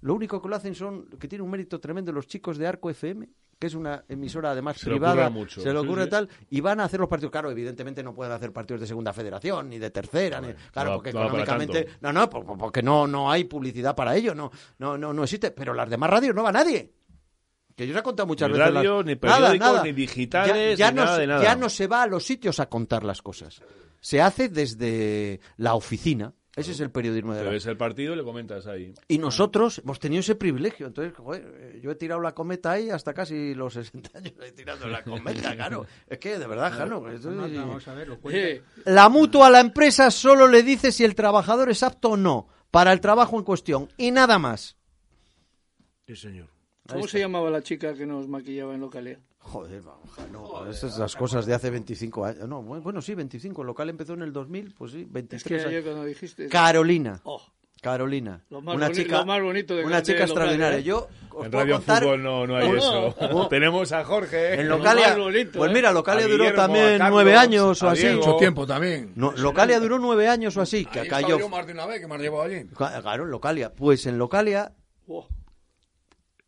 Lo único que lo hacen son, que tiene un mérito tremendo los chicos de Arco FM, que es una emisora además
Se le
privada,
ocurra mucho.
se le
Sí,
ocurre
sí.
tal, y van a hacer los partidos. Claro, evidentemente no pueden hacer partidos de segunda federación, ni de tercera, ni- Eh, claro,
no va-
porque
no va para
económicamente,
tanto.
no, no, por- por- porque no, no hay publicidad para ello, no, no, no, no existe, pero las demás radios no va nadie. Que yo os he contado muchas
Ni
veces. las-
radio, ni
Nada,
periódicos,
nada.
ni digitales,
ya, ya
ni
no
nada
se-
de nada.
Ya no se va a los sitios a contar las cosas. Se hace desde la oficina, Ese es el periodismo de
Te
la
ves el partido y le comentas ahí.
Y nosotros hemos tenido ese privilegio. Entonces, joder, eh, yo he tirado la cometa ahí hasta casi los 60 años. He tirado la cometa, Jano. Es que, de verdad, Jano. esto es-
Vamos a ver, lo cuenta.
Eh,
La mutua a la empresa solo le dice si el trabajador es apto o no para el trabajo en cuestión. Y nada más.
Sí, señor.
¿Cómo se llamaba la chica que nos maquillaba en localidad?
Joder, vamos, Jano. esas las cosas de hace 25 años. No, bueno, bueno, sí, 25. El local empezó en el 2000, pues sí,
Es que
23
ayer
años.
cuando dijiste...
Carolina.
Oh,
Carolina.
Lo más
una
boni-
chica,
lo más bonito de-
una
de
chica
local,
extraordinaria.
¿eh?
Yo os puedo
En Radio
contar
Fútbol no, no hay
No,
eso.
no.
Tenemos a Jorge. ¿eh?
En
lo-
Localia,
más bonito,
pues
¿eh?
mira,
A
Localia duró
Guillermo, a
también
Carlos,
nueve años o
a
así.
Diego.
Mucho tiempo también.
No, Localia duró nueve años o así,
Ahí he
que
estado
cayó.
yo más de una vez que me has llevado allí.
Claro, en Localia. Pues en Localia
oh.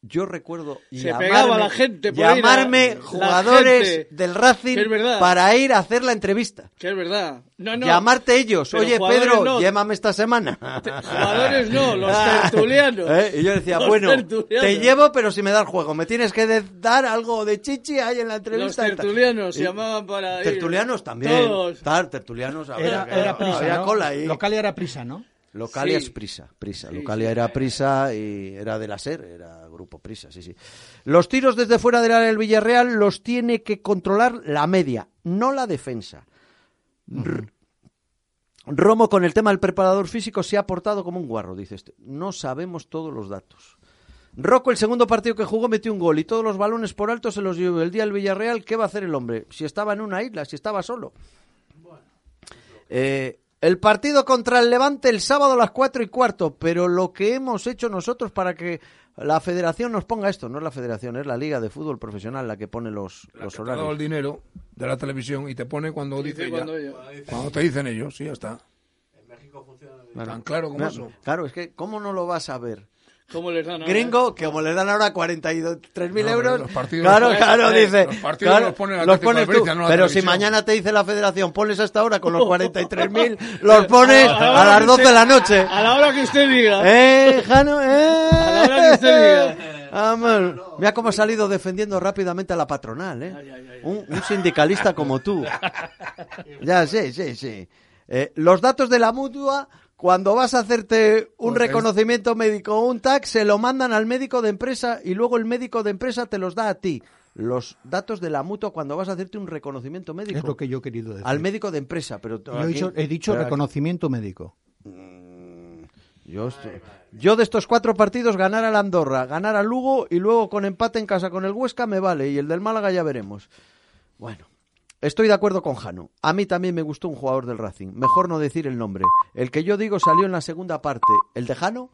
yo recuerdo
Se
llamarme-
pegaba la gente por ir a-
llamarme
la
jugadores
gente.
del Racing
Es verdad.
para ir a hacer la entrevista.
Que es verdad. No, no.
Llamarte ellos.
Pero
Oye,
jugadores
Pedro,
no.
llévame esta semana. Ah,
Jugadores no, los tertulianos.
¿Eh? Y yo decía,
Los
bueno,
tertulianos.
te llevo, pero si me das juego. Me tienes que de- dar algo de chichi ahí en la
Los
entrevista. y tal.
tertulianos
Y-
se llamaban para ir.
Eh, Tertulianos también.
Todos.
Tal, tertulianos había,
Era,
claro,
era prisa.
había
¿no?
cola ahí.
Localia era prisa, ¿no?
Localia
Sí.
es Prisa, Prisa. Localia era Prisa y era de la SER, era grupo Prisa, sí, sí. Los tiros desde fuera del área del Villarreal los tiene que controlar la media, no la defensa. R- Romo con el tema del preparador físico se ha portado como un guarro, dice este. No sabemos todos los datos. Rocco, el segundo partido que jugó, metió un gol y todos los balones por alto se los llevó. El día del Villarreal, ¿qué va a hacer el hombre? Si estaba en una isla, si estaba solo. Eh, el partido contra el Levante el sábado a las cuatro y cuarto, pero lo que hemos hecho nosotros para que la federación nos ponga esto, no es la federación, es la Liga de Fútbol Profesional la que pone los,
La
los
que te ha dado el
horarios.
dinero de la televisión y te pone cuando
Dice
dice
cuando
ella.
yo-
Cuando te dicen ellos, sí, ya está.
Bueno,
Tan claro como
mira,
eso.
Claro, es que ¿cómo no lo vas a ver?
¿Cómo les dan ahora?
Gringo, que como le dan ahora 43.000 mil
No, pero
euros,
los partidos
claro,
los-
claro,
eh,
dice,
los partidos
claro,
los pone el
los
Atlético de
pones tú,
Madrid, no la
pero si
televisión.
mañana te dice la federación, pones hasta ahora con los 43.000, los pones
A la hora
a las
que
12 de la
usted-
noche.
ah, A la hora que usted diga.
¡Eh, Jano! ¡Eh!
la hora que usted diga.
Amén. Mira cómo ha salido defendiendo rápidamente a la patronal, ¿eh?
Ay, ay, ay.
Un, un sindicalista como tú. Ya, sí, sí, sí. Eh, los datos de la mutua, cuando vas a hacerte un
Pues es-
reconocimiento médico o un TAC, se lo mandan al médico de empresa y luego el médico de empresa te los da a ti. Los datos de la mutua cuando vas a hacerte un reconocimiento médico.
Es lo que yo he querido decir.
Al médico de empresa, pero...
Yo he dicho, he dicho
pero aquí-
reconocimiento médico.
Yo, esto- yo de estos cuatro partidos ganar al Andorra, ganar al Lugo y luego con empate en casa con el Huesca me vale y el del Málaga ya veremos. Bueno, estoy de acuerdo con Jano. A mí también me gustó un jugador del Racing. Mejor no decir el nombre. El que yo digo salió en la segunda parte. ¿El de Jano?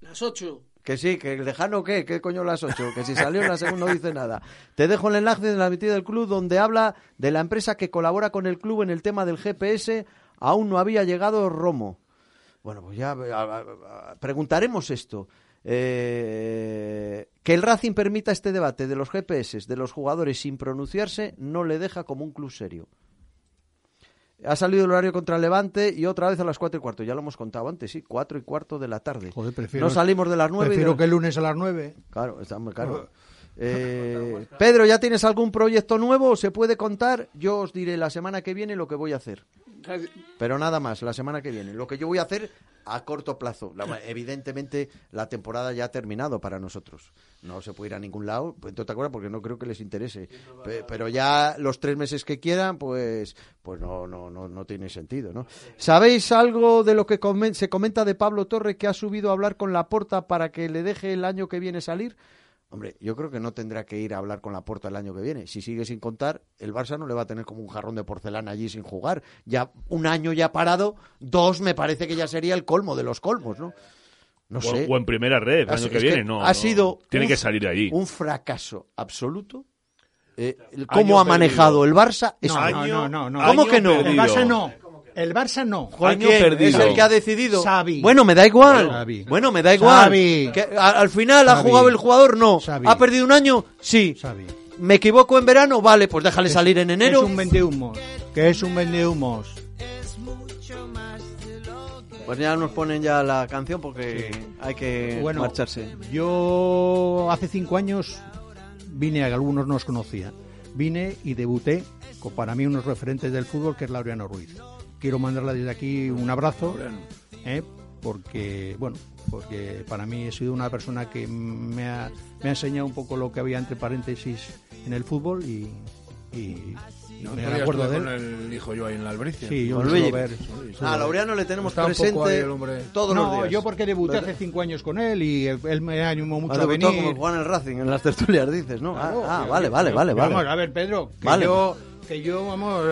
Las ocho.
Que sí, que el de Jano qué, qué coño las ocho, que si salió en la segunda no dice nada. Te dejo el enlace de la emitida del club donde habla de la empresa que colabora con el club en el tema del GPS. Aún no había llegado Romo. Bueno, pues ya eh, a- a- a- preguntaremos esto. Eh, que el Racing permita este debate de los GPS, de los jugadores sin pronunciarse, no le deja como un club serio. Ha salido el horario contra el Levante y otra vez a las cuatro y cuarto. Ya lo hemos contado antes, sí, cuatro y cuarto de la tarde.
Joder, prefiero-
no salimos de las nueve. y de-
Prefiero que el Ah. lunes a las 9.
Claro, está muy caro. Eh, Pedro, ¿ya tienes algún proyecto nuevo? ¿Se puede contar? Yo os diré la semana que viene lo que voy a hacer. Pero nada más, la semana que viene. Lo que yo voy a hacer a corto plazo. La- evidentemente, la temporada ya ha terminado para nosotros. No se puede ir a ningún lado, pues, entre otras cosas, porque no creo que les interese. Pe- Pero ya los tres meses que quieran, pues, pues no, no, no, no tiene sentido, ¿no? ¿Sabéis algo de lo que comen- se comenta de Pablo Torre que ha subido a hablar con Laporta para que le deje el año que viene salir? Hombre, yo creo que no tendrá que ir a hablar con la puerta el año que viene. Si sigue sin contar, el Barça no le va a tener como un jarrón de porcelana allí sin jugar. Ya un año ya parado, dos me parece que ya sería el colmo de los colmos, ¿no? No
o,
sé.
o en primera red, el
Ha-
año que
es que
viene, no.
ha
no.
sido
Tiene
un-
que salir de allí.
Un fracaso absoluto. Eh, el- ¿Cómo ha
perdido.
manejado el Barça? Es
No,
un-
no, no, no, no.
¿Cómo
que no?
El
perdido.
Barça no. El Barça no.
Año
¿Quién es
perdido.
el que ha decidido?
Xavi.
Bueno, me da igual.
Bueno, Xavi.
Bueno, me da igual.
Xavi.
Que a- al final ha
Xavi.
jugado el jugador, no.
Xavi.
¿Ha perdido un año? Sí.
Xavi.
¿Me equivoco en verano? Vale, pues déjale salir en enero.
Es un vendehumos. Que es un vendehumos.
Pues ya nos ponen ya la canción porque hay que
Bueno,
Eh, marcharse.
Yo hace cinco años vine, algunos no os conocía, vine y debuté con para mí unos referentes del fútbol que es Laureano Ruiz. quiero mandarla desde aquí un abrazo, ¿eh? porque, bueno, porque para mí he sido una persona que me ha, me ha enseñado un poco lo que había entre paréntesis en el fútbol y, y
No
me acuerdo de él.
Con el hijo yo ahí en la albricia.
Sí, yo
Con
lo suelo
Pues Luigi.
ver, suelo
A
ver.
Laureano le tenemos
Está un poco
presente
ahí el hombre.
todos
no,
los días.
yo porque debuté
¿Verdad?
hace cinco años con él y él me animó
Ha
mucho a
debutado
venir.
como Juan el Racing en las tertulias, dices, ¿no? Ah,
Claro,
ah,
que-
vale, vale, vale,
Vamos,
vale.
a ver, Pedro, que
Vale.
yo, que yo, vamos,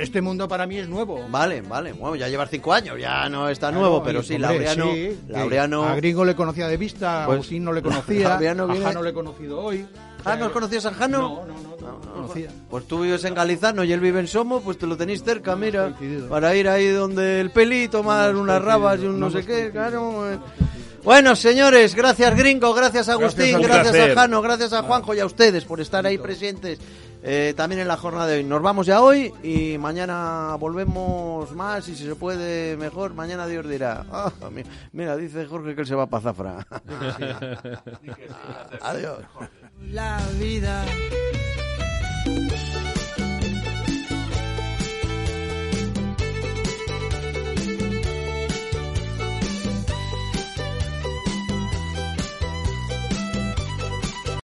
este mundo para mí es nuevo.
Vale, vale. Bueno, ya llevar cinco años, ya no está
Claro,
nuevo, pero
y,
sí,
hombre,
Laureano,
sí, que
Laureano...
A Gringo le conocía de vista, a
Pues,
Agustín no le conocía,
Laureano
a
viene-
Jano le he conocido hoy.
Ah, ¿no has conocido a Sanjano?
No, no, no, no, no, conocía.
Pues tú vives en Galizano y él vive en Somo, pues te lo tenéis cerca, mira.
coincidido.
Para ir ahí donde el peli, tomar
No hemos
unas rabas y
coincidido,
un
no
no sé
hemos
qué,
coincidido.
claro. eh. Bueno, señores, gracias Gringo, gracias Agustín,
Gracias a-
gracias,
Un placer.
a Jano, gracias a Juanjo y a ustedes por estar ahí presentes eh, también en la jornada de hoy. Nos vamos ya hoy y mañana volvemos más y si se puede mejor, mañana Dios dirá. Ah, mi- mira, dice Jorge que él se va para Zafra. Adiós.
La vida.